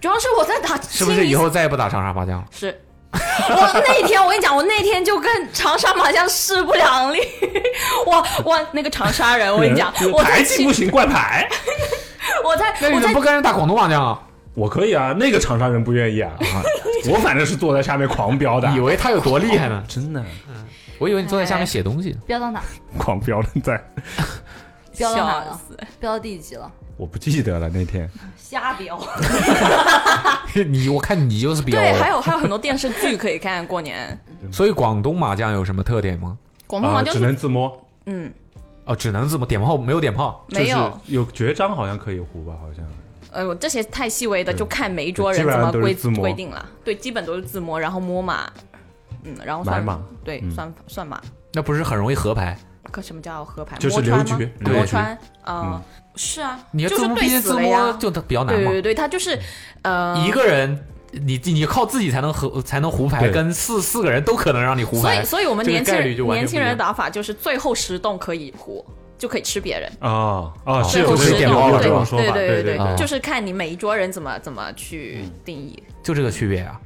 Speaker 6: 主要是我在打，
Speaker 3: 是不
Speaker 6: 清
Speaker 3: 是
Speaker 6: 一
Speaker 3: 以后再也不打长沙麻将了？
Speaker 6: 是？我那天我跟你讲，我那天就跟长沙麻将势不两立。我我那个长沙人，我跟你讲
Speaker 11: 就是，
Speaker 6: 我
Speaker 11: 牌
Speaker 6: 在
Speaker 11: 技不
Speaker 6: 清，
Speaker 11: 行，怪牌。
Speaker 6: 我在
Speaker 3: 那你
Speaker 6: 我
Speaker 3: 怎么
Speaker 6: 在
Speaker 3: 不跟人打广东麻将啊？
Speaker 11: 我可以啊，那个长沙人不愿意 啊，我反正是坐在下面狂飙的，
Speaker 3: 以为他有多厉害呢？
Speaker 11: 真的
Speaker 3: 我以为你坐在下面写东西呢。
Speaker 4: 飙到哪儿？
Speaker 11: 狂飙的在，
Speaker 4: 飙到哪儿
Speaker 6: 笑
Speaker 4: 了
Speaker 6: 死？
Speaker 4: 飙到第几集了？
Speaker 11: 我不记得了那天。
Speaker 4: 瞎飙。
Speaker 3: 你我看你就是比较
Speaker 6: 哎对，
Speaker 11: 哦
Speaker 6: 还有还有很多电视剧可以看。过年
Speaker 3: 所以广东麻将有什么特点吗？
Speaker 6: 广东
Speaker 11: 啊、
Speaker 6: 麻将
Speaker 11: 只
Speaker 6: 哦是
Speaker 11: 能自摸，
Speaker 6: 嗯
Speaker 3: 哦，只能这么点炮，没有点炮。
Speaker 6: 没有，
Speaker 11: 就是有绝招好像可以胡吧，好像
Speaker 6: 呃，这些太细微的，就看每一桌
Speaker 11: 基
Speaker 6: 人
Speaker 11: 本
Speaker 6: 怎
Speaker 11: 上
Speaker 6: 么
Speaker 11: 都是
Speaker 6: 规
Speaker 11: 自摸
Speaker 6: 规定了。对，基本都是自摸，然后摸马，嗯，然后算
Speaker 11: 买马
Speaker 6: 对，
Speaker 11: 嗯
Speaker 6: 算算马。
Speaker 3: 那不是很容易合牌？
Speaker 6: 可什么叫合牌？
Speaker 11: 就是
Speaker 6: 摸穿
Speaker 11: 刘
Speaker 6: 吗
Speaker 11: 局？嗯
Speaker 3: 对
Speaker 6: 摸穿啊，是啊，
Speaker 3: 你要
Speaker 6: 就
Speaker 3: 自
Speaker 6: 是
Speaker 3: 摸，
Speaker 6: 对
Speaker 3: 毕竟
Speaker 6: 死
Speaker 3: 自
Speaker 6: 了
Speaker 3: 摸
Speaker 6: 呀。
Speaker 3: 就比较难
Speaker 6: 对
Speaker 3: 嘛。
Speaker 6: 对对，他就是呃
Speaker 3: 一。个人，你你靠自己才能胡才能胡牌，
Speaker 11: 对
Speaker 3: 跟四四个人都可能让你胡
Speaker 6: 所
Speaker 3: 牌
Speaker 6: 以，。所以我们
Speaker 3: 这个
Speaker 6: 年轻
Speaker 3: 概率就
Speaker 6: 人
Speaker 3: 完全
Speaker 6: 年轻人的
Speaker 3: 不一
Speaker 6: 打法就是最后十动可以胡，就可以吃别人。
Speaker 11: 啊啊，是
Speaker 6: 最后
Speaker 11: 有
Speaker 6: 十
Speaker 11: 这
Speaker 6: 动，
Speaker 11: 个
Speaker 6: 对
Speaker 11: 点包
Speaker 3: 有
Speaker 11: 有这
Speaker 3: 这
Speaker 11: 种
Speaker 3: 种
Speaker 11: 说法，
Speaker 6: 对
Speaker 11: 对
Speaker 6: 对
Speaker 3: 对
Speaker 6: 就是看你每一桌人怎么怎么去定义。
Speaker 3: 就这个区别啊。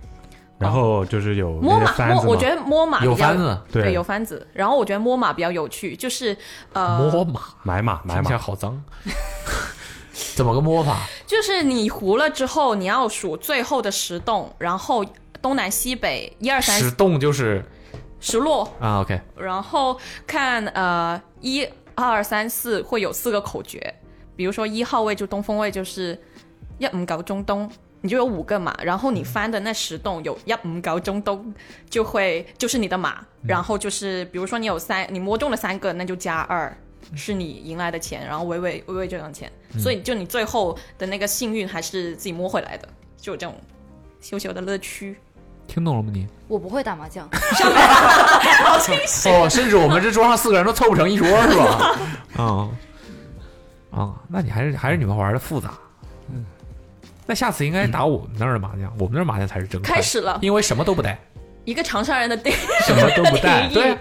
Speaker 11: 然后就是有
Speaker 6: 摸
Speaker 11: 那
Speaker 6: 马
Speaker 11: 些翻
Speaker 6: 摸，
Speaker 11: 子嘛
Speaker 6: 我觉得摸马
Speaker 3: 有
Speaker 6: 比较
Speaker 3: 翻子
Speaker 11: 对
Speaker 6: 对有翻子。然后我觉得摸马比较有趣，就是呃，
Speaker 3: 摸马，
Speaker 11: 买马买
Speaker 3: 听起来
Speaker 11: 马，
Speaker 3: 好脏。啊怎么个摸法？
Speaker 6: 就是你胡了之后，你要数最后的十动，然后东南西北一二三
Speaker 3: 使动就是
Speaker 6: 十落，
Speaker 3: 啊，OK，
Speaker 6: 然后看呃一二三四会有四个口诀，比如说一号位就东风位就是一五九中东。你就有五个马，然后你翻的那十动有一五九中东，就会就是你的马，然后就是比如说你有三，你摸中了三个，那就加二，是你赢来的钱，然后微微微微这种钱，所以就你最后的那个幸运还是自己摸回来的，就有这种小小的乐趣。
Speaker 3: 听懂了吗你？
Speaker 4: 我不会打麻将，
Speaker 3: 哦，甚至我们这桌上四个人都凑不成一桌，是吧？嗯，啊，那你还是还是你们玩的复杂。
Speaker 6: 嗯
Speaker 3: 那下次应该打我们那儿的麻将，我们那儿麻将才是真快
Speaker 6: 开，始了
Speaker 3: 因为什么都不带，
Speaker 6: 一个长沙人的 定
Speaker 11: 什么都不带，
Speaker 6: 定义
Speaker 3: 对，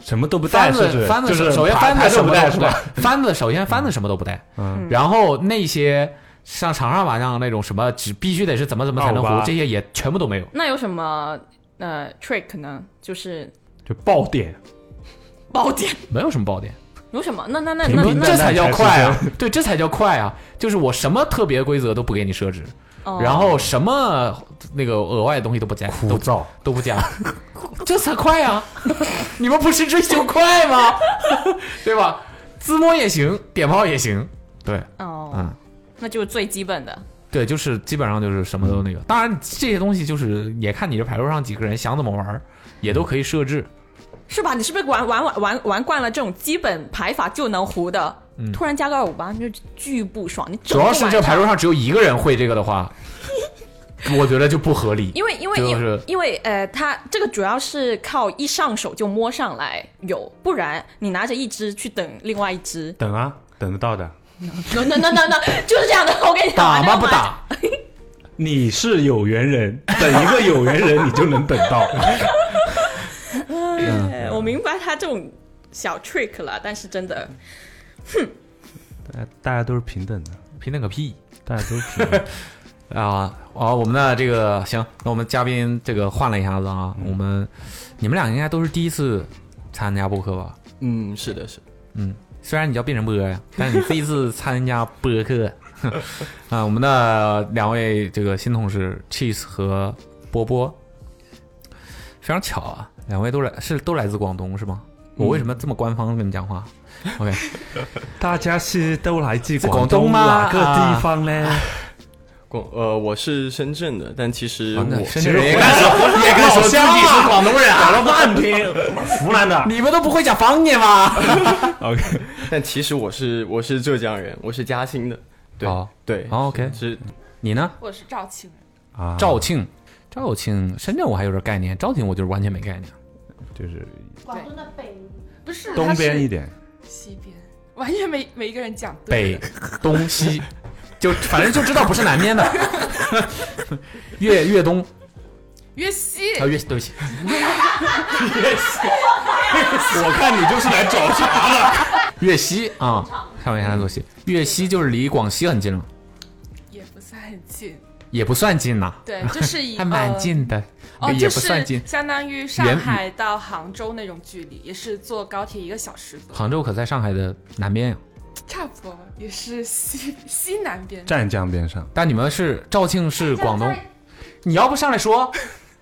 Speaker 11: 什么都不带，
Speaker 3: 翻
Speaker 11: 是
Speaker 3: 子
Speaker 11: 不是
Speaker 3: 翻子
Speaker 11: 就是
Speaker 3: 首首先翻
Speaker 11: 牌
Speaker 3: 子
Speaker 11: 牌
Speaker 3: 什么
Speaker 11: 都不
Speaker 3: 都
Speaker 11: 带
Speaker 3: 不
Speaker 11: 是
Speaker 3: 带
Speaker 11: 吧？，
Speaker 3: 翻子首先翻子什么都不带，
Speaker 11: 嗯，
Speaker 3: 然后那些像长沙麻将那种什么只必须得是怎么怎么才能
Speaker 11: 奥巴
Speaker 3: 胡，这些也全部都没有。
Speaker 6: 那有什么呃 trick 呢？就是
Speaker 5: 就爆点，
Speaker 6: 爆点
Speaker 3: 没有什么爆点，
Speaker 6: 有什么？那那那
Speaker 3: 你
Speaker 6: 那
Speaker 3: 们
Speaker 6: 那
Speaker 3: 这才叫快啊！对，这才叫快啊！就是我什么特别规则都不给你设置，
Speaker 6: 哦
Speaker 3: 然后什么那个额外的东西都不加，
Speaker 5: 枯
Speaker 3: 都
Speaker 5: 燥。
Speaker 3: 都不加，这才快啊！ 你们不是追求快吗？ 对吧？自摸也行，点炮也行，对，
Speaker 6: 哦，
Speaker 3: 嗯。
Speaker 6: 那就是最基本的。
Speaker 3: 对，就是基本上就是什么都
Speaker 5: 嗯，
Speaker 3: 那个。当然，这些东西就是也看你这牌桌上几个人想怎么玩儿，也都可以设置。
Speaker 6: 是吧？你是不是玩玩玩玩玩惯了这种基本排法就能胡的？突然加个二五八，你就巨不爽。你整
Speaker 3: 主
Speaker 6: 个
Speaker 3: 要是这
Speaker 6: 晚上
Speaker 3: 牌桌上只有一个人会这个的话，我觉得就不合理。
Speaker 6: 因为因为
Speaker 3: 就
Speaker 6: 因
Speaker 3: 是
Speaker 6: 为因为呃，它这个主要是靠一上手就摸上来有，不然你拿着一只去等另外一只
Speaker 5: 等啊，等得到的。
Speaker 6: no no no no no，就是这样的。我跟你讲，
Speaker 3: 打吗？
Speaker 6: 那个
Speaker 3: 啊不
Speaker 6: 麻将
Speaker 3: 打，
Speaker 5: 你是有缘人，等一个有缘 人，你就能等到。
Speaker 6: 哎我明白他这种小 trick 了，但是真的
Speaker 5: 大家都是平等的，
Speaker 3: 平等个屁
Speaker 5: 大家都是平等的。
Speaker 3: 啊！哦，我们的这个行，那我们嘉宾这个换了一下子
Speaker 11: 嗯
Speaker 3: 啊，我们你们俩应该都是第一次参加播客吧？
Speaker 11: 嗯，是的， 是的。
Speaker 3: 虽然你叫变成波呀，但是你第一 次参加播客 啊，我们的两位这个新同事 Cheese 和波波，非常巧啊，两位都来是都来自广东是吗？我为什么
Speaker 11: 嗯
Speaker 3: 这么官方跟你们讲话？OK，
Speaker 5: 大家是都来自
Speaker 3: 在
Speaker 5: 广
Speaker 3: 广东吗
Speaker 5: 哪个地方嘞？
Speaker 11: 啊广呃，我是深圳的，但其实
Speaker 3: 完了
Speaker 11: 我
Speaker 3: 啊深圳人也敢说，也敢说自己是广东人啊，搞了半天，
Speaker 5: 湖南的。
Speaker 3: 你们都不会讲方言吗？
Speaker 11: 但其实我是我是浙江人，我是嘉兴的。对、
Speaker 3: 哦
Speaker 11: 对、
Speaker 3: 哦，OK
Speaker 11: 是
Speaker 3: 你呢？
Speaker 2: 我是肇庆人，
Speaker 5: 啊，
Speaker 3: 肇庆，肇庆，深圳我还有点概念，肇庆我就是完全没概念。
Speaker 5: 就是
Speaker 2: 广东的北，不是
Speaker 5: 东边一
Speaker 2: 点，
Speaker 5: 点，
Speaker 2: 西边，完全没没一个人讲对
Speaker 3: 北、东、西，就反正就知道不是南边的。 越越东
Speaker 2: 越西
Speaker 3: 啊，越对不起，
Speaker 5: 我看你就是来找茬的。
Speaker 3: 越西啊，开玩笑，多西，越西就是离广西很近了，
Speaker 2: 也不算很近，
Speaker 3: 也不算近呐，
Speaker 2: 对，就是以
Speaker 3: 还蛮近的，
Speaker 2: 呃哦，
Speaker 3: 也
Speaker 2: 就
Speaker 3: 不算近
Speaker 2: 是。相当于上
Speaker 3: 原
Speaker 2: 海到杭州那种距离，也是坐高铁一个小时左右，
Speaker 3: 杭州可在上海的南边呀，
Speaker 2: 差不多也是西西南边。
Speaker 5: 湛江边 上，
Speaker 3: 但你们是肇庆是广东，你要不上来 说，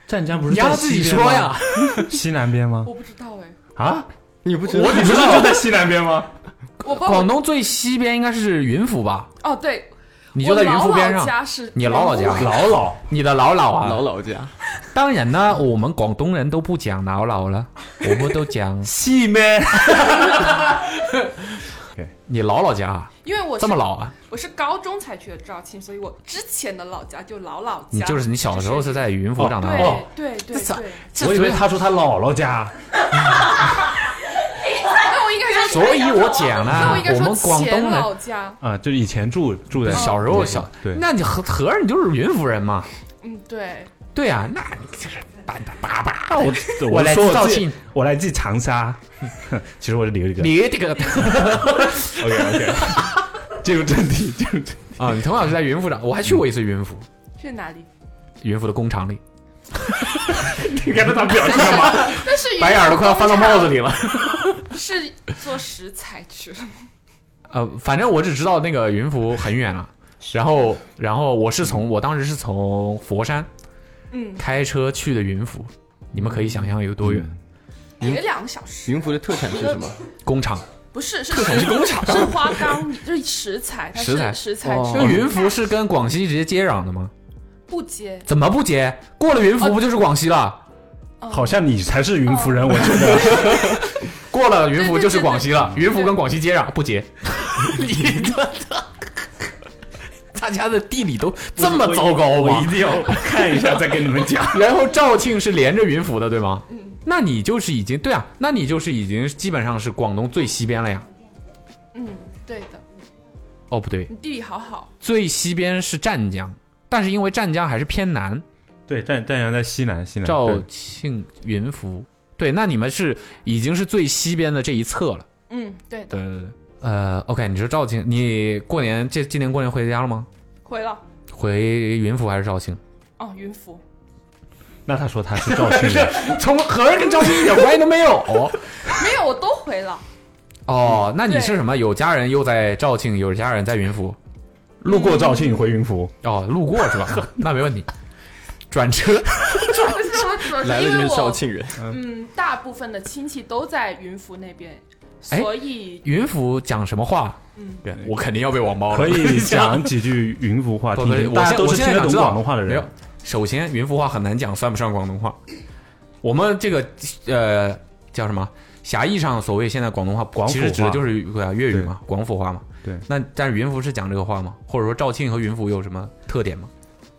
Speaker 5: 湛江不
Speaker 3: 你要自己说呀，
Speaker 5: 西南边吗？
Speaker 2: 我不知道哎，
Speaker 5: 啊，
Speaker 11: 你不知道
Speaker 5: 我你不是就在西南边吗？
Speaker 2: 我包括
Speaker 3: 广东最西边应该是云府吧？
Speaker 2: 哦，对，
Speaker 3: 你就在云
Speaker 2: 我
Speaker 3: 府
Speaker 2: 姥
Speaker 3: 边
Speaker 2: 姥
Speaker 3: 上，
Speaker 2: 家是
Speaker 3: 你姥姥家，姥姥，你的姥姥啊，
Speaker 11: 老老家，
Speaker 3: 当然呢，我们广东人都不讲姥姥了，我们都讲
Speaker 5: 西 咩？
Speaker 3: 你姥姥家啊，
Speaker 2: 因为我是
Speaker 3: 这么老啊？
Speaker 2: 我是高中才去的肇庆，所以我之前的老家就老老家。
Speaker 3: 你就是你小时候是在云浮长大的，
Speaker 5: 哦
Speaker 2: 对对对对，
Speaker 5: 我以为他说他姥姥家，
Speaker 2: 哎那我应该说，
Speaker 3: 所以我讲
Speaker 2: 那我
Speaker 3: 了
Speaker 2: 应该，
Speaker 3: 我们
Speaker 2: 说
Speaker 3: 广
Speaker 2: 前
Speaker 3: 东人
Speaker 2: 老家。
Speaker 5: 啊，就以前住住在
Speaker 3: 小时候小，
Speaker 5: 对，
Speaker 3: 那你合合着你就是云浮人嘛？
Speaker 2: 嗯，对，
Speaker 3: 对啊，那你这个叭叭叭叭，
Speaker 5: 我
Speaker 3: 我来
Speaker 5: 来说
Speaker 3: 自肇
Speaker 5: 自己
Speaker 3: 庆，
Speaker 5: 我来自长沙，哼其实我是留一个。
Speaker 3: 你 这个
Speaker 5: OK OK，进入正题，进入正题。
Speaker 3: 啊，你从小是在云浮长，我还去过一次云浮，
Speaker 2: 是哪里？
Speaker 3: 云浮的工厂里，
Speaker 5: 你看到他表情干嘛？
Speaker 2: 但是云
Speaker 3: 白眼儿都快要翻到帽子里了。
Speaker 2: 是做食材去 了。
Speaker 3: 呃，反正我只知道那个云浮很远啊。 然后，然后我是从我当时是从佛山
Speaker 2: 嗯，
Speaker 3: 开车去的云浮，你们可以想象有多远？
Speaker 5: 嗯
Speaker 2: 也两个小时。
Speaker 11: 云浮的特产是什么？
Speaker 3: 工厂，
Speaker 2: 不是，是是工厂，是花岗，就是食材，它
Speaker 3: 食材
Speaker 2: 是食材
Speaker 11: 哦
Speaker 2: 是
Speaker 3: 那云浮是跟广西直接接壤的吗？
Speaker 2: 不接。
Speaker 3: 怎么不接？过了云浮不就是广西了？
Speaker 2: 嗯
Speaker 5: 好像你才是云浮人，我觉得。
Speaker 3: 过了云浮就是广西了，云浮跟广西接壤，不接。你这这，大家的地理都这么糟糕
Speaker 5: 我一
Speaker 3: 吗？
Speaker 5: 定要看一下再跟你们讲。
Speaker 3: 然后肇庆是连着云浮的，对吗？
Speaker 2: 嗯
Speaker 3: 那你就是已经对啊，那你就是已经基本上是广东最西边了呀。
Speaker 2: 嗯，对的，
Speaker 3: 哦，不对，
Speaker 2: 你地理好好。
Speaker 3: 最西边是湛江，但是因为湛江还是偏南，
Speaker 5: 对，湛湛阳在西南，西南。
Speaker 3: 肇
Speaker 5: 对
Speaker 3: 庆、云浮，对，那你们是已经是最西边的这一侧了。
Speaker 2: 嗯，对的，
Speaker 3: 对对对。呃，OK，你是肇庆，你过年这今年过年回家了吗？
Speaker 2: 回了。
Speaker 3: 回云浮还是肇庆？
Speaker 2: 哦，云浮，
Speaker 11: 那他说他是肇庆 人，
Speaker 10: 是从和尚跟肇庆一点关系都没有。
Speaker 6: 没有，我都回了。
Speaker 10: 哦，那你是什么？有家人又在肇庆，有家人在云浮，
Speaker 11: 路过肇庆回云 浮。
Speaker 10: 哦，路过是吧？那没问题。转车，
Speaker 3: 来了就
Speaker 2: 因为
Speaker 3: 是
Speaker 2: 我
Speaker 3: 肇庆人，
Speaker 2: 嗯，大部分的亲戚都在云浮那边，
Speaker 10: 哎
Speaker 2: 所以
Speaker 10: 云浮讲什么话？
Speaker 2: 嗯，
Speaker 10: 对我肯定要被网猫了。
Speaker 11: 可以讲几句云浮 话，听听。大家啊都
Speaker 10: 我
Speaker 11: 是
Speaker 10: 现
Speaker 11: 听
Speaker 10: 在想
Speaker 11: 得懂
Speaker 10: 知道
Speaker 11: 广东话的
Speaker 10: 没
Speaker 11: 人
Speaker 10: 有。首先，云浮话很难讲，算不上广东话。我们这个呃叫什么？狭义上所谓现在广东话，
Speaker 11: 府话
Speaker 10: 其实指的就是对啊粤语嘛，广府话嘛。
Speaker 11: 对
Speaker 10: 那但是云浮是讲这个话吗？或者说肇庆和云浮有什么特点吗？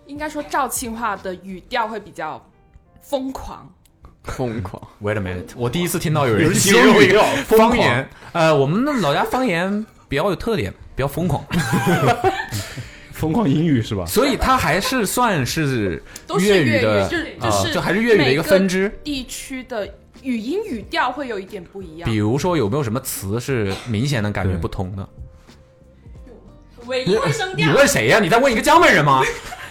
Speaker 2: 应该说肇庆话的语调会比较疯狂。
Speaker 3: 疯狂。
Speaker 10: Wait a minute！我第一次听到有
Speaker 11: 有
Speaker 10: 人
Speaker 11: 人
Speaker 10: 形容一
Speaker 11: 形
Speaker 10: 个
Speaker 11: 容疯狂
Speaker 10: 方言。呃，我们的老家方言比较有特点，比较疯狂，
Speaker 11: 疯狂英语是吧？
Speaker 10: 所以它还是算是
Speaker 2: 都是
Speaker 10: 粤
Speaker 2: 语
Speaker 10: 的，
Speaker 2: 就是
Speaker 10: 啊
Speaker 2: 就是
Speaker 10: 就还是粤语的一个分支。
Speaker 2: 地区的语音语调会有一点不一样
Speaker 10: 比。如说有没有什么词是明显的感觉不同的？
Speaker 6: 唯
Speaker 10: 你
Speaker 6: 一会声
Speaker 10: 你
Speaker 6: 调，
Speaker 10: 问谁呀、你在问一个江门 人吗？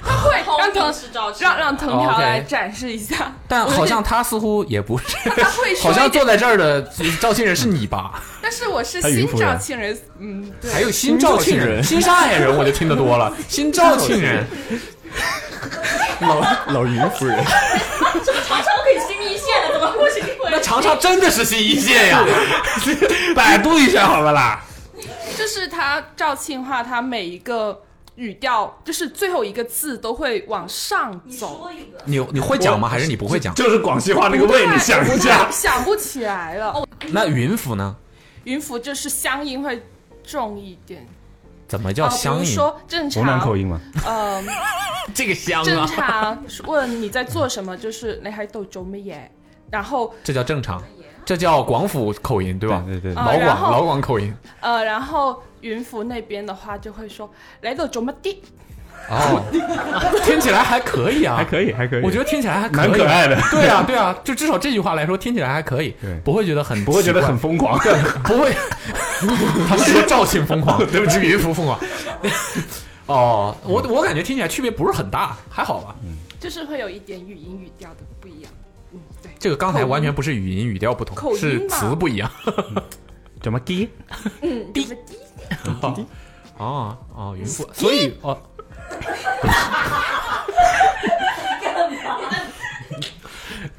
Speaker 2: 会让
Speaker 6: 通
Speaker 2: 腾
Speaker 6: 常是肇庆，
Speaker 2: 让让藤条来
Speaker 10: OK
Speaker 2: 展示一下，
Speaker 10: 但好像他似乎也不是，
Speaker 2: 他会说
Speaker 10: 好
Speaker 2: 一点
Speaker 10: 像坐在这儿的肇庆人是你吧？
Speaker 2: 但是我是
Speaker 11: 他云
Speaker 2: 新
Speaker 11: 浮人
Speaker 2: 肇庆人，嗯，对，
Speaker 10: 还有新肇庆人、新上海人，我就听得 多了。新肇庆人，
Speaker 3: 老老云夫人，
Speaker 6: 长沙可以新一线的，怎么不行？
Speaker 10: 那长沙真的是新一 线呀！百度一下好不啦？
Speaker 2: 就是他肇庆话，他每一个语调，就是最后一个字都会往上走。
Speaker 6: 一个。
Speaker 10: 你你会讲吗？还是你不会
Speaker 5: 啊
Speaker 10: 讲？
Speaker 11: 就是广西话那个
Speaker 2: 对
Speaker 11: 味，你想一下
Speaker 2: 我。想不起来了。哦，
Speaker 10: 那云浮呢？
Speaker 2: 云浮就是乡音会重一点，
Speaker 10: 怎么
Speaker 2: 啊
Speaker 10: 叫，
Speaker 2: 比
Speaker 10: 乡
Speaker 2: 如
Speaker 10: 音？
Speaker 2: 说正
Speaker 11: 湖南口
Speaker 2: 常，
Speaker 11: 音嘛，
Speaker 2: 嗯，
Speaker 10: 这个乡
Speaker 2: 正
Speaker 10: 啊，
Speaker 2: 常问你在做什么，就是你喺度做乜嘢，然后
Speaker 10: 这叫正常，这叫广府口音对吧？
Speaker 11: 对对对
Speaker 10: 老
Speaker 2: 啊然
Speaker 10: 广
Speaker 2: 后
Speaker 10: 老广口 音。
Speaker 2: 呃，然后云浮那边的话就会说来到做乜的，
Speaker 10: 哦，听起来还可以啊，
Speaker 11: 还可以，还可以。
Speaker 10: 我觉得听起来还可以
Speaker 11: 蛮可爱的
Speaker 10: 对啊，对啊，就至少这句话来说，听起来还可以
Speaker 11: 对，
Speaker 10: 不会觉得很
Speaker 11: 不会觉得很
Speaker 10: 奇
Speaker 11: 疯狂。
Speaker 10: 怪不会。他们说肇庆疯 狂，对不起，云浮疯狂。 哦，我我感觉听起来区别不是很大，还好吧。
Speaker 2: 就是会有一点语音语调的不一样。嗯，对，
Speaker 10: 这个刚才完全不是语音语调不同，
Speaker 2: 口
Speaker 10: 是
Speaker 2: 音吧
Speaker 10: 词不一样。
Speaker 11: 怎么滴？
Speaker 2: 嗯，滴滴，
Speaker 10: 哦哦，云浮，所以 哦。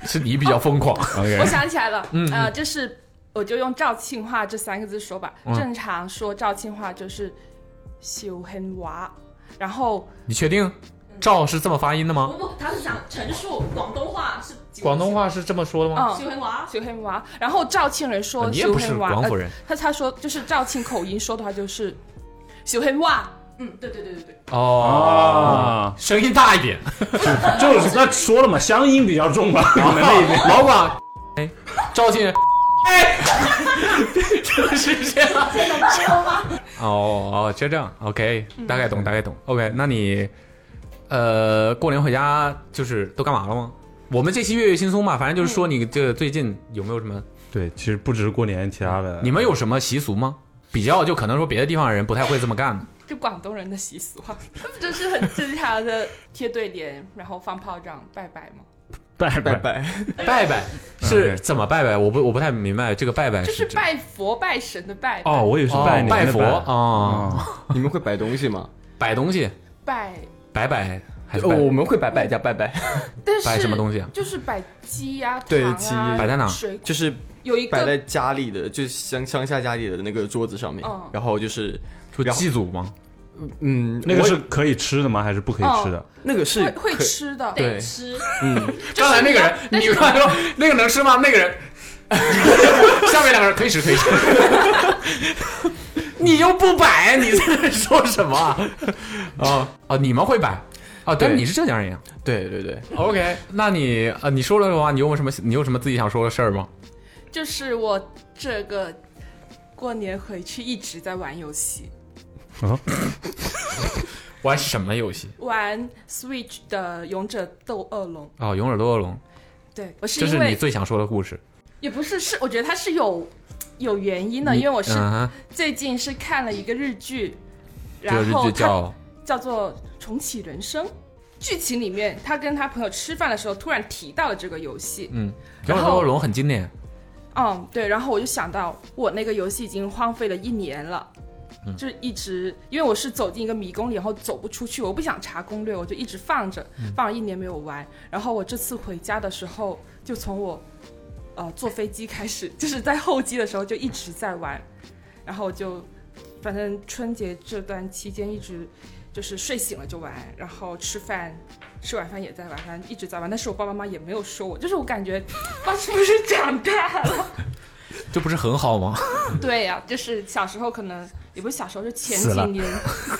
Speaker 10: 是你比较疯 狂，
Speaker 11: OK
Speaker 2: 我想起来了，
Speaker 10: 嗯
Speaker 2: 呃，就是我就用肇庆话这三个字说吧。
Speaker 10: 嗯
Speaker 2: 正常说肇庆话就是“小很娃”，然后
Speaker 10: 你确定“赵”是这么发音的吗？
Speaker 6: 不，他是想陈述广东话是
Speaker 10: 广东话是这么说的吗？
Speaker 2: 嗯，
Speaker 6: 文娃，
Speaker 2: 小很娃，然后肇庆人
Speaker 10: 啊
Speaker 2: 说“
Speaker 10: 你也
Speaker 2: 小
Speaker 10: 不是
Speaker 2: 很娃”，
Speaker 10: 广府
Speaker 2: 呃
Speaker 10: 人
Speaker 2: 他他说就是肇庆口音说的话就是“小很娃”。嗯，对对对对对。
Speaker 10: 哦，
Speaker 11: 啊，
Speaker 10: 声音大一点。
Speaker 11: 就是那说了嘛，乡音比较重嘛，可能那一边。
Speaker 10: 老广，哎，肇庆人，哎，是这样。哦嗯哦，就这样。OK，大概懂，大概懂。OK，那你呃，过年回家就是都干嘛了吗？我们这期月月轻松嘛，反正就是说你这最近有没有什么？
Speaker 11: 对，其实不只是过年，其他的
Speaker 10: 你们有什么习俗吗？比较就可能说别的地方人不太会这么干的。
Speaker 2: 就广东人的习俗啊， 他们就是很正常的贴对联，然后放炮仗、拜拜嘛，
Speaker 11: 拜
Speaker 3: 拜
Speaker 11: 拜
Speaker 3: 拜。
Speaker 10: 拜拜是
Speaker 11: OK
Speaker 10: 怎么拜拜？我不我不太明白这个拜拜
Speaker 2: 就是是
Speaker 10: 指
Speaker 2: 拜佛拜神的拜
Speaker 11: 哦，我也是
Speaker 10: 哦
Speaker 11: 拜年的
Speaker 10: 拜佛
Speaker 11: 啊
Speaker 10: 哦，，
Speaker 3: 你们会摆东西吗？
Speaker 10: 摆东西。
Speaker 2: 拜，
Speaker 10: 拜拜还是
Speaker 3: 哦，
Speaker 10: 拜、
Speaker 3: 我们会摆摆家拜拜，
Speaker 10: 嗯
Speaker 2: 但是
Speaker 10: 拜什么东西啊
Speaker 2: 就是摆鸡呀、
Speaker 3: 对
Speaker 2: 糖啊
Speaker 3: 鸡
Speaker 10: 摆在哪
Speaker 2: 水果
Speaker 3: 就是
Speaker 2: 有一
Speaker 3: 摆在
Speaker 2: 个
Speaker 3: 家里的，就是乡乡下家里的那个桌子上面
Speaker 2: 嗯，
Speaker 3: 然后就是，
Speaker 10: 就祭祖吗？
Speaker 3: 嗯，
Speaker 11: 那个
Speaker 3: 我
Speaker 11: 是可以哦吃的吗？还是不可以吃的？
Speaker 3: 那个是
Speaker 2: 会会
Speaker 3: 可，
Speaker 2: 吃的，
Speaker 3: 对，
Speaker 6: 吃
Speaker 10: 嗯 刚才那个人，你刚才说 那个能吃吗？那个人， 下面两个人可以吃可以吃。 你又不摆，你在那说什么 啊？啊啊！你们会摆啊？但
Speaker 3: 对
Speaker 10: 你是浙江人呀。
Speaker 3: 对对对，
Speaker 10: OK，那你啊，你说了的话，你有没有什么？你有什么自己想说的事儿吗？
Speaker 2: 就是我这个过年回去一直在玩游戏，
Speaker 10: 玩什么游戏？
Speaker 2: 玩 Switch 的《勇者斗恶龙》。
Speaker 10: 哦，《勇者斗恶龙》，
Speaker 2: 对我是
Speaker 10: 这
Speaker 2: 因
Speaker 10: 是你
Speaker 2: 为
Speaker 10: 最想说的故事。
Speaker 2: 也不是是，我觉得它是有有原因的，
Speaker 10: 你
Speaker 2: 因为我是
Speaker 10: 嗯哼
Speaker 2: 最近是看了一个日剧，
Speaker 10: 这个
Speaker 2: 然
Speaker 10: 日
Speaker 2: 后
Speaker 10: 剧
Speaker 2: 它
Speaker 10: 叫
Speaker 2: 叫做《重启人生》，剧情里面，他跟他朋友吃饭的时候突然提到了这个游戏，
Speaker 10: 嗯，
Speaker 2: 然
Speaker 10: 然
Speaker 2: 后
Speaker 10: 后龙很经典，
Speaker 2: 嗯，对，然后我就想到我那个游戏已经荒废了一年了。就是一直，因为我是走进一个迷宫里，然后走不出去，我不想查攻略，我就一直放着，放了一年没有玩。然后我这次回家的时候，就从我，呃，坐飞机开始，就是在候机的时候就一直在玩。然后我就，反正春节这段期间一直就是睡醒了就玩，然后吃饭，吃晚饭也在玩，反正一直在玩。但是我爸爸妈妈也没有说我，就是我感觉， 爸是不是长大了？
Speaker 10: 这不是很好吗？
Speaker 2: 对呀、就是小时候可能也不是小时候，是前
Speaker 10: 死
Speaker 2: 几
Speaker 10: 了
Speaker 2: 年，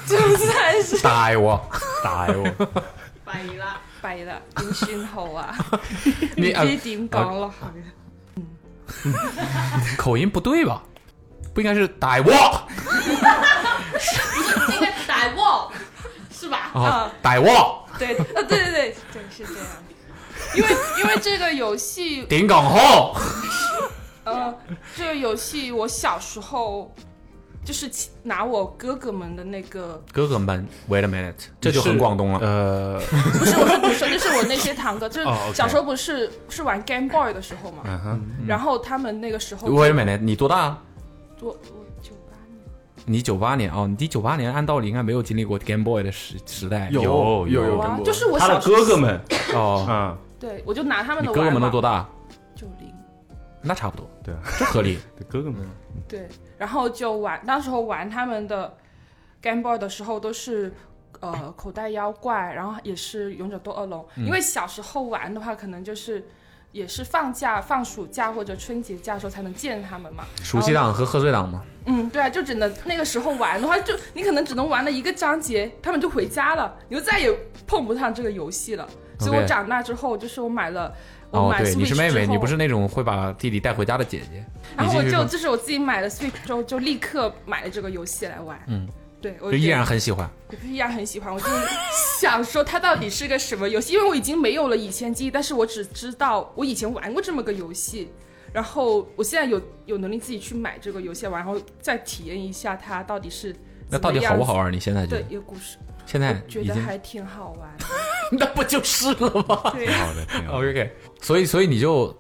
Speaker 2: 就算是
Speaker 10: 打我， 打我，
Speaker 2: 白了，白了，点算好啊！
Speaker 10: 你
Speaker 2: 唔
Speaker 10: 啊
Speaker 2: 知點講咯，係
Speaker 10: 口音不对吧？不应该是打我
Speaker 2: 这个大鑊是吧？
Speaker 10: 啊，打我，
Speaker 2: 对，啊，对对对，对是这样。因为因为这个游戏，
Speaker 10: 顶港后，
Speaker 2: 呃，这个游戏我小时候就是其拿我哥哥们的那个，
Speaker 10: 哥哥们，Wait a minute，这就很广东了。
Speaker 11: 呃，
Speaker 2: 不是我说不是，就是我那些堂哥，就是
Speaker 10: 哦，OK
Speaker 2: 小时候不是是玩 Game Boy 的时候嘛，
Speaker 11: 嗯哼，
Speaker 2: 然后他们那个时候
Speaker 10: Wait a minute，你多大？啊
Speaker 2: 我我就
Speaker 10: 你九八年哦，你九八年按道理应该没有经历过 Game Boy 的时时代。
Speaker 11: 有哦有有有
Speaker 2: 啊就是我
Speaker 11: 他的
Speaker 2: 小时候
Speaker 11: 哥哥们
Speaker 10: 哦，
Speaker 11: 嗯，
Speaker 2: 对我就拿他们
Speaker 10: 你
Speaker 2: 的
Speaker 10: 哥
Speaker 2: 玩嘛
Speaker 10: 哥们都多大？
Speaker 2: 九零。
Speaker 10: 那差不多，
Speaker 11: 对啊，
Speaker 10: 这合 理。
Speaker 11: 对哥哥们，
Speaker 2: 对，然后就玩，那时候玩他们的 Game Boy 的时候都是。呃，口袋妖怪，然后也是勇者斗恶龙。
Speaker 10: 嗯
Speaker 2: 因为小时候玩的话，可能就是也是放假、放暑假或者春节假的时候才能见他们嘛。
Speaker 10: 暑期档和贺岁档嘛，
Speaker 2: 嗯，对啊，就只能那个时候玩的话，就你可能只能玩了一个章节，他们就回家了，你就再也碰不上这个游戏了。所以我
Speaker 10: OK
Speaker 2: 长大之后，就是我买了，我
Speaker 10: 哦，
Speaker 2: 买 Switch 之
Speaker 10: 对，
Speaker 2: 后，
Speaker 10: 你是妹妹，你不是那种会把弟弟带回家的姐姐。
Speaker 2: 然后我
Speaker 10: 你继续
Speaker 2: 就
Speaker 10: 说
Speaker 2: 就是我自己买了 Switch 之后，就立刻买了这个游戏来玩。
Speaker 10: 嗯，
Speaker 2: 对，我
Speaker 10: 就依
Speaker 2: 觉得
Speaker 10: 然很喜欢。
Speaker 2: 我不是依然很喜欢，我就是想说它到底是个什么游戏，因为我已经没有了以前记忆，但是我只知道我以前玩过这么个游戏，然后我现在有有能力自己去买这个游戏玩，然后再体验一下它到底是
Speaker 10: 那到底好不好啊
Speaker 2: 怎么样子？
Speaker 10: 玩？你现在觉
Speaker 2: 对
Speaker 10: 得，？
Speaker 2: 有故事，
Speaker 10: 现在
Speaker 2: 觉
Speaker 10: 哎已
Speaker 2: 得
Speaker 10: 经
Speaker 2: 还挺好玩。
Speaker 10: 那不就是了吗？
Speaker 2: 对，
Speaker 11: 好的，挺 好的
Speaker 10: OK，所以所以你就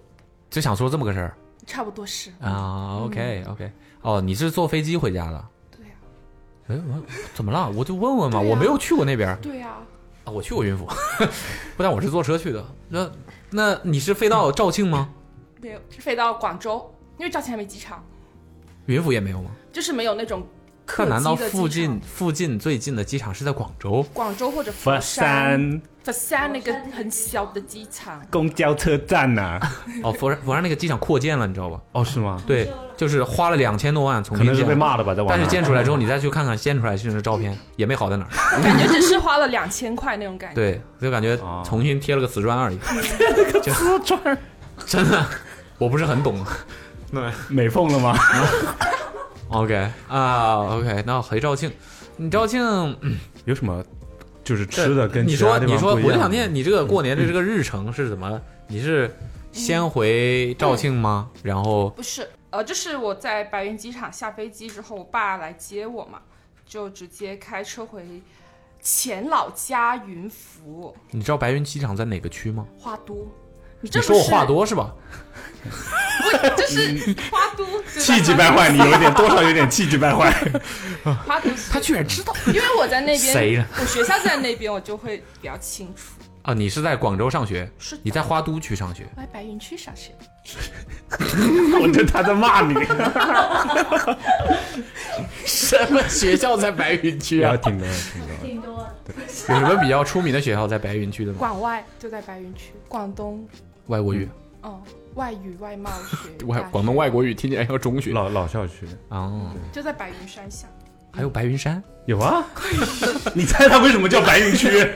Speaker 10: 就想说这么个事儿
Speaker 2: 差不多是。
Speaker 10: 啊？OK
Speaker 2: 嗯
Speaker 10: OK，哦，你是坐飞机回家的？
Speaker 2: 对啊呀、
Speaker 10: 哎，我怎么了？我就问问嘛，
Speaker 2: 对呀啊
Speaker 10: 我没有去过那边
Speaker 2: 对呀、
Speaker 10: 啊，我去过云浮， 不但我是坐车去的。那那你是飞到肇庆吗？
Speaker 2: 没有飞到广州，因为肇庆还没机场，
Speaker 10: 云浮也没有吗？
Speaker 2: 就是没有那种客
Speaker 10: 那
Speaker 2: 机的
Speaker 10: 难
Speaker 2: 机
Speaker 10: 道
Speaker 2: 场。
Speaker 10: 附近附近最近的机场是在广 州？
Speaker 2: 广州或者佛
Speaker 11: 佛
Speaker 2: 山？
Speaker 11: 山
Speaker 2: 佛山那个很小的机 场，
Speaker 11: 公交车站呐，
Speaker 5: 啊
Speaker 10: 哦，佛山佛山那个机场扩建了，你知道吧？
Speaker 11: 哦，是吗？
Speaker 10: 对，就是花了两千多万重
Speaker 11: 可
Speaker 10: 新
Speaker 11: 能是被
Speaker 10: 建，
Speaker 11: 骂的吧，在网
Speaker 10: 但是
Speaker 11: 上。
Speaker 10: 建出来之后，你再去看看建出来去的照片，也没好 在哪儿。
Speaker 2: 感觉只是花了两千块那种感觉。
Speaker 10: 对，就感觉
Speaker 11: 哦
Speaker 10: 重新贴了个瓷砖 而已。贴了个瓷砖， 真的，我不是很懂。
Speaker 11: 美缝了吗？
Speaker 10: OK 啊，OK，那回肇庆，你肇庆嗯
Speaker 11: 有什么就是吃的跟
Speaker 10: 你
Speaker 11: 其他
Speaker 10: 说
Speaker 11: 地
Speaker 10: 你
Speaker 11: 方
Speaker 10: 说，
Speaker 11: 不一样嗯
Speaker 10: 我就想念你这个过年的这个日程是怎么？你是先回肇庆吗？然后
Speaker 2: 不是，呃，就是我在白云机场下飞机之后，我爸来接我嘛，就直接开车回前老家云浮
Speaker 10: 你知道白云机场在哪个区吗？
Speaker 2: 花都。你这
Speaker 10: 你
Speaker 2: 不
Speaker 10: 说我
Speaker 2: 是
Speaker 10: 话，多是吧？
Speaker 2: 不就是花都，
Speaker 11: 气急败坏，你有点多少有点气急 败坏。
Speaker 2: 花都，
Speaker 10: 他居然知道
Speaker 2: 因为我在那
Speaker 10: 谁
Speaker 2: 边
Speaker 10: 呀，
Speaker 2: 我学校在那边，我就会比较清 楚。
Speaker 10: 啊！你是在广州上学，
Speaker 2: 是的哎
Speaker 10: 你在花都区上学，
Speaker 2: 我在白云区上学，
Speaker 11: 我觉得他在 骂你，
Speaker 10: 什么学校在白云区啊
Speaker 11: 然后？挺多挺多。
Speaker 7: 挺多的。
Speaker 10: 有什么比较出名的学校在白云区的吗？
Speaker 2: 广外就在白云区，广东，
Speaker 10: 外国语，
Speaker 2: 嗯，外语外贸学大学，
Speaker 10: 外广东外国语听起来像中学
Speaker 11: 老老校区
Speaker 10: 哦，
Speaker 2: 就在白云山下。
Speaker 10: 还有白云山。
Speaker 11: 有啊，你猜他为什么叫白云区？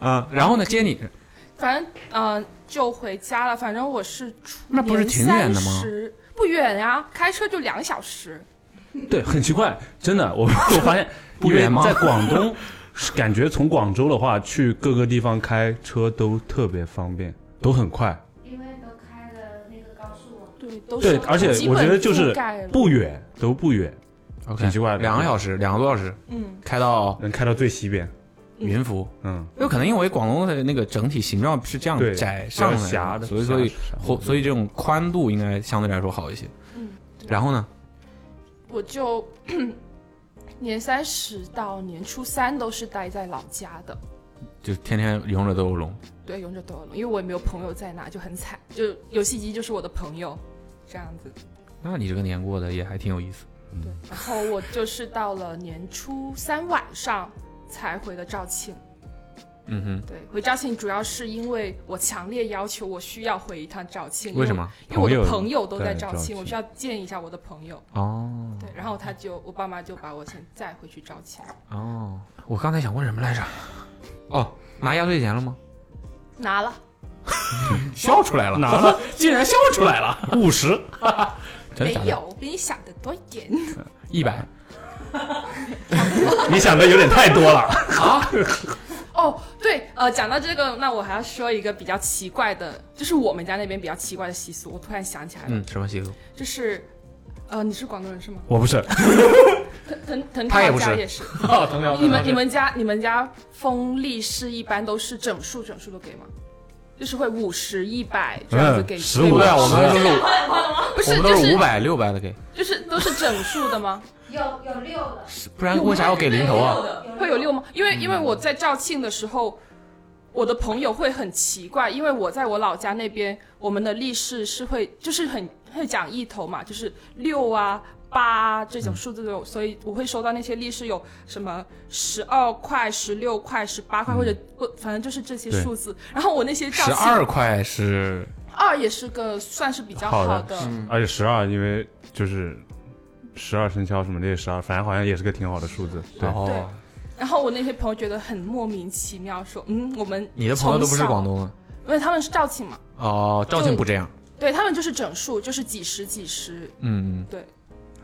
Speaker 11: 啊，
Speaker 10: 然后
Speaker 2: 嗯
Speaker 10: 呢，接你
Speaker 2: 反正嗯、呃就回家了。反正我是初
Speaker 10: 那不是挺远的吗
Speaker 2: 30？不远呀、开车就两个小时。
Speaker 11: 对，很奇怪，真的， 我我发现
Speaker 10: 不远吗
Speaker 11: 因为在广东，是感觉从广州的话去各个地方开车都特别方便，都很快。
Speaker 7: 因为都开了那个高速网，
Speaker 2: 对，都
Speaker 11: 对
Speaker 2: 是，
Speaker 11: 而且
Speaker 2: 基
Speaker 11: 我
Speaker 2: 本
Speaker 11: 觉得就是
Speaker 2: 覆盖了
Speaker 11: 不远，都不远，
Speaker 10: OK，
Speaker 11: 挺奇怪的
Speaker 10: 两个小时，两个多小时
Speaker 2: 嗯，
Speaker 10: 开到
Speaker 11: 能开到最西边。
Speaker 10: 云服，
Speaker 5: 嗯，
Speaker 10: 有可能因为广东的那个整体形状是这样
Speaker 5: 对
Speaker 10: 窄
Speaker 5: 比
Speaker 10: 上
Speaker 5: 较
Speaker 10: 来
Speaker 5: 狭的
Speaker 10: 所以所以
Speaker 5: 狭窄
Speaker 10: 或所以这种宽度应该相对来说好一些。
Speaker 2: 嗯，
Speaker 10: 然后呢，
Speaker 2: 我就 年三十到年初三都是待在老家的，
Speaker 10: 就天天勇者斗恶龙，
Speaker 2: 对，勇者斗恶龙，因为我也没有朋友在那，就很惨，就游戏机就是我的朋友，这样子。
Speaker 10: 那你这个年过得也还挺有意思。
Speaker 2: 然后我就是到了年初三晚上才回的肇庆。
Speaker 10: 嗯哼，
Speaker 2: 对，回肇庆主要是因为我强烈要求我需要回一趟肇庆。
Speaker 10: 为什么
Speaker 2: 因为我因为我的
Speaker 5: 朋
Speaker 2: 朋
Speaker 5: 友
Speaker 2: 友都在
Speaker 5: 在
Speaker 2: 肇
Speaker 5: 肇
Speaker 2: 庆，我
Speaker 5: 庆
Speaker 2: 需要见一下我的朋友。
Speaker 10: 哦
Speaker 2: 对，然后他就我爸妈就把我先载回去肇庆。
Speaker 10: 哦，我刚才想问什么来着？哦，拿压岁钱了吗？
Speaker 2: 拿了，
Speaker 10: 笑出来了，
Speaker 5: 拿了，
Speaker 10: 竟然笑出来了，
Speaker 5: 五十，
Speaker 10: 真的
Speaker 2: 没
Speaker 10: 假的
Speaker 2: 有，比你想的多一点。
Speaker 10: 一百，
Speaker 5: 你想的有点太多了啊！
Speaker 2: 哦，对，呃，讲到这个，那我还要说一个比较奇怪的，就是我们家那边比较奇怪的习俗。我突然想起来了，
Speaker 10: 嗯，什么习俗？
Speaker 2: 就是，呃，你是广东人是吗？
Speaker 5: 我不是，
Speaker 2: 藤 藤藤
Speaker 10: 他也不
Speaker 2: 条家
Speaker 10: 是
Speaker 2: 也是。
Speaker 10: 哦藤条
Speaker 2: 你
Speaker 10: 藤条
Speaker 2: 们
Speaker 10: 是
Speaker 2: 你们家你们家封利是一般都是整数整数都给吗？就是会五十一百这样子给给
Speaker 10: 嗯
Speaker 2: 吗
Speaker 10: 15对啊我们都是
Speaker 2: 不 是
Speaker 10: 我们都
Speaker 2: 就是
Speaker 10: 五百六百的给，
Speaker 2: 就是都是整数的吗？
Speaker 7: 有有六的，
Speaker 10: 不然为啥要给零头啊？
Speaker 2: 会有六吗？因为因为我在肇庆的时候，我的朋友会很奇怪，因为我在我老家那边，我们的历史是会就是很会讲一头嘛，就是六啊。八啊这
Speaker 10: 嗯
Speaker 2: 种数字都有，所以我会收到那些历史有什么十二块、十六块、十八块，或者不，反正就是这些
Speaker 10: 嗯对
Speaker 2: 数字。然后我那些肇
Speaker 10: 十
Speaker 2: 庆
Speaker 10: 二块是
Speaker 2: 二也是个算是比较好的，
Speaker 10: 嗯
Speaker 5: 而且十二，因为就是十二生肖什么这些十二，反正好像也是个挺好的数字。对，
Speaker 10: 哦
Speaker 2: 对然后我那些朋友觉得很莫名其妙，说：“嗯，我们
Speaker 10: 你的朋友都不是
Speaker 2: 从小
Speaker 10: 广，东啊？
Speaker 2: 因为他们是肇庆嘛，
Speaker 10: 哦，肇庆不这样，
Speaker 2: 对他们就是整数，就是几十几十，
Speaker 10: 嗯，
Speaker 2: 对，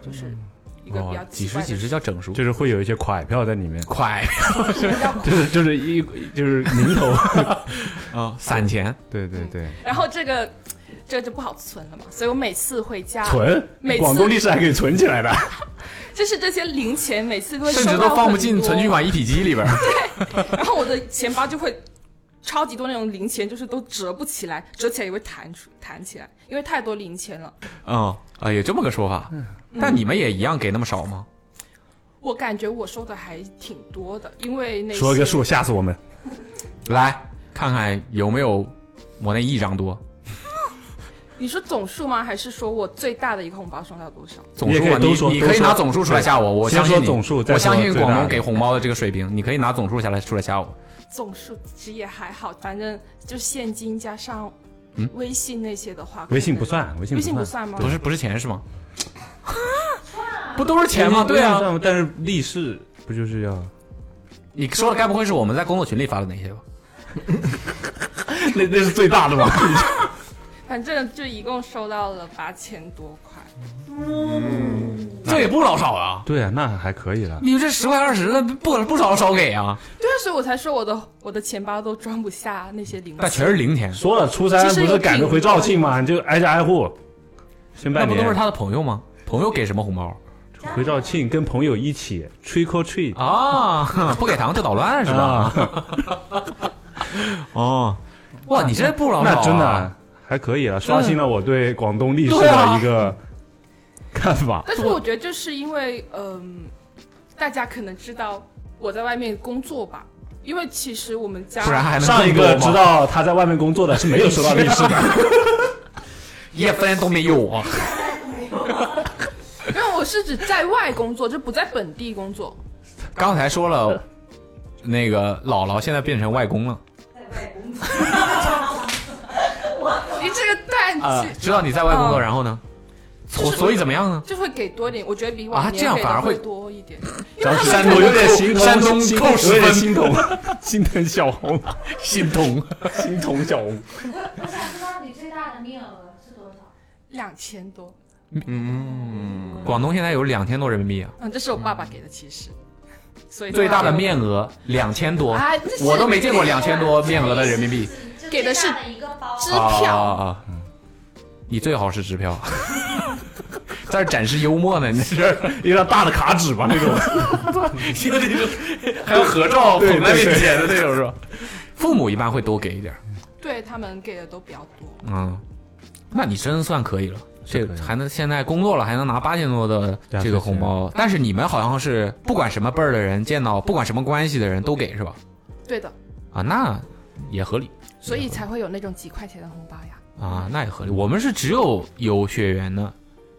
Speaker 2: 就是一个比较奇怪的
Speaker 10: 哦十叫整数，
Speaker 5: 就是会有一些蒯票在里面，
Speaker 10: 蒯
Speaker 5: 票就是就是一就是零头
Speaker 10: 啊，散钱，
Speaker 5: 对对对，
Speaker 10: 嗯
Speaker 2: 然后这个这个就不好存了嘛，所以我每次回家
Speaker 5: 存
Speaker 2: 每，次
Speaker 5: 广东历史还可以存起来的，
Speaker 2: 就是这些零钱，每次都会
Speaker 10: 甚
Speaker 2: 收
Speaker 10: 至
Speaker 2: 到
Speaker 10: 都放不
Speaker 2: 很
Speaker 10: 进
Speaker 2: 多
Speaker 10: 存取款一体机里边儿。
Speaker 2: 然后我的钱包就会超级多那种零钱，就是都折不起来，折起来也会弹出弹起来，因为太多零钱了。
Speaker 10: 嗯啊，有这么个说法。但你们也一样给那么少吗？
Speaker 2: 我感觉我收的还挺多的，因为那些
Speaker 10: 说个数
Speaker 5: 吓死我们！
Speaker 10: 来看看有没有我那一张多，
Speaker 2: 你说总数吗？还是说我最大的一个红包收到多少？
Speaker 10: 总
Speaker 5: 你也
Speaker 10: 数
Speaker 5: 可以
Speaker 10: 嘛，
Speaker 5: 都
Speaker 10: 你
Speaker 5: 说
Speaker 10: 你
Speaker 5: 都
Speaker 10: 可以
Speaker 5: 说
Speaker 10: 拿总数出来吓我，我
Speaker 5: 先
Speaker 10: 相信
Speaker 5: 说
Speaker 10: 你
Speaker 5: 总数再
Speaker 10: 我
Speaker 5: 说
Speaker 10: 相信
Speaker 5: 最
Speaker 10: 广
Speaker 5: 大
Speaker 10: 东
Speaker 5: 的
Speaker 10: 给红包的这个水平，你可以拿总数下来出来吓我。
Speaker 2: 总数其实也还好，反正就现金加上
Speaker 10: 嗯
Speaker 2: 微信那些的话，
Speaker 10: 微信不算
Speaker 2: 微信不算微信不算吗
Speaker 10: 不是不是钱是吗？不都是钱吗？对啊，
Speaker 5: 但但是立誓不就是要？
Speaker 10: 你说的该不会是我们在工作群里发的那些吧？
Speaker 5: 那那是最大的吧？
Speaker 2: 反正就一共收到了八千多块。
Speaker 10: 这也不老少啊。
Speaker 5: 对啊，那还可以了。
Speaker 10: 你这十块二十的不不少少给啊，
Speaker 2: 对啊，所以我才说我的我的钱包都装不下那些零钱。
Speaker 10: 那全是零钱。
Speaker 5: 说了，初三不是赶着回
Speaker 2: 啊
Speaker 5: 肇庆吗？你就挨家挨户，先拜
Speaker 10: 那不
Speaker 5: 年。
Speaker 10: 都是他的朋友吗？朋友给什么红包
Speaker 5: 回肇庆跟朋友一起 trick or treat
Speaker 10: 啊？ 不给糖就捣乱是
Speaker 5: 啊
Speaker 10: 吧？哦，哇，你这不老少、啊，
Speaker 5: 那真的还可以了，啊刷新了我嗯对广东历史
Speaker 2: 对啊
Speaker 5: 的一个看法。
Speaker 2: 但是我觉得就是因为，嗯、大家可能知道我在外面工作吧，因为其实我们家
Speaker 5: 上一个知道他在外面工作的是没有收到历史的，
Speaker 10: 一分都没有啊。
Speaker 2: 没有，我是指在外工作，就不在本地工作。
Speaker 10: 刚才说了，那个姥姥现在变成外公了
Speaker 2: 你这个蛋
Speaker 10: 啊、
Speaker 2: 去
Speaker 10: 知道你在外工作，
Speaker 2: 嗯
Speaker 10: 然后呢？
Speaker 2: 就是
Speaker 10: 所所以怎么样呢？
Speaker 2: 就会给多一点，我觉得比
Speaker 10: 啊
Speaker 2: 往
Speaker 10: 这
Speaker 2: 年
Speaker 10: 样
Speaker 2: 给的
Speaker 10: 反而会
Speaker 2: 多一点。
Speaker 5: 山东有点心疼，
Speaker 10: 山东
Speaker 5: 心
Speaker 10: 扣十
Speaker 5: 有点
Speaker 10: 分
Speaker 5: 心疼，心疼小红，
Speaker 10: 心疼，
Speaker 5: 心疼小红。
Speaker 7: 我想知道你最大的面额是多少？
Speaker 2: 两千多，
Speaker 10: 嗯，广东现在有两千多人民币啊，
Speaker 2: 嗯，这是我爸爸给的，其实。 所以
Speaker 10: 最大的面额两千多
Speaker 2: 啊哎这，是
Speaker 10: 我都没见过两千多面额的人民
Speaker 11: 嗯
Speaker 10: 币。
Speaker 2: 给的是支
Speaker 10: 啊
Speaker 2: 票，
Speaker 10: 啊啊！嗯你最好是支票，在这展示幽默呢，你这是
Speaker 5: 一个大的卡纸吧那种，
Speaker 10: 就那种还有合照
Speaker 5: 对
Speaker 10: 捧在
Speaker 5: 对
Speaker 10: 面
Speaker 5: 对
Speaker 10: 前的那种是吧？父母一般会多给一点儿，
Speaker 2: 对他们给的都比较多，
Speaker 10: 嗯，那你真算可以了。这个还能现在工作了，还能拿八千多的这个红包，但是你们好像是不管什么辈儿的人见到，不管什么关系的人都给是吧？
Speaker 2: 对的，
Speaker 10: 啊，那也合理
Speaker 2: 所以才会有那种几块钱的红包呀。
Speaker 10: 啊，那也合理。我们是只有有血缘的，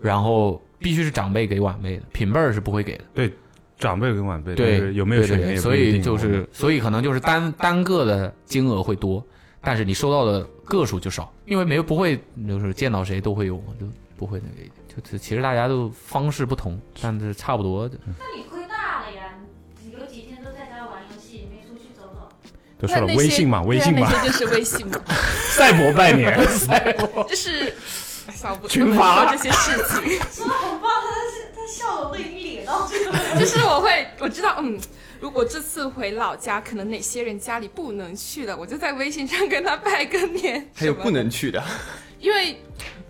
Speaker 10: 然后必须是长辈给晚辈的，平辈儿是不会给的。
Speaker 5: 对，长辈跟晚辈但
Speaker 10: 对
Speaker 5: 是有没有
Speaker 10: 对对
Speaker 5: 血缘
Speaker 10: 对
Speaker 5: 也不
Speaker 10: 所
Speaker 5: 一
Speaker 10: 以
Speaker 5: 定
Speaker 10: 就
Speaker 5: 哦
Speaker 10: 是所以可能就是单单个的金额会多，但是你收到的个数就少，因为没有不会就是见到谁都会有嘛，就不会那个一点。就就其实大家都方式不同，但是差不多的。
Speaker 7: 那你亏大了呀！你有几天都在家玩游戏，没出去走走。
Speaker 5: 就说了微信嘛，微信
Speaker 2: 对啊
Speaker 5: 嘛，
Speaker 2: 那些就是微信 嘛，
Speaker 5: 赛博 拜年，
Speaker 2: 就是少不
Speaker 5: 群发
Speaker 2: 不能说这些事情。
Speaker 7: 说红包，他是他笑的都已经咧到 这个了。
Speaker 2: 就是我会我知道，嗯，如果这次回老家，可能哪些人家里不能去了，我就在微信上跟他拜个年。
Speaker 11: 还有不能去的，
Speaker 2: 因为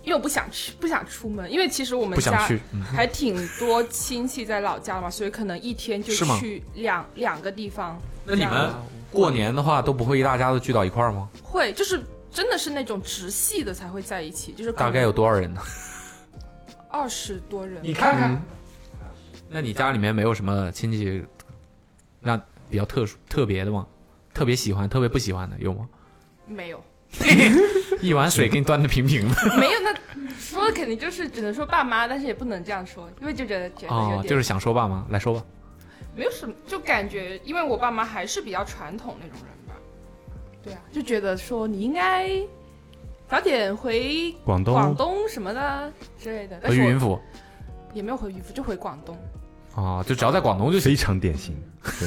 Speaker 2: 因为我不想去，不想出门，因为其实我们
Speaker 11: 不想
Speaker 2: 家
Speaker 11: 去嗯
Speaker 2: 还挺多亲戚在老家嘛，所以可能一天就是
Speaker 10: 吗
Speaker 2: 去两两个地方。
Speaker 10: 那你
Speaker 2: 这样
Speaker 10: 们过年的话都不会一大家子聚到一块儿吗？
Speaker 2: 会就是真的是那种直系的才会在一起，就是
Speaker 10: 大概有多少人呢？
Speaker 2: 二十多人。
Speaker 10: 你看
Speaker 11: 嗯
Speaker 10: 看，那你家里面没有什么亲戚，那比较特殊特别的吗？特别喜欢、特别不喜欢的有吗？
Speaker 2: 没有。
Speaker 10: 一碗水给你端的平平的。
Speaker 2: 没 有，那说肯定就是只能说爸妈，但是也不能这样说，因为就觉得觉得有点、
Speaker 10: 哦，就是想说爸妈，来说吧。
Speaker 2: 没有什么，就感觉因为我爸妈还是比较传统那种人吧，对啊，就觉得说你应该早点回
Speaker 5: 广东
Speaker 2: 广东什么的之类的，但
Speaker 10: 回
Speaker 2: 哎是我
Speaker 10: 云府
Speaker 2: 也没有回云浮，就回广东，
Speaker 10: 哦，就只要在广东就
Speaker 5: 非常典型。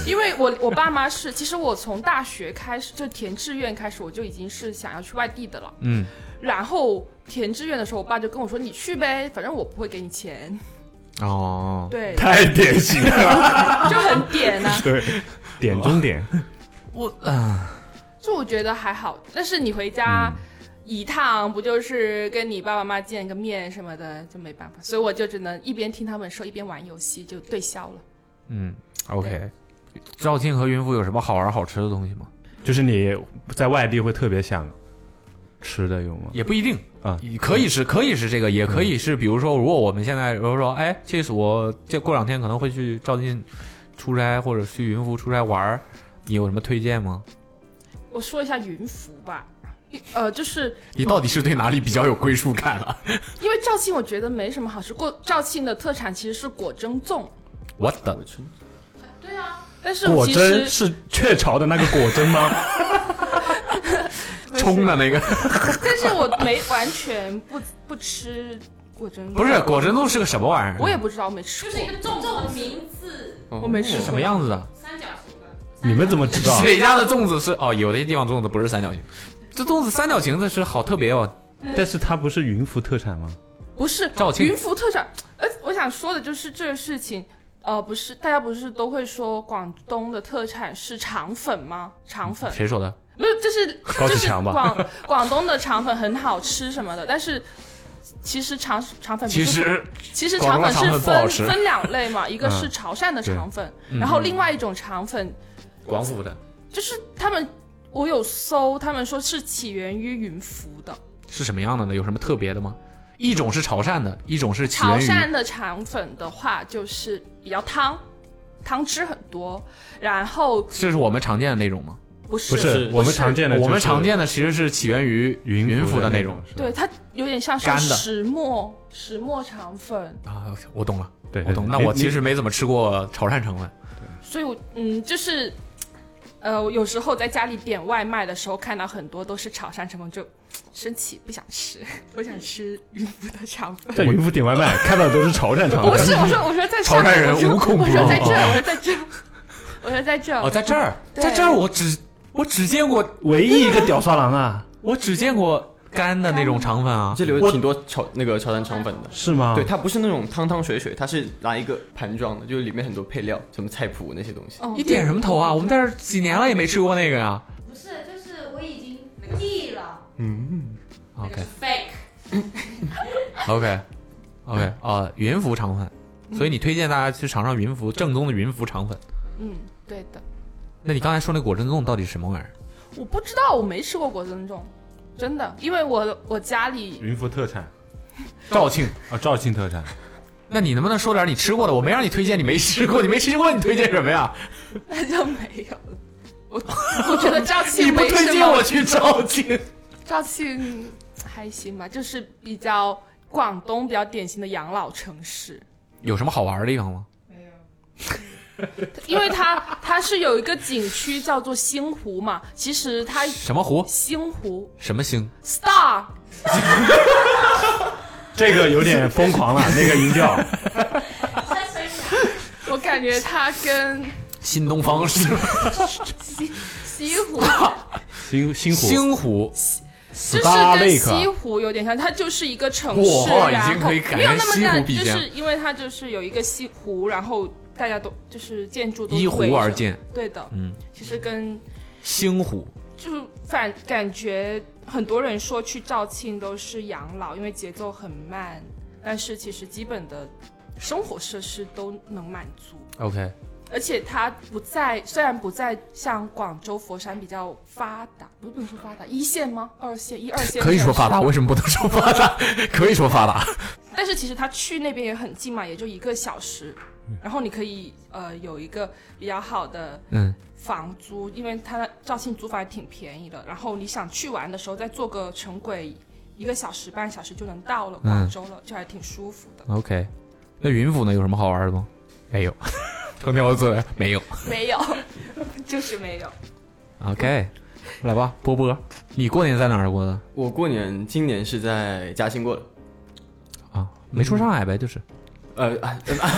Speaker 2: 因为我我爸妈是， 其实我从大学开始就填志愿开始，我就已经是想要去外地的了，
Speaker 10: 嗯，
Speaker 2: 然后填志愿的时候，我爸就跟我说你去呗，反正我不会给你钱，
Speaker 10: 哦，
Speaker 2: 对，
Speaker 5: 太典型 了
Speaker 2: 就很典啊。
Speaker 5: 对，点中点，
Speaker 10: 我啊，
Speaker 2: 就我觉得还好，但是你回家一趟，不就是跟你爸爸妈妈见个面什么的，就没办法，所以我就只能一边听他们说，一边玩游戏，就对消了。
Speaker 10: 嗯，OK。肇庆和云浮有什么好玩好吃的东西吗？
Speaker 11: 哦
Speaker 5: 就是你在外地会特别想吃的有吗？
Speaker 10: 也不一定
Speaker 5: 啊，
Speaker 10: 可以是可以是这个，也可以是，比如说，如果我们现在，比如说，哎，这是我这过两天可能会去肇庆出差，或者去云浮出差玩儿，你有什么推荐吗？
Speaker 2: 我说一下云浮吧，呃，就是
Speaker 10: 你到底是对哪里比较有归属感啊
Speaker 2: 因为肇庆，我觉得没什么好吃。过肇庆的特产其实是果蒸粽，
Speaker 10: 我的
Speaker 2: 但是
Speaker 5: 果
Speaker 2: 其实
Speaker 5: 真是雀巢的那个果真吗？
Speaker 10: 冲的那个
Speaker 2: 但是我没 完全不不吃果蒸粽，
Speaker 10: 不是果珍粽是个什么玩意
Speaker 2: 我
Speaker 10: 儿？
Speaker 2: 也不知道，我没吃过，就是一个粽
Speaker 7: 粽
Speaker 2: 的
Speaker 7: 子
Speaker 2: 名字，
Speaker 10: 哦
Speaker 2: 我没吃过
Speaker 10: 什么样子的？啊
Speaker 7: 三角形的，
Speaker 5: 你们怎么知道？
Speaker 10: 谁家的粽子是哦？有的地方粽子不是三角形，这粽子三角形的是好特别哦。
Speaker 5: 但是它不是云浮特产吗？
Speaker 2: 不是
Speaker 10: 肇庆
Speaker 2: 云浮特产。呃，我想说的就是这个事情，呃，不是大家不是都会说广东的特产是肠粉吗？肠粉
Speaker 10: 谁说的？
Speaker 2: 没有，就是
Speaker 10: 嗯高
Speaker 2: 就
Speaker 10: 启
Speaker 2: 是
Speaker 10: 强吧
Speaker 2: 广广东的肠粉很好吃什么的，但是。其实肠肠粉不是
Speaker 10: 其实
Speaker 2: 其实
Speaker 10: 广
Speaker 2: 肠粉
Speaker 10: 东的肠
Speaker 2: 是
Speaker 10: 粉不好
Speaker 2: 分
Speaker 10: 吃
Speaker 2: 分两类嘛，一个
Speaker 10: 嗯
Speaker 2: 是潮汕的肠粉，
Speaker 10: 对
Speaker 2: 然后
Speaker 10: 嗯
Speaker 2: 另外一种肠粉
Speaker 10: 广府的
Speaker 2: 就是他们我有搜，他们说是起源于云浮的，
Speaker 10: 是什么样的呢？有什么特别的吗？一种是潮汕的，一种是起
Speaker 2: 潮
Speaker 10: 源于
Speaker 2: 汕的肠粉的话，就是比较汤，汤汁很多，然后
Speaker 10: 这是我们常见的那种吗？
Speaker 2: 不是不
Speaker 5: 是我们常见的就是
Speaker 10: 我们常见的其实是起源于云云浮的那种。
Speaker 2: 对它有点像是
Speaker 10: 干的
Speaker 2: 石磨石磨肠粉，
Speaker 10: 啊，我懂了，
Speaker 5: 对，
Speaker 10: 我懂了。
Speaker 5: 对
Speaker 10: 那
Speaker 5: 你
Speaker 10: 我其实没怎么吃过潮汕肠粉，
Speaker 2: 所以我嗯就是，呃，我有时候在家里点外卖的时候，看到很多都是潮汕肠粉，就生气不想吃，我想吃云浮的肠粉。
Speaker 5: 在云浮点外卖，看到都是潮汕肠粉。
Speaker 2: 不是，我说我说在
Speaker 5: 潮
Speaker 2: 上
Speaker 5: 汕人
Speaker 2: 我说
Speaker 5: 无孔不
Speaker 2: 我说在这
Speaker 5: 入
Speaker 2: 儿，
Speaker 5: 哦
Speaker 2: 我说在这儿，我说在这儿，
Speaker 10: 哦，在这儿，
Speaker 2: 对
Speaker 10: 在这儿我只我只见过
Speaker 5: 唯一一个屌刷郎啊，
Speaker 10: 我只见过干的那种肠粉啊。
Speaker 11: 这里有挺多炒那个潮汕肠粉的，
Speaker 5: 是吗
Speaker 11: 对，它不是那种汤汤水水，它是拿一个盘装的，就是里面很多配料，什么菜谱那些东
Speaker 2: 哦
Speaker 11: 西。
Speaker 10: 你点什么头啊？我们在这儿几年了也没吃过那个啊呀。
Speaker 7: 不是，就是我已经腻了
Speaker 10: 嗯，OK
Speaker 7: ，fake。
Speaker 10: OK，
Speaker 3: OK 啊、云服肠粉，所以你推荐大家去尝尝云服正宗的云服肠粉。
Speaker 2: 嗯，对的。
Speaker 3: 那你刚才说那果珍粽到底什么玩意儿？
Speaker 2: 我不知道，我没吃过果珍粽，真的，因为我我家里
Speaker 5: 云浮特产，
Speaker 3: 肇庆
Speaker 5: 啊，肇庆特产。
Speaker 3: 那你能不能说点你吃过的？我没让你推荐，你没吃过，你没吃过，你推荐什么呀？
Speaker 2: 那 就没有了。我我觉得肇庆
Speaker 3: 你不
Speaker 2: 没
Speaker 3: 推
Speaker 2: 什
Speaker 3: 荐
Speaker 2: 么
Speaker 3: 我去肇庆，
Speaker 2: 肇庆还行吧，就是比较广东比较典型的养老城市，
Speaker 3: 有什么好玩的地方吗？
Speaker 2: 因为它 它是有一个景区叫做星湖嘛，其实它
Speaker 3: 什么湖
Speaker 2: 星湖
Speaker 3: 什么星？
Speaker 2: Star，
Speaker 5: 这个有点疯狂 了，那个音调。
Speaker 2: 我感觉它跟
Speaker 3: 新东方是吧？
Speaker 2: 西西湖
Speaker 5: 星星湖，
Speaker 2: 就
Speaker 3: 星湖
Speaker 2: 是跟西湖有点像，它就是一个城市，
Speaker 3: 哇
Speaker 2: 然后
Speaker 3: 已经可以改
Speaker 2: 没有那么
Speaker 3: 成西湖
Speaker 2: 大，
Speaker 3: 比
Speaker 2: 就
Speaker 3: 肩
Speaker 2: 是因为它就是有一个西湖，然后大家都就是建筑都
Speaker 3: 依湖
Speaker 2: 围着
Speaker 3: 而建
Speaker 2: 对的，
Speaker 3: 嗯，
Speaker 2: 其实跟
Speaker 3: 星湖
Speaker 2: 就是反感觉很多人说去肇庆都是养老，因为节奏很慢，但是其实基本的生活设施都能满足。
Speaker 3: OK，
Speaker 2: 而且它不在，虽然不在像广州、佛山比较发达，不不能说发达，一线吗？二线、一二线
Speaker 3: 可以说发达，为
Speaker 2: 么？
Speaker 3: 什么不能说发达？ 可以说发达。
Speaker 2: 但是其实它去那边也很近嘛，也就一个小时，然后你可以呃有一个比较好的
Speaker 3: 嗯
Speaker 2: 房租，因为它肇庆租房也挺便宜的。然后你想去玩的时候，再坐个城轨，一个小时、半小时就能到了
Speaker 3: 嗯
Speaker 2: 广州了，就还挺舒服的。
Speaker 3: OK，那云府呢有什么好玩的吗？没 有，头条嘴没有。
Speaker 2: 没有， 就是没有。
Speaker 3: OK，来吧，波波，你过年在哪儿过的？
Speaker 11: 我过年今年是在嘉兴过的，
Speaker 3: 啊没出上海呗，就是
Speaker 11: 呃，啊呃啊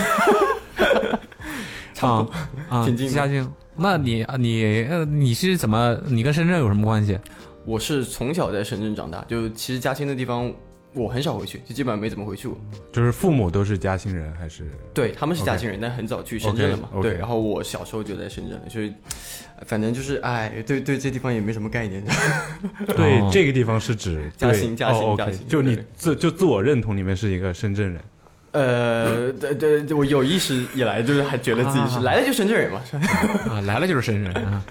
Speaker 3: 啊啊，
Speaker 11: 挺近的
Speaker 3: 嘉兴。那你啊你呃你是怎么？你跟深圳有什么关系？
Speaker 11: 我是从小在深圳长大，就其实嘉兴的地方我很少回去，就基本上没怎么回去过。
Speaker 5: 就是父母都是嘉兴人还是？
Speaker 11: 对，他们是嘉兴人但很早去深圳了嘛。对，然后我小时候就在深圳了，所以呃反正就是哎，对对，这地方也没什么概念。
Speaker 5: 对，这个地方是指
Speaker 11: 嘉兴
Speaker 5: 对
Speaker 11: 嘉兴
Speaker 5: 哦
Speaker 11: 嘉
Speaker 5: OK，
Speaker 11: 兴
Speaker 5: 就你自就自我认同里面是一个深圳人。
Speaker 11: 呃，对对，对我有意识以来就是还觉得自己
Speaker 5: 啊
Speaker 11: 是来了就深圳人嘛。
Speaker 3: 啊，来了就是深圳人啊，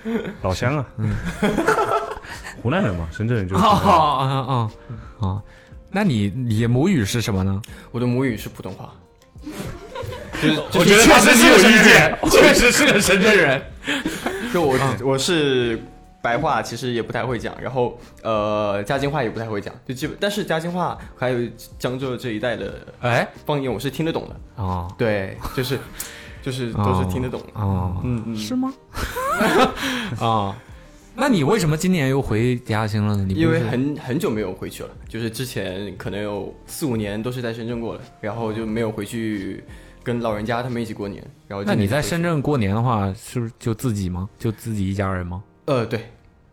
Speaker 5: 老乡啊，
Speaker 3: 嗯，
Speaker 5: 湖南人嘛，深圳人就是
Speaker 3: 啊
Speaker 5: 湖南人。
Speaker 3: 啊啊啊啊！那你你母语是什么呢？
Speaker 11: 我的母语是普通话。就是
Speaker 3: 我觉得他对你有意见确实是个深圳人。
Speaker 11: 就我
Speaker 9: 嗯
Speaker 11: 我是白话，其实也不太会讲，然后呃嘉兴话也不太会讲，就基本但是嘉兴话还有江浙这一带的
Speaker 3: 哎
Speaker 11: 方言我是听得懂的。
Speaker 3: 哦，
Speaker 11: 对，就是就是
Speaker 9: 啊
Speaker 11: 都是听得懂的。
Speaker 3: 哦，
Speaker 11: 嗯嗯，是
Speaker 3: 吗？ 啊，那你为什么今年又回嘉兴了呢？你不是
Speaker 11: 因为很嗯很久没有回去了，就是之前可能有四五年都是在深圳过的，然后就没有回去跟老人家他们一起过年。然后
Speaker 3: 那你在
Speaker 11: 深
Speaker 3: 深圳过年的话，是不是就自己吗？就自己一家人吗？
Speaker 11: 呃对，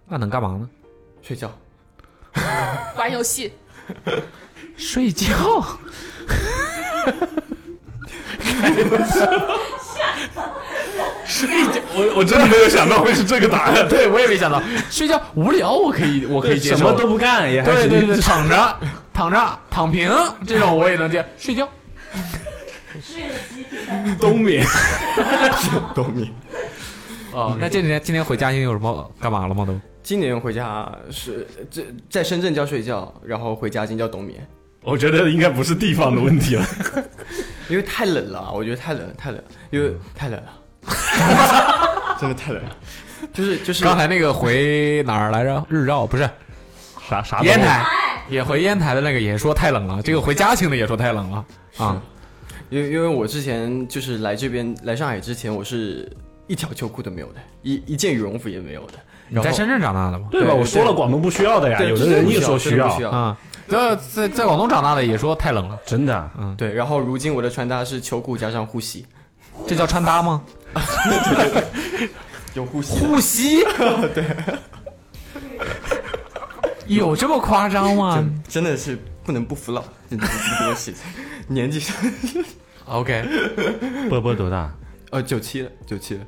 Speaker 3: 那能干嘛呢？
Speaker 11: 睡觉。
Speaker 2: 玩游戏，
Speaker 3: 睡 觉。睡觉，
Speaker 9: 我我真的没有想到会是这个答案
Speaker 3: 对我也没想到，睡觉无聊我可以我可以接受，
Speaker 9: 什么都不干也还
Speaker 3: 对
Speaker 9: 行
Speaker 3: 对对，躺着躺着躺平这种我也能接，睡觉
Speaker 9: 冬眠，
Speaker 11: 冬眠。
Speaker 3: 哦，那今年今年回嘉兴有什么干嘛了吗？都
Speaker 11: 今年回家是这在深圳叫睡觉，然后回嘉兴叫冬眠，
Speaker 9: 我觉得应该不是地方的问题了。
Speaker 11: 因为太冷了，我觉得太冷了，太冷了，因
Speaker 3: 嗯
Speaker 11: 为太冷了， 真的太冷了。就是就是
Speaker 3: 刚才那个回哪儿来着？日照不是
Speaker 5: 啥啥
Speaker 3: 烟台，也回烟台的那个也说太冷了，这个回嘉兴的也说太冷了啊。
Speaker 11: 因为因为我之前就是来这边来上海之前，我是一条秋裤都没有的，一一件羽绒服也没有的。
Speaker 3: 你在深圳长大的吗？
Speaker 9: 对吧？我说了，广东不需要的呀，
Speaker 11: 对
Speaker 9: 有的
Speaker 11: 真的
Speaker 9: 人
Speaker 11: 不
Speaker 9: 硬说
Speaker 11: 需要真的不需要
Speaker 3: 啊。在在在广东长大的也说太冷了，
Speaker 9: 真的，
Speaker 3: 嗯，
Speaker 11: 对。然后如今我的穿搭是秋裤加上护膝，
Speaker 3: 这叫穿搭 吗？
Speaker 11: 有护膝，
Speaker 3: 护 膝，
Speaker 11: 对，
Speaker 3: 有这么夸张吗
Speaker 11: 真真的是不能不服老，真的不能洗，年纪上。
Speaker 3: ？OK，
Speaker 5: 波波多大？
Speaker 11: 呃，九七了，九七了。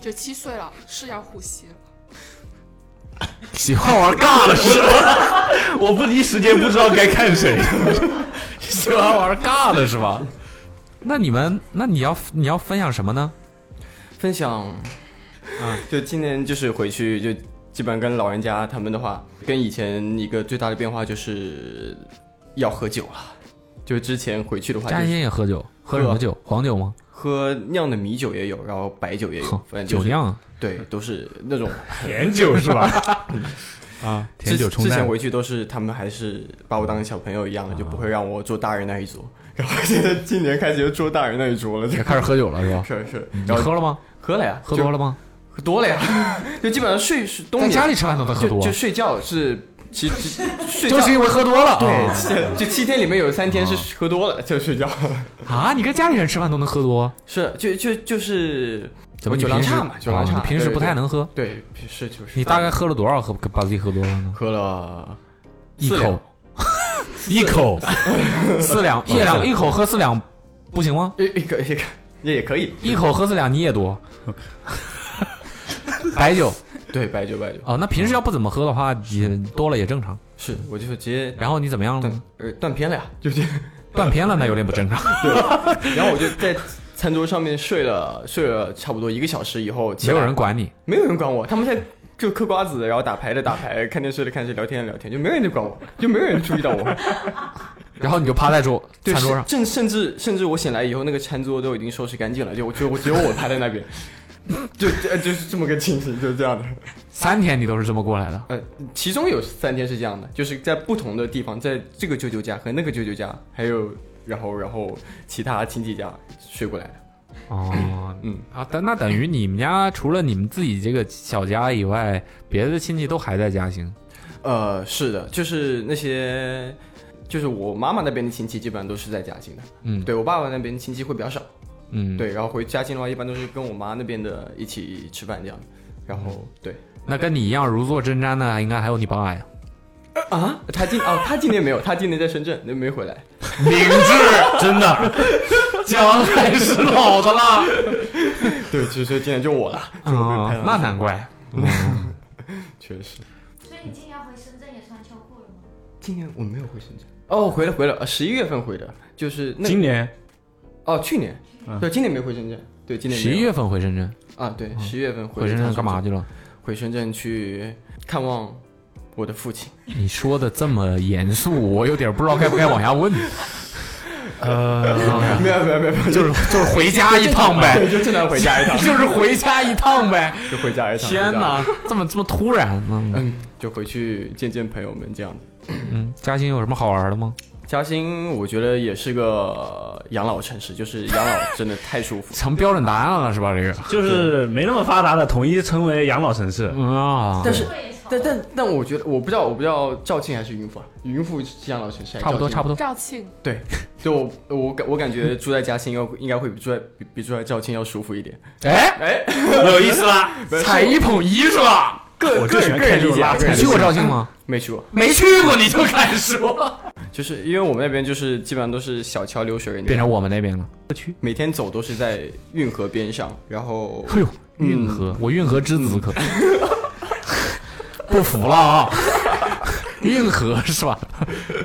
Speaker 2: 就七岁了，是要呼吸了。
Speaker 3: 喜欢玩尬了是吧？
Speaker 5: 我不一时间不知道该看 谁。
Speaker 3: 喜欢玩尬了是吧？那你们，那你要你要分享什么呢？
Speaker 11: 分享啊，就今年就是回去就基本上跟老人家他们的话，跟以前一个最大的变化就是要喝酒了。就之前回去的话、就是，
Speaker 3: 嘉欣也喝酒，喝什么酒？黄酒吗？
Speaker 11: 喝酿的米酒也有，然后白酒也有，哎反正、就是、
Speaker 3: 酒酿、啊、
Speaker 11: 对，都是那种
Speaker 5: 甜酒是吧？啊，甜酒冲
Speaker 11: 之前回去都是他们还是把我当小朋友一样的，就不会让我坐大人那一桌。然后现在今年开始就坐大人那一桌了，就
Speaker 3: 开始喝酒了是吧？
Speaker 11: 是是，
Speaker 3: 然后喝了吗？
Speaker 11: 嗯喝了呀，
Speaker 3: 喝多了吗？
Speaker 11: 喝多了呀， 就基本上睡是
Speaker 3: 在家里吃饭都能喝多
Speaker 11: 就，就睡觉是。其实
Speaker 3: 就是因为喝多了，哦
Speaker 11: 对， 就七天里面有三天是喝多了就睡觉
Speaker 3: 啊！你跟家里人吃饭都能喝多，
Speaker 11: 是就就就是
Speaker 3: 怎么
Speaker 11: 酒量差嘛？酒量差，
Speaker 3: 平时不太能喝，
Speaker 11: 对，是就是。
Speaker 3: 你大概喝了多少？喝把自己喝多了呢？
Speaker 11: 喝了
Speaker 3: 一口，
Speaker 5: 一口，
Speaker 3: 四两， 一两，一口喝四两，不行吗？
Speaker 11: 一一个一个也也可以，
Speaker 3: 一口喝四两你也多，白酒。
Speaker 11: 对白酒，白酒
Speaker 3: 哦，那平时要不怎么喝的话，也多了也正常。
Speaker 11: 是我就直接，
Speaker 3: 然后你怎么样
Speaker 11: 了？呃，断片了呀，就这
Speaker 3: 断片了，那有点不正常。
Speaker 11: 对，然后我就在餐桌上面睡了，睡了差不多一个小时以后，
Speaker 3: 没有人管 你，
Speaker 11: 没有人管我，他们在就嗑瓜子，然后打牌的打牌，看电视的看电视，聊天的聊天，就没有人管我，就没有人注意到我。
Speaker 3: 然后你就趴在桌餐桌上，
Speaker 11: 甚甚至甚至我醒来以后，那个餐桌都已经收拾干净了，就我就我只有我趴在那边。 就呃就是这么个情形，就是这样的。
Speaker 3: 三天你都是这么过来的？
Speaker 11: 呃，其中有三天是这样的，就是在不同的地方，在这个舅舅家和那个舅舅家，还有然后然后其他亲戚家睡过来的。
Speaker 3: 哦，嗯啊，但那等于你们家除了你们自己这个小家以外，别的亲戚都还在嘉兴。
Speaker 11: 呃，是的，就是那些，就是我妈妈那边的亲戚基本上都是在嘉兴的。嗯，对我爸爸那边亲戚会比较少。
Speaker 3: 嗯，
Speaker 11: 对，然后回嘉兴的话，一般都是跟我妈那边的一起吃饭这样，然后对，
Speaker 3: 那跟你一样如坐针毡的，应该还有你爸呀。
Speaker 11: 啊，他今啊，他今年没有，他今年在深圳，那没回来。
Speaker 5: 明智，真的，姜还是老的辣。
Speaker 11: 对，所以今年就我了。
Speaker 3: 啊，那难怪。
Speaker 11: 确实。
Speaker 7: 所以你今年回深圳也穿秋裤了吗？
Speaker 11: 今年我没有回深圳。哦，回了回了，十一月份回的，就是
Speaker 5: 今年。
Speaker 11: 哦，去年。
Speaker 3: 嗯
Speaker 11: 对，今年没回深圳。对，今年
Speaker 3: 十一月份回深圳
Speaker 11: 啊，
Speaker 3: 嗯
Speaker 11: 对，十一月份
Speaker 3: 回
Speaker 11: 深
Speaker 3: 圳干嘛去了？
Speaker 11: 回深圳去看望我的父亲。
Speaker 3: 你说的这么严肃，我有点不知道该不该往下问。
Speaker 11: 呃，没有没有没有，
Speaker 3: 就是就是回家一趟 呗，
Speaker 11: 就正常回家一 趟，
Speaker 3: 就是回家一趟呗，
Speaker 11: 就回家一趟。
Speaker 3: 天
Speaker 11: 哪，
Speaker 3: 这么这么突然
Speaker 11: 嗯，就回去见见朋友们这样子。
Speaker 3: 嗯，嘉兴有什么好玩的吗？
Speaker 11: 嘉兴，我觉得也是个养老城市，就是养老真的太舒服。
Speaker 3: 成标准答案了是吧？这个
Speaker 5: 就是没那么发达的，统一称为养老城市
Speaker 3: 啊。
Speaker 11: 但是，但 但但我觉得，我不知道，我不知道肇庆还是云浮啊？云浮是养老城市，
Speaker 3: 差不多差不多。
Speaker 2: 肇庆
Speaker 11: 对，就我我感我感觉住在嘉兴要应该会比住在比比住在肇庆要舒服一点。
Speaker 3: 哎
Speaker 5: 哎，有意思啦，
Speaker 3: 踩一捧一是吧？
Speaker 11: 个个人个人理解。
Speaker 3: 你去过肇庆
Speaker 10: 哎
Speaker 3: 吗？
Speaker 11: 没去过，
Speaker 3: 没去过你就敢说。
Speaker 11: 就是因为我们那边就是基本上都是小桥流水人，
Speaker 3: 变成我们那边了。
Speaker 11: 区每天走都是在运河边上，然后
Speaker 3: 哎呦，运河，我运河之子 可不服了啊！运河是吧？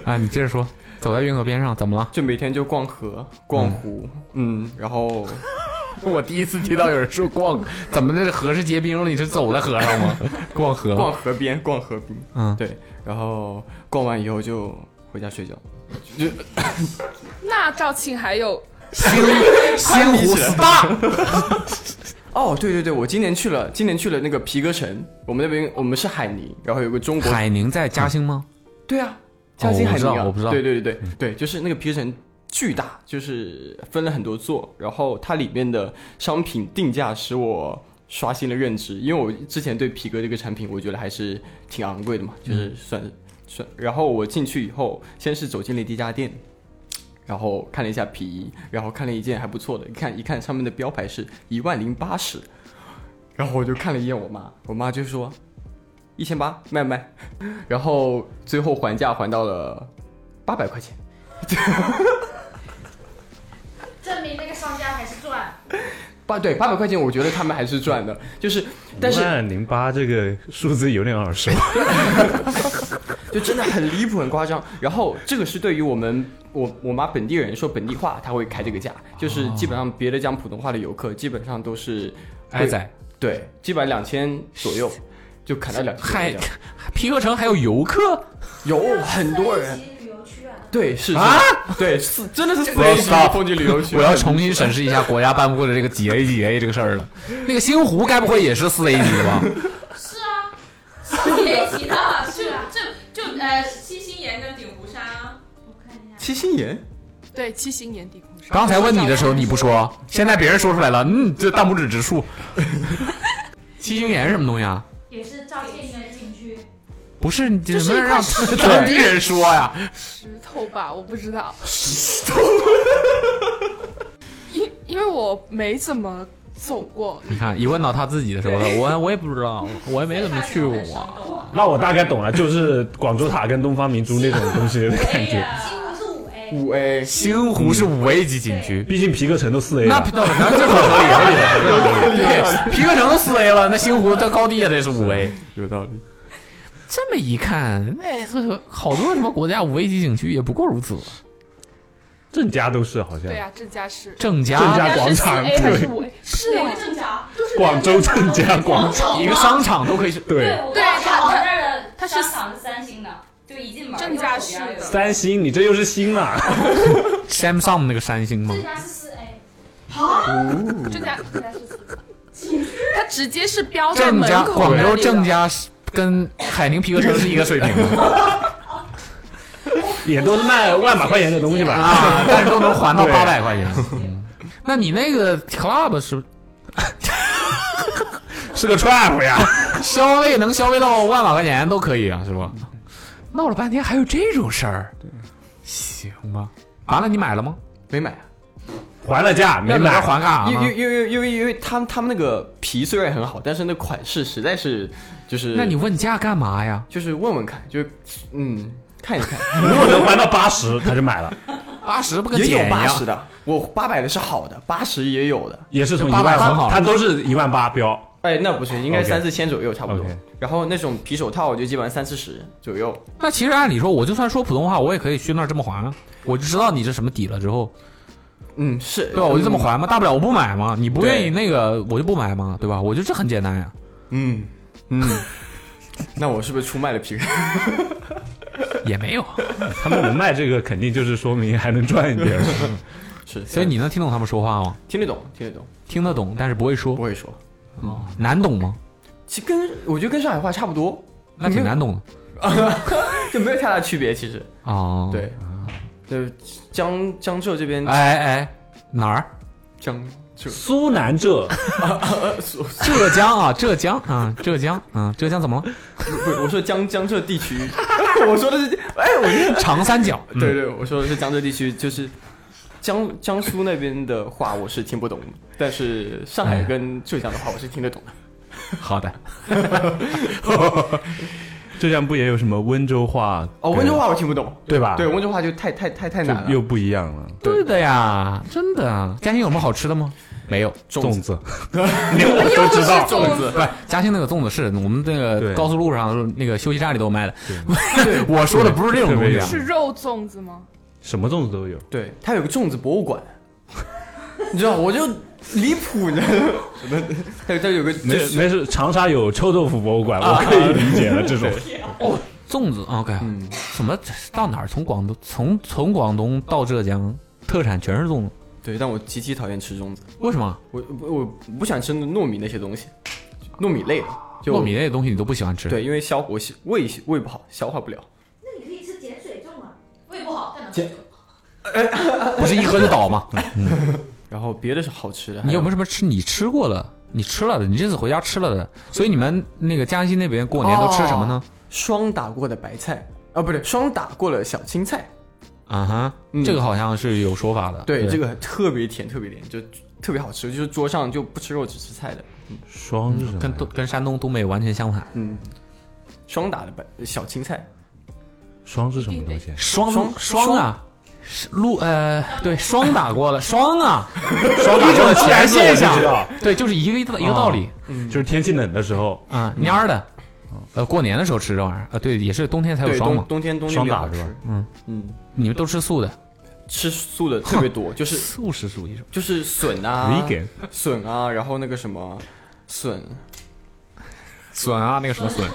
Speaker 10: 哎
Speaker 3: 啊，你接着说，走在运河边上怎么了？
Speaker 11: 就每天就逛河、逛湖，嗯，然后
Speaker 3: 我第一次听到有人说 逛，怎么这河是结冰了？你是走在河上吗？逛河，
Speaker 11: 逛河边，逛河滨，
Speaker 3: 嗯，
Speaker 11: 对，然后逛完以后就。回家睡觉，就
Speaker 2: 那肇庆还有
Speaker 3: 仙仙湖
Speaker 11: SPA。哦， 对对对，我今年去了，今年去了那个皮革城，我们那边我们是海宁，然后有个中国
Speaker 3: 海宁在嘉兴吗？
Speaker 11: 对啊，嘉兴海宁
Speaker 3: 啊，我不知道，
Speaker 11: 对对对对对，就是那个皮革城巨大，就是分了很多座，然后它里面的商品定价使我。刷新了认知，因为我之前对皮革这个产品，我觉得还是挺昂贵的嘛，就是算。嗯是，然后我进去以后，先是走进了第一家店，然后看了一下皮衣，然后看了一件还不错的，一看一看上面的标牌是一万零八十，然后我就看了一眼我妈，我妈就说一千八卖不卖？然后最后还价还到了八百块钱，
Speaker 7: 证明那个商家还是赚。
Speaker 11: 八对八百块钱，我觉得他们还是赚的，就是但是
Speaker 5: 万零八这个数字有点耳熟，
Speaker 11: 就真的很离谱、很夸张。然后这个是对于我们我我妈本地人说本地话，她会开这个价，就是基本
Speaker 10: 哦
Speaker 11: 上别的讲普通话的游客基本上都是
Speaker 10: 挨宰，
Speaker 11: 对，基本上两千左右就砍到两千。
Speaker 10: 还皮革城还有游客，
Speaker 11: 有哦很多人。对，是
Speaker 10: 啊，
Speaker 11: 对，是真的是
Speaker 10: 我要 stop
Speaker 11: 风景旅游区，
Speaker 10: 我要重新审视一下国家颁布的这个几 A 几 A 这个事儿了。那个星湖该不会也是四 A 级吧？
Speaker 6: 是啊，是别提了，是啊，就就呃七星岩跟鼎湖山啊，我看一下。
Speaker 11: 七星岩，
Speaker 2: 对，七星岩地空山。
Speaker 10: 刚才问你的时候你不说，现在别人说出来了，嗯，这大拇指直竖。 七星岩是什么东西啊？
Speaker 7: 也是赵建的景区。
Speaker 10: 不是，你怎么让当地人说呀？
Speaker 2: 石头吧，我不知道。石头，因因为我没怎么走过。
Speaker 5: 啊
Speaker 10: 你看，一问到他自己的时候，我我也不知道，我也没怎么去过。
Speaker 5: 那我大概懂了，就是广州塔跟东方明珠那种东西的感觉。
Speaker 11: 五 A，
Speaker 10: 星湖是五 A 级景区，
Speaker 5: 毕竟皮革城都四 A
Speaker 10: 那
Speaker 5: 了。
Speaker 10: 那那这合理合理合理 对，啊皮革城都四 A 了，那星湖这高地也得是五 A。
Speaker 11: 有道理。
Speaker 10: 这么一看，哎那这好多什么国家五 A 级景区也不过如此。
Speaker 5: 郑家都是好像。
Speaker 2: 对啊，郑家是
Speaker 10: 郑家、
Speaker 5: 郑家广场，
Speaker 2: A 还是
Speaker 5: 对，
Speaker 2: 五 A？是啊，
Speaker 7: 正常，
Speaker 5: 广州郑 家广场，
Speaker 10: 一个商场都可以是。
Speaker 5: 对。
Speaker 7: 我
Speaker 2: 对
Speaker 7: 刚
Speaker 2: 他
Speaker 7: 好那儿的
Speaker 2: 他是
Speaker 7: 商场是三星的，就一进门
Speaker 2: 郑家是的
Speaker 5: 三星，你这又是啊星了。
Speaker 10: Samsung 那个三星吗
Speaker 7: 这？家是四 A，
Speaker 2: 郑家郑家是四个。他直接是标在
Speaker 10: 郑
Speaker 2: 门
Speaker 10: 家、
Speaker 2: 口
Speaker 10: 广
Speaker 2: 那
Speaker 10: 州
Speaker 2: 里
Speaker 10: 郑
Speaker 2: 的
Speaker 10: 家是跟海宁皮革城是一个水平的
Speaker 5: 也都是卖万把块钱的东西吧？
Speaker 10: 啊，但是都能还到八百块钱。嗯那你那个 club 是
Speaker 5: 是个 trap 呀，
Speaker 10: 消费能消费到万把块钱都可以啊，是吧？闹了半天还有这种事儿，行吧？完了，你买了吗？
Speaker 11: 没买啊。
Speaker 5: 还了价没
Speaker 10: 要买
Speaker 5: 买，
Speaker 10: 还干啥
Speaker 11: 因
Speaker 10: 呢？
Speaker 11: 为因为因为因为因为他们他们那个皮虽然很好，但是那款式实在是就是
Speaker 10: 那你问价干嘛呀？
Speaker 11: 就是问问看，就嗯看一 看，
Speaker 5: 如果能还到八十，他就买了，
Speaker 10: 八十不跟
Speaker 11: 也
Speaker 10: 捡
Speaker 11: 有
Speaker 10: 一
Speaker 11: 八
Speaker 10: 样
Speaker 11: 十？的，我八百的是好的，八十也有的，
Speaker 5: 也是从一
Speaker 10: 八百
Speaker 5: 万
Speaker 10: 很好
Speaker 5: 他都是一万八标。
Speaker 11: 哎那不是应该
Speaker 5: OK
Speaker 11: 三四千左右差不多
Speaker 5: OK。
Speaker 11: 然后那种皮手套，我就基本上三四十左右。
Speaker 10: 那其实按理说，我就算说普通话，我也可以去那儿这么还啊。我就知道你是什么底了之后，
Speaker 11: 嗯，是
Speaker 10: 对吧？我就这么。还嘛，大不了我不买嘛，你不
Speaker 11: 对
Speaker 10: 愿意那个我就不买嘛，对吧？我就这很简单呀，
Speaker 11: 嗯 嗯，那我是不是出卖了皮革？
Speaker 10: 也没 有。
Speaker 5: 他们能卖这个，肯定就是说明还能赚一点。
Speaker 11: 是，
Speaker 10: 所以你能听懂他们说话吗？
Speaker 11: 听得懂，听得懂，
Speaker 10: 听得懂，但是不会说
Speaker 11: 不，会说。
Speaker 10: 难懂吗？
Speaker 11: 其实跟我觉得跟上海话差不多，
Speaker 10: 那挺难懂的
Speaker 11: 就没有太大区别。其实，
Speaker 10: 哦。，
Speaker 11: 对，呃，江江浙这边，
Speaker 10: 哎哎，哪儿？
Speaker 11: 江 浙
Speaker 5: 苏南浙，
Speaker 10: 浙江啊， 浙江啊，浙江啊，浙江怎么了？
Speaker 11: 不，我说江江浙地区， 我说的是，哎，我就
Speaker 10: 长三角，嗯
Speaker 11: 对对，我说的是江浙地区，就是江江苏那边的话我是听不懂，但是上海跟浙江的话我是听得懂的。
Speaker 10: 好的，
Speaker 5: 浙江不也有什么温州话？
Speaker 11: 哦，温州话我听不懂，
Speaker 5: 对吧？
Speaker 11: 对，温州话就太太太太难
Speaker 5: 就
Speaker 11: 了。
Speaker 5: 又不一样了。
Speaker 10: 对的呀，真的。啊嘉兴有什么好吃的吗？没有。
Speaker 5: 粽子，连我
Speaker 6: 哎
Speaker 5: 都知道。
Speaker 11: 粽子，
Speaker 10: 嘉兴那个粽子是我们那个
Speaker 5: 对
Speaker 10: 高速路上那个休息站里都有卖的。我说的不是这种东西啊，
Speaker 2: 是肉粽子吗？
Speaker 5: 什么粽子都有。
Speaker 11: 对，它有个粽子博物馆， 你知道，我就离谱，你知道吗？它它有个
Speaker 5: 没
Speaker 11: 就是
Speaker 5: 没事，长沙有臭豆腐博物馆，我可以理解了这
Speaker 10: 啊
Speaker 5: 种。
Speaker 10: 粽子啊 OK，什
Speaker 11: 嗯
Speaker 10: 么到哪儿？从广东从从广东到浙江，特产全是粽子，
Speaker 11: 对，但我极其讨厌吃粽子，
Speaker 10: 为什么？
Speaker 11: 我我我不想吃糯米那些东西，糯米类的，就
Speaker 10: 糯米类的东西你都不喜欢吃？
Speaker 11: 对，因为消我消胃胃不好，消化不了。
Speaker 7: 那你可以吃碱水粽啊，胃不好干嘛？
Speaker 10: 不是一喝就倒吗？
Speaker 11: 然后别的是好吃的，
Speaker 10: 你有没有
Speaker 11: 有
Speaker 10: 什么吃你吃过了？你吃了的，你这次回家吃了的，所以你们那个嘉兴那边过年都吃什么呢？
Speaker 11: 双打过的白菜啊？不对，双打过了小青菜。
Speaker 10: 啊哈，
Speaker 11: 嗯
Speaker 10: 这个好像是有说法的。
Speaker 11: 对，这个特别甜，特别甜，就特别好吃，就是桌上就不吃肉，只吃菜的。
Speaker 5: 双是什么
Speaker 10: 跟东跟山东东北完全相反。
Speaker 11: 嗯，双打的白小青菜，
Speaker 5: 双是什么东西？
Speaker 10: 双
Speaker 11: 双
Speaker 10: 双啊，撸呃，对，双打过了，双啊， 双
Speaker 5: 打过
Speaker 10: 一种
Speaker 5: 了
Speaker 10: 自然现象啊
Speaker 5: 钳子我就知道，
Speaker 10: 对，就是一个一个一个道
Speaker 11: 哦
Speaker 10: 理，
Speaker 5: 就是天气冷的时候
Speaker 10: 啊，蔫儿的，呃，过年的时候吃这玩意儿，啊，对，也是冬天才有
Speaker 11: 对
Speaker 10: 双嘛，
Speaker 11: 冬冬天冬天
Speaker 10: 双
Speaker 11: 比较
Speaker 10: 打
Speaker 11: 好
Speaker 10: 是吧
Speaker 11: 吃？
Speaker 10: 嗯
Speaker 11: 嗯，
Speaker 10: 你们都吃素的，
Speaker 11: 吃素的特别多，就是
Speaker 10: 素食属于什么？
Speaker 11: 就是笋 啊
Speaker 10: Vegan，
Speaker 11: 笋啊，然后那个什么笋
Speaker 10: 笋啊，那个什 么笋，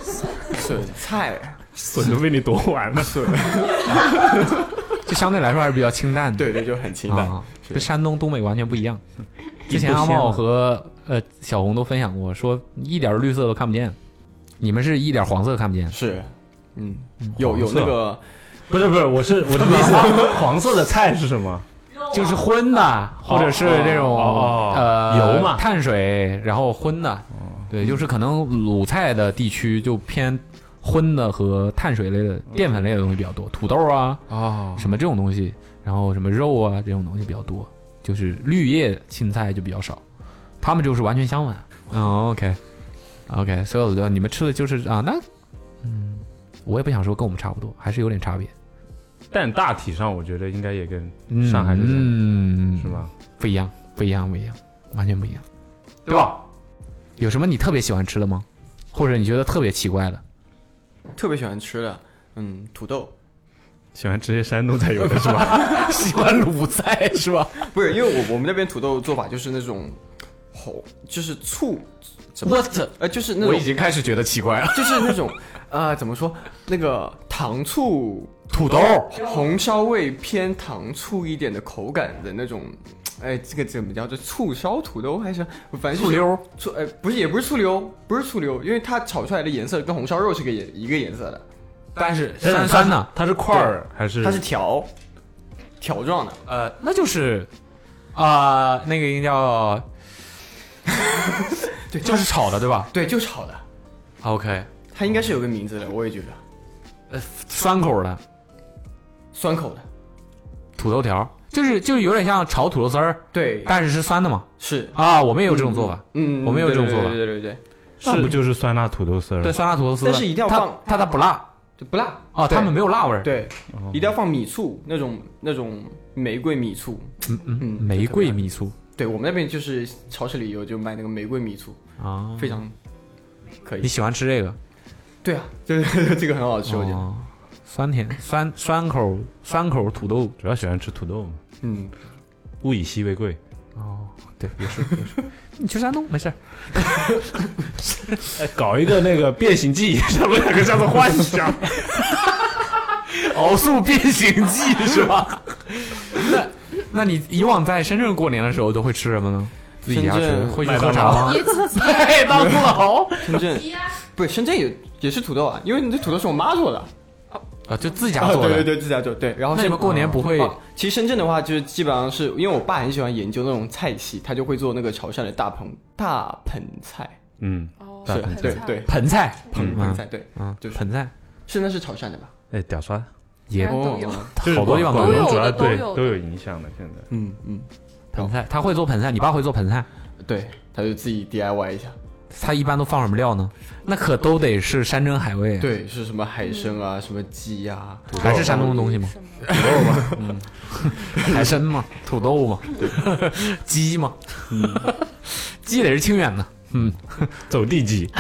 Speaker 11: 笋菜，
Speaker 5: 笋都被你夺完了，
Speaker 11: 笋，
Speaker 10: 就相对来说还是比较清淡的，
Speaker 11: 对对，就很清淡
Speaker 10: 啊，跟山东东北完全不一样。之
Speaker 11: 一
Speaker 10: 前
Speaker 11: 步
Speaker 10: 阿
Speaker 11: 鲜
Speaker 10: 茂
Speaker 11: 了
Speaker 10: 和呃小红都分享过，说一点绿色都看不见，你们是一点黄色看不见，
Speaker 11: 是，嗯，有有那个
Speaker 5: 不是不是，我是我的意 思，黄色的菜是什么？
Speaker 10: 就是荤的，或者是这种
Speaker 5: 哦哦
Speaker 10: 呃
Speaker 5: 油嘛
Speaker 10: 碳水，然后荤的，对，就是可能鲁菜的地区就偏荤的和碳水类的、淀粉类的东西比较多，土豆啊，
Speaker 3: 哦，
Speaker 10: 什么这种东西，然后什么肉啊这种东西比较多，就是绿叶青菜就比较少，他们就是完全相反。嗯，OK，OK，、所有的你们吃的就是啊，那嗯，我也不想说跟我们差不多，还是有点差别。
Speaker 5: 但大体上我觉得应该也跟
Speaker 10: 嗯
Speaker 5: 上海这边
Speaker 10: 嗯
Speaker 5: 是吧？
Speaker 10: 不一样，不一样，不一样，完全不一样，对吧？有什么你特别喜欢吃的吗？或者你觉得特别奇怪的？
Speaker 11: 特别喜欢吃的，嗯，土豆。
Speaker 5: 喜欢吃些山东菜有的是 吧？
Speaker 10: 喜欢卤菜是吧？
Speaker 11: 不是，因为我我们那边土豆做法就是那种红，就是醋。怎么
Speaker 10: What？
Speaker 11: 呃，就是那种
Speaker 10: 我已经开始觉得奇怪 了，
Speaker 11: 就是那种呃，怎么说那个糖醋
Speaker 10: 土豆
Speaker 11: 红烧味偏糖醋一点的口感的那种。哎，这个怎么叫？这醋烧土豆还是反正就是
Speaker 10: 醋溜
Speaker 11: 醋？哎，不是，也不是醋溜，不是醋溜，因为它炒出来的颜色跟红烧肉是个颜一个颜色的。
Speaker 10: 但是酸酸的
Speaker 5: 它是块儿
Speaker 11: 对
Speaker 5: 还是
Speaker 11: 它是条条状的？
Speaker 10: 呃，那就是啊、那个应该叫，
Speaker 11: 对，
Speaker 10: 就是炒的对吧？
Speaker 11: 对，就是炒的。
Speaker 10: OK，
Speaker 11: 它应该是有个名字的，我也觉得
Speaker 10: 呃，酸口的
Speaker 11: 酸口的。
Speaker 10: 土豆条，就是就是有点像炒土豆丝儿，
Speaker 11: 对，
Speaker 10: 但是是酸的嘛。
Speaker 11: 是
Speaker 10: 啊，我们也有这种做法，
Speaker 11: 嗯，
Speaker 10: 我们也有这种做法，
Speaker 11: 对对对对对
Speaker 5: 是不就是酸辣土豆丝儿？
Speaker 3: 嗯
Speaker 10: 对酸辣土豆丝，
Speaker 11: 但是一定要放，
Speaker 10: 它它不辣，
Speaker 11: 对不辣
Speaker 10: 哦他们没有辣味儿
Speaker 11: 对，
Speaker 10: 哦
Speaker 11: 一定要放米醋那种那种玫瑰米醋，
Speaker 10: 嗯嗯，玫瑰米醋
Speaker 11: 对我们那边就是超市里有就卖那个玫瑰米醋，
Speaker 10: 啊，
Speaker 11: 非常可以。
Speaker 10: 你喜欢吃这个？
Speaker 11: 对啊， 就是这个很好吃，我觉得。
Speaker 10: 哦，酸甜酸酸口酸口土豆，
Speaker 5: 主要喜欢吃土豆嘛。
Speaker 11: 嗯，
Speaker 5: 物以稀为贵。
Speaker 10: 哦，对，也是也是。你去山东没事儿，
Speaker 5: 哎搞一个那个变形记， 他们两个叫做幻想。
Speaker 10: 敖素变形记是吧？ 那那你以往在深圳过年的时候都会吃什么呢？自己家
Speaker 11: 深
Speaker 10: 吃
Speaker 11: 圳
Speaker 10: 会去喝茶吗？
Speaker 9: 麦当
Speaker 10: 劳，
Speaker 11: 深圳不是深圳也也是土豆啊，因为你这土豆是我妈做的，
Speaker 10: 啊，就自己
Speaker 3: 哦
Speaker 10: 家做的。
Speaker 11: 啊对对对，自家做。对，然后
Speaker 10: 那你们过年不会
Speaker 11: 哦其实深圳的话，就是基本上是因为我爸很喜欢研究那种菜系，他就会做那个潮汕的大盆大盆菜。
Speaker 5: 嗯，大
Speaker 11: 是
Speaker 5: 盆
Speaker 11: 对
Speaker 5: 菜
Speaker 11: 对
Speaker 10: 盆菜，
Speaker 11: 盆
Speaker 10: 嗯
Speaker 11: 盆菜对，
Speaker 10: 嗯，
Speaker 11: 就是
Speaker 10: 盆菜
Speaker 11: 是那是潮汕的吧？
Speaker 5: 哎，屌刷
Speaker 10: 也
Speaker 11: 哦
Speaker 5: 就是
Speaker 10: 好多地方
Speaker 5: 广
Speaker 10: 都有
Speaker 5: 东主要对
Speaker 10: 都有的
Speaker 5: 都有影响的。现在
Speaker 11: 嗯嗯，
Speaker 10: 盆菜，他会做盆菜，你爸会做盆菜，
Speaker 11: 对，他就自己 DIY 一下。
Speaker 10: 他一般都放什么料呢？那可都得是山珍海味，，啊
Speaker 11: 对，是什么海参
Speaker 2: 嗯
Speaker 11: 啊，什么鸡呀，
Speaker 10: 还是山东的东西吗？土豆吗？ 嗯，海参嘛，土豆嘛，鸡嘛，嗯，鸡得是清远的，嗯，
Speaker 5: 走地鸡，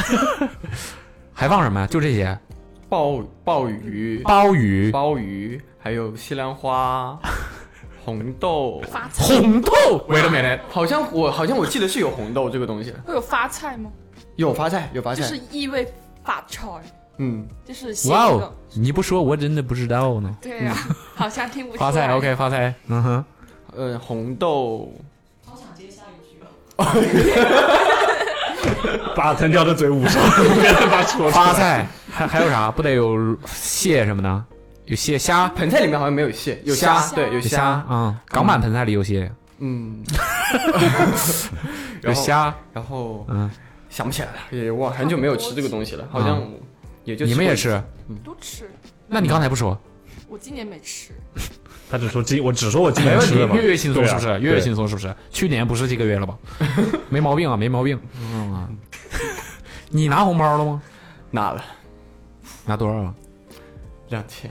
Speaker 10: 还放什么呀？就这些，
Speaker 11: 鲍鲍鱼、
Speaker 10: 鲍鱼
Speaker 11: 鲍鱼，还有西兰 花、红豆、
Speaker 10: 红豆。为了美人，
Speaker 11: 好像我好像我记得是有红豆这个东西的，
Speaker 2: 会有发菜吗？
Speaker 11: 有发菜，有发
Speaker 2: 就
Speaker 11: 菜，
Speaker 2: 是意味发菜，
Speaker 11: 嗯，
Speaker 2: 就是写
Speaker 10: 哇
Speaker 2: 一
Speaker 10: 哦
Speaker 2: 个。，
Speaker 10: 你不说我真的不知道呢。
Speaker 2: 对呀，好像听不出来。
Speaker 10: 发菜，OK，发菜，嗯哼，
Speaker 11: 呃，红豆，
Speaker 7: 好想接下一句啊！
Speaker 5: 把藤条的嘴捂上， 别让他说出来
Speaker 10: 发菜，还还有啥？不得有蟹什么的？有蟹虾，
Speaker 11: 盆菜里面好像没有蟹，有虾，对，有
Speaker 10: 虾
Speaker 11: 虾，
Speaker 10: 啊。港版盆菜里有蟹，
Speaker 11: 嗯，
Speaker 10: 有虾，
Speaker 11: 然后
Speaker 10: 嗯，
Speaker 11: 想不起来了，也忘很久没有吃这个东
Speaker 3: 啊
Speaker 11: 西了，好像也就
Speaker 10: 你们
Speaker 11: 过
Speaker 10: 也
Speaker 11: 一次
Speaker 10: 吃？
Speaker 2: 都吃，
Speaker 10: 那你刚才不说？
Speaker 2: 我今年没吃。
Speaker 5: 他只说今，我只说我今
Speaker 10: 没
Speaker 5: 年
Speaker 10: 问
Speaker 5: 吃
Speaker 10: 题
Speaker 5: 的，嘛，
Speaker 10: 月月轻松
Speaker 5: 对啊
Speaker 10: 是不是？月月轻。
Speaker 5: 对
Speaker 10: 松是不是？去年不是这个月了 吧？没毛病啊，没毛病。嗯啊，你拿红包了吗？
Speaker 11: 拿了
Speaker 10: 拿多少啊？
Speaker 11: 两千，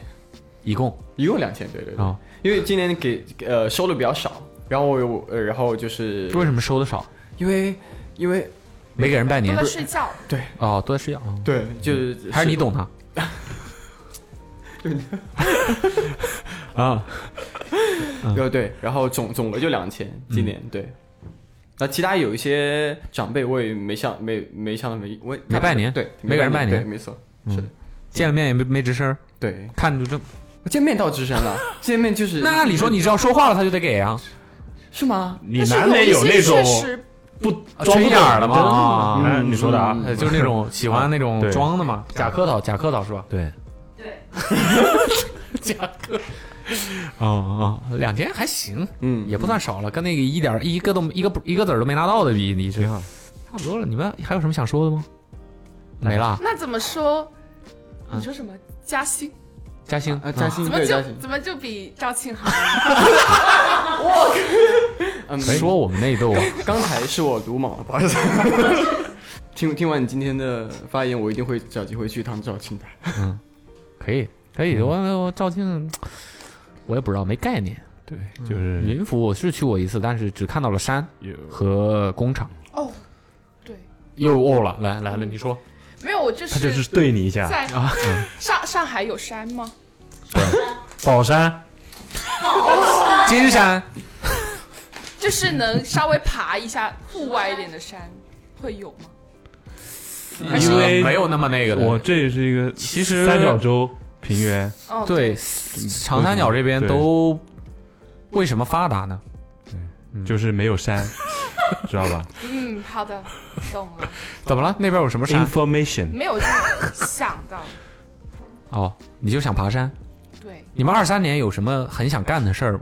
Speaker 3: 一共
Speaker 11: 一共两千，对对对。
Speaker 3: 啊
Speaker 11: 因为今年给呃收的比较少，然后我有呃然后就是
Speaker 3: 为什么收的少？
Speaker 11: 因为因为
Speaker 3: 没给人拜年
Speaker 2: 都在睡觉。
Speaker 11: 对
Speaker 3: 哦，都在睡觉。哦
Speaker 10: 嗯
Speaker 11: 对，就是
Speaker 3: 还是你懂 他。啊，嗯
Speaker 11: 对对，然后总总额就两千，今年、对。那其他有一些长辈我也没向没没向没我
Speaker 3: 没拜年
Speaker 11: 对，
Speaker 3: 没给人拜年
Speaker 11: 对没错。
Speaker 3: 是的，见了面也没没吱声，
Speaker 11: 对，
Speaker 3: 看着就
Speaker 11: 见面倒吱声了，啊见面就是
Speaker 3: 那按理说你只要说话了，他就得给啊，
Speaker 11: 是吗？
Speaker 5: 你难免有那种不装
Speaker 3: 缺
Speaker 5: 不
Speaker 3: 心眼儿的
Speaker 5: 懂
Speaker 3: 嘛啊，
Speaker 5: 哎你说的啊
Speaker 3: 呃就是那种喜欢那种
Speaker 5: 对
Speaker 3: 装的嘛，假客套，假客套是吧？
Speaker 5: 对，
Speaker 3: 假客。哦哦，两天还行，
Speaker 11: 嗯，
Speaker 3: 也不算少了，跟那个一点一个都一个不一个字儿都没拿到的比，你这差不多了。你们还有什么想说的吗？没了，
Speaker 2: 那怎么说？
Speaker 3: 嗯
Speaker 2: 你说什么？嘉兴
Speaker 3: 嘉兴
Speaker 11: 啊，嘉兴
Speaker 2: 怎么
Speaker 11: 对嘉
Speaker 2: 就
Speaker 11: 兴，
Speaker 2: 怎么就比赵庆好？
Speaker 11: 嗯，
Speaker 3: 说我们内 斗啊，
Speaker 11: 刚才是我鲁莽了，不好意思。 听听完你今天的发言，我一定会找机会去一趟肇庆的。
Speaker 3: 嗯，可以可以，
Speaker 11: 嗯
Speaker 3: 我我肇庆，我也不知道，没概念。
Speaker 5: 对，就是
Speaker 10: 嗯
Speaker 3: 云浮我是去过一次，但是只看到了山和工厂。
Speaker 2: 哦，
Speaker 3: 又哦了，来来了，你说
Speaker 2: 没有，我这是
Speaker 5: 他就是对你一下
Speaker 2: 在
Speaker 5: 啊嗯
Speaker 2: 上上海有山吗？
Speaker 5: 宝山、
Speaker 3: 金山，
Speaker 2: 就是能稍微爬一下户外一点的山，会有吗？
Speaker 5: 因为
Speaker 3: 没有那么那个的。
Speaker 5: 我这也是一个
Speaker 3: 其实
Speaker 5: 三角洲平原，
Speaker 2: 哦
Speaker 3: 对，长三角这边
Speaker 5: 对
Speaker 3: 都为什么发达呢？
Speaker 5: 就是没有 山，知道吧
Speaker 2: 嗯，好的，懂了。
Speaker 3: 怎么了？那边有什么山？
Speaker 5: ？Information
Speaker 2: 没有想到，
Speaker 3: 哦，你就想爬山？
Speaker 2: 对，
Speaker 3: 你们二三年有什么很想干的事儿吗？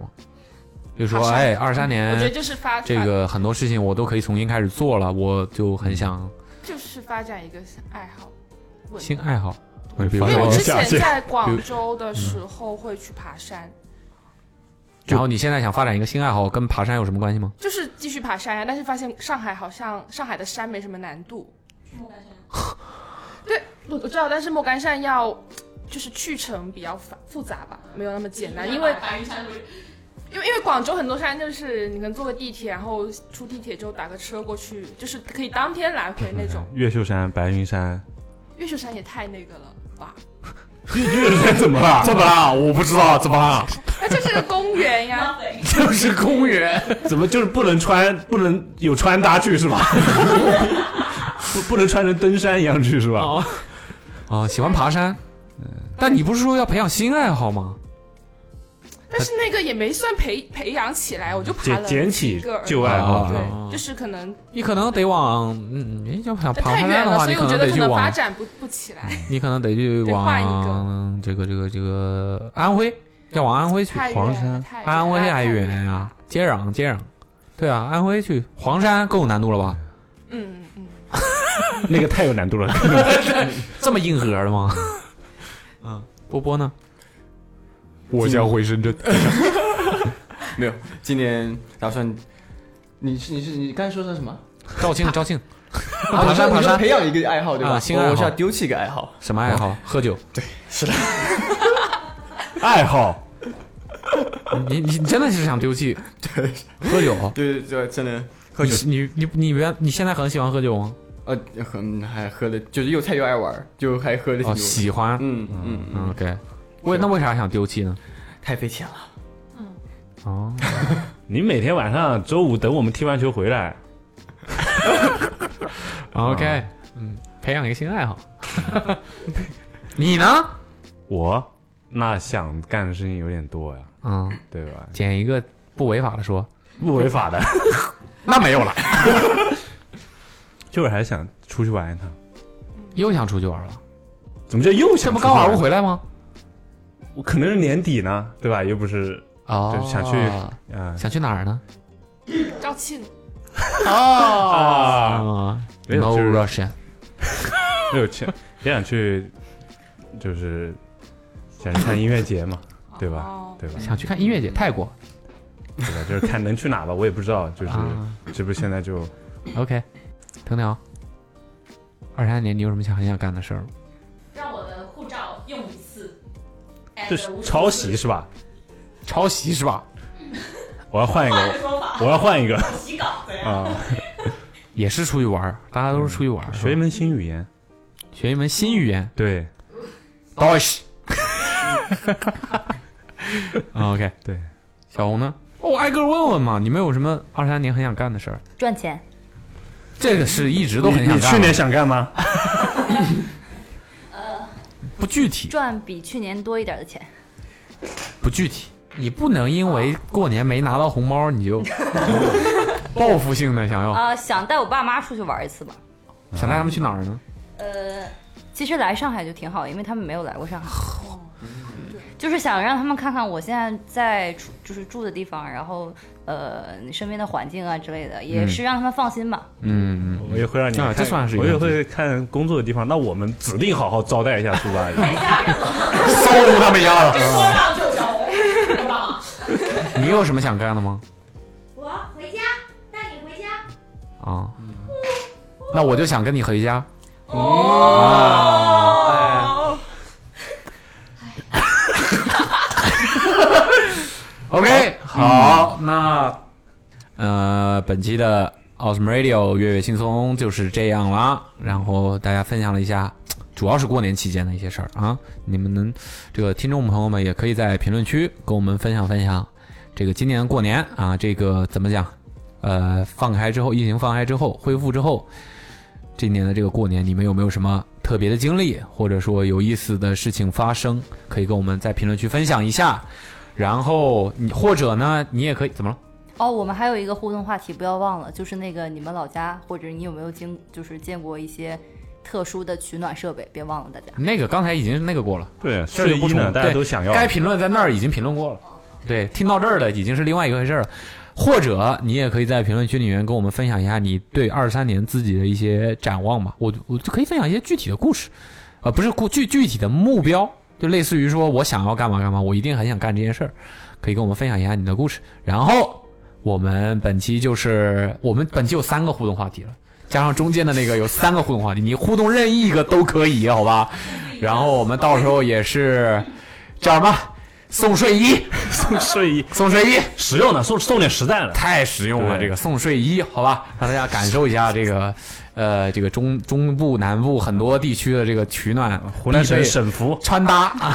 Speaker 3: 就说
Speaker 2: 爬山
Speaker 3: 哎，二三年，
Speaker 2: 我觉得就是发
Speaker 3: 这个很多事情我都可以重新开始做了，我就很想
Speaker 2: 就是发展一个爱好，稳
Speaker 3: 新爱好。
Speaker 5: 比
Speaker 2: 因
Speaker 3: 如
Speaker 2: 为
Speaker 3: 说
Speaker 2: 我之前
Speaker 3: 比如
Speaker 2: 在广州的时候会去爬山，
Speaker 3: 然后你现在想发展一个新爱好，跟爬山有什么关系吗？
Speaker 2: 就是继续爬山呀、但是发现上海好像上海的山没什么难度。对，我我知道，但是莫干山要就是去程比较复复杂吧，没有那么简单，因为
Speaker 7: 白云山不是
Speaker 2: 因为因为广州很多山就是你可能坐个地铁，然后出地铁之后打个车过去，就是可以当天来回那种。
Speaker 5: 越秀山、白云山，
Speaker 2: 越秀山也太那个了吧？
Speaker 5: 越秀 山怎么了？
Speaker 3: 怎么了？我不知道怎么了，
Speaker 2: 那就是个公园呀，
Speaker 3: 就是公园。
Speaker 5: 怎么就是不能穿，不能有穿搭去是吧？ 不不能穿成登山一样去是吧？
Speaker 3: 啊，喜欢爬山，
Speaker 2: 嗯
Speaker 3: 但你不是说要培养新爱好吗？
Speaker 2: 但是那个也没算培培养起来，我就爬
Speaker 5: 捡
Speaker 2: 了
Speaker 5: 捡
Speaker 2: 几
Speaker 5: 起
Speaker 2: 个而已
Speaker 5: 旧爱好，
Speaker 3: 哦
Speaker 2: 对，就是可能
Speaker 3: 你可能得往，嗯，你要想爬
Speaker 2: 太
Speaker 3: 山
Speaker 2: 远
Speaker 3: 的
Speaker 2: 了，
Speaker 3: 话，
Speaker 2: 所
Speaker 3: 你
Speaker 2: 以我觉
Speaker 3: 能
Speaker 2: 得
Speaker 3: 得
Speaker 2: 可
Speaker 3: 去
Speaker 2: 能发
Speaker 3: 往，
Speaker 2: 展不不起来，
Speaker 3: 你可能得去
Speaker 2: 得换一个
Speaker 3: 往这个这个这个安徽，要往安徽去，
Speaker 2: 太远了太远嗯了
Speaker 3: 安徽还
Speaker 2: 太远
Speaker 3: 远呀、接壤接壤，对啊，安徽去黄山更有难度了吧？
Speaker 2: 嗯嗯，
Speaker 5: 那个太有难度了。
Speaker 3: 这么硬核的吗？ 嗯，波波呢？我
Speaker 11: 将
Speaker 3: 回深圳。
Speaker 11: 没有，今年打算，你是你是你刚才说的什么？
Speaker 3: 肇庆，肇庆，
Speaker 11: 啊，
Speaker 3: 爬
Speaker 11: 你说
Speaker 3: 山，爬
Speaker 11: 你说
Speaker 3: 山，
Speaker 11: 培养一个爱好对吧？
Speaker 3: 啊新爱好
Speaker 11: 我我是要丢弃一个爱好，
Speaker 3: 什么爱
Speaker 5: 哦
Speaker 3: 好？喝酒。
Speaker 5: 爱好，
Speaker 3: 你你你真的是想丢弃？
Speaker 11: 对
Speaker 3: 喝酒？
Speaker 11: 对对对，真的喝
Speaker 3: 你
Speaker 11: 酒，
Speaker 3: 你你你原你现在很喜欢喝酒吗？
Speaker 11: 呃，很还喝的，就是又菜又爱玩，就还喝的挺
Speaker 3: 哦，
Speaker 11: 多。
Speaker 3: 喜欢。
Speaker 11: 嗯嗯
Speaker 3: 嗯
Speaker 11: 嗯，
Speaker 3: ，OK。为那为啥想丢弃呢？
Speaker 11: 太费钱了。
Speaker 3: 哦，
Speaker 5: 你每天晚上周五等我们踢完球回来，啊
Speaker 3: OK，嗯，培养一个新爱好。 你呢？
Speaker 5: 我那想干的事情有点多呀，
Speaker 3: 嗯，
Speaker 5: 对吧？
Speaker 3: 捡一个不违法的说，
Speaker 5: 不违法的，
Speaker 3: 那没有了，
Speaker 5: 就是还想出去玩一趟。
Speaker 3: 又想出去玩了。
Speaker 5: 怎么叫又
Speaker 3: 这
Speaker 5: 想
Speaker 3: 不
Speaker 5: 出去
Speaker 3: 刚
Speaker 5: 玩
Speaker 3: 玩过回来吗？
Speaker 5: 我可能是年底呢，对吧？又不是
Speaker 3: 哦
Speaker 5: 就，想去 啊
Speaker 3: 想去哪儿呢？
Speaker 2: 肇庆
Speaker 3: 啊
Speaker 5: 啊，没
Speaker 3: 嗯
Speaker 5: 有
Speaker 3: ，No
Speaker 5: 就是
Speaker 3: Russian，
Speaker 5: 没有去，也想去，就是想去看音乐节嘛，对吧
Speaker 2: 哦？
Speaker 5: 对吧？
Speaker 3: 想去看音乐节，泰国。
Speaker 5: 对吧？就是看能去哪吧，我也不知道，就是
Speaker 3: 啊
Speaker 5: 这不是现在就
Speaker 3: OK，腾腾，二三年你有什么想很想干的事儿吗？
Speaker 7: 让我的护照用一次。
Speaker 5: 这是抄袭是吧？
Speaker 3: 抄袭是吧？
Speaker 5: 我要换一
Speaker 7: 换个说法
Speaker 5: 个，我要换一个
Speaker 7: 洗稿子呀
Speaker 5: 啊！
Speaker 3: 也是出去玩儿，大家都是出去玩儿，学一
Speaker 5: 门新语言，
Speaker 3: 学一门新语言，
Speaker 5: 对
Speaker 3: ，Deutsch。OK，
Speaker 5: 对，
Speaker 3: 小红呢？我挨个问问嘛，你们有什么二三年很想干的事儿？
Speaker 4: 赚钱。
Speaker 3: 这个是一直都很
Speaker 5: 你
Speaker 3: 想
Speaker 5: 你
Speaker 3: 干。
Speaker 5: 去年想干吗？
Speaker 3: 不具体，
Speaker 4: 赚比去年多一点的钱。
Speaker 3: 不具体，你不能因为过年没拿到红包你就 报复性的想要。
Speaker 4: 啊、想带我爸妈出去玩一次吧。
Speaker 3: 想带他们去哪儿呢？
Speaker 4: 呃，其实来上海就挺好，因为他们没有来过上海，就是想让他们看看我现在在住，就是住的地方，然后呃身边的环境啊之类的，也
Speaker 5: 嗯
Speaker 4: 是让他们放心吧。
Speaker 3: 嗯，
Speaker 5: 我也会让你
Speaker 3: 啊
Speaker 5: 看
Speaker 3: 这算是一个
Speaker 5: 我也会看工作的地方。那我们指定好好招待一下苏阿姨，
Speaker 3: 骚扰他们一下
Speaker 7: 说
Speaker 3: 子。
Speaker 7: 到就走，对吧？
Speaker 3: 你有什么想干的吗？
Speaker 7: 我回家，带你回家。
Speaker 3: 啊，那我就想跟你回家。
Speaker 7: 哦，
Speaker 3: OK，好，那呃，本期的 Awesome Radio 月月轻松就是这样啦。然后大家分享了一下，主要是过年期间的一些事儿啊。你们能这个听众朋友们也可以在评论区跟我们分享分享，这个今年过年啊，这个怎么讲？呃，放开之后，疫情放开之后，恢复之后，这一年的这个过年，你们有没有什么呃特别的经历，或者说有意思的事情发生，可以跟我们在评论区分享一下。然后你或者呢，你也可以怎么了？
Speaker 4: 哦，我们还有一个互动话题，不要忘了，就是那个你们老家或者你有没有经，就是见过一些特殊的取暖设备，别忘了大家。
Speaker 3: 那个刚才已经那个过了，
Speaker 5: 对
Speaker 3: 这就不
Speaker 5: 睡衣呢
Speaker 3: 重
Speaker 5: 大家
Speaker 3: 对
Speaker 5: 都想要
Speaker 3: 该评论在那儿已经评论过了，对，听到这儿的已经是另外一个回事儿了。或者你也可以在评论区里面跟我们分享一下你对二三年自己的一些展望吧。我我就可以分享一些具体的故事，呃，不是故具具体的目标，就类似于说我想要干嘛干嘛，我一定很想干这件事儿，可以跟我们分享一下你的故事。然后我们本期就是我们本期有三个互动话题了。加上中间的那个有三个互动话题，你互动任意一个都可以，好吧？然后我们到时候也是叫什么？送睡衣，
Speaker 5: 送睡衣，
Speaker 3: 送睡衣，
Speaker 5: 实用的，送送点实在的，
Speaker 3: 太实用了。
Speaker 5: 对
Speaker 3: 这个送睡衣，好吧，让大家感受一下这个，呃，这个中中部、南部很多地区的这个取暖，湖
Speaker 5: 南省省服
Speaker 3: 穿搭啊，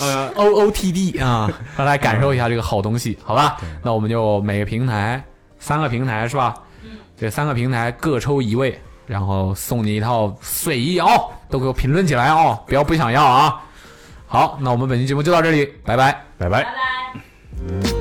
Speaker 3: 呃，O O T D 啊，让大家感受一下这个好东西，好吧？那我们就每个平台三个平台是吧？这三个平台各抽一位，然后送你一套睡衣哦，都给我评论起来哦，不要不想要啊！好，那我们本期节目就到这里，拜拜，
Speaker 5: 拜拜。
Speaker 7: 拜拜。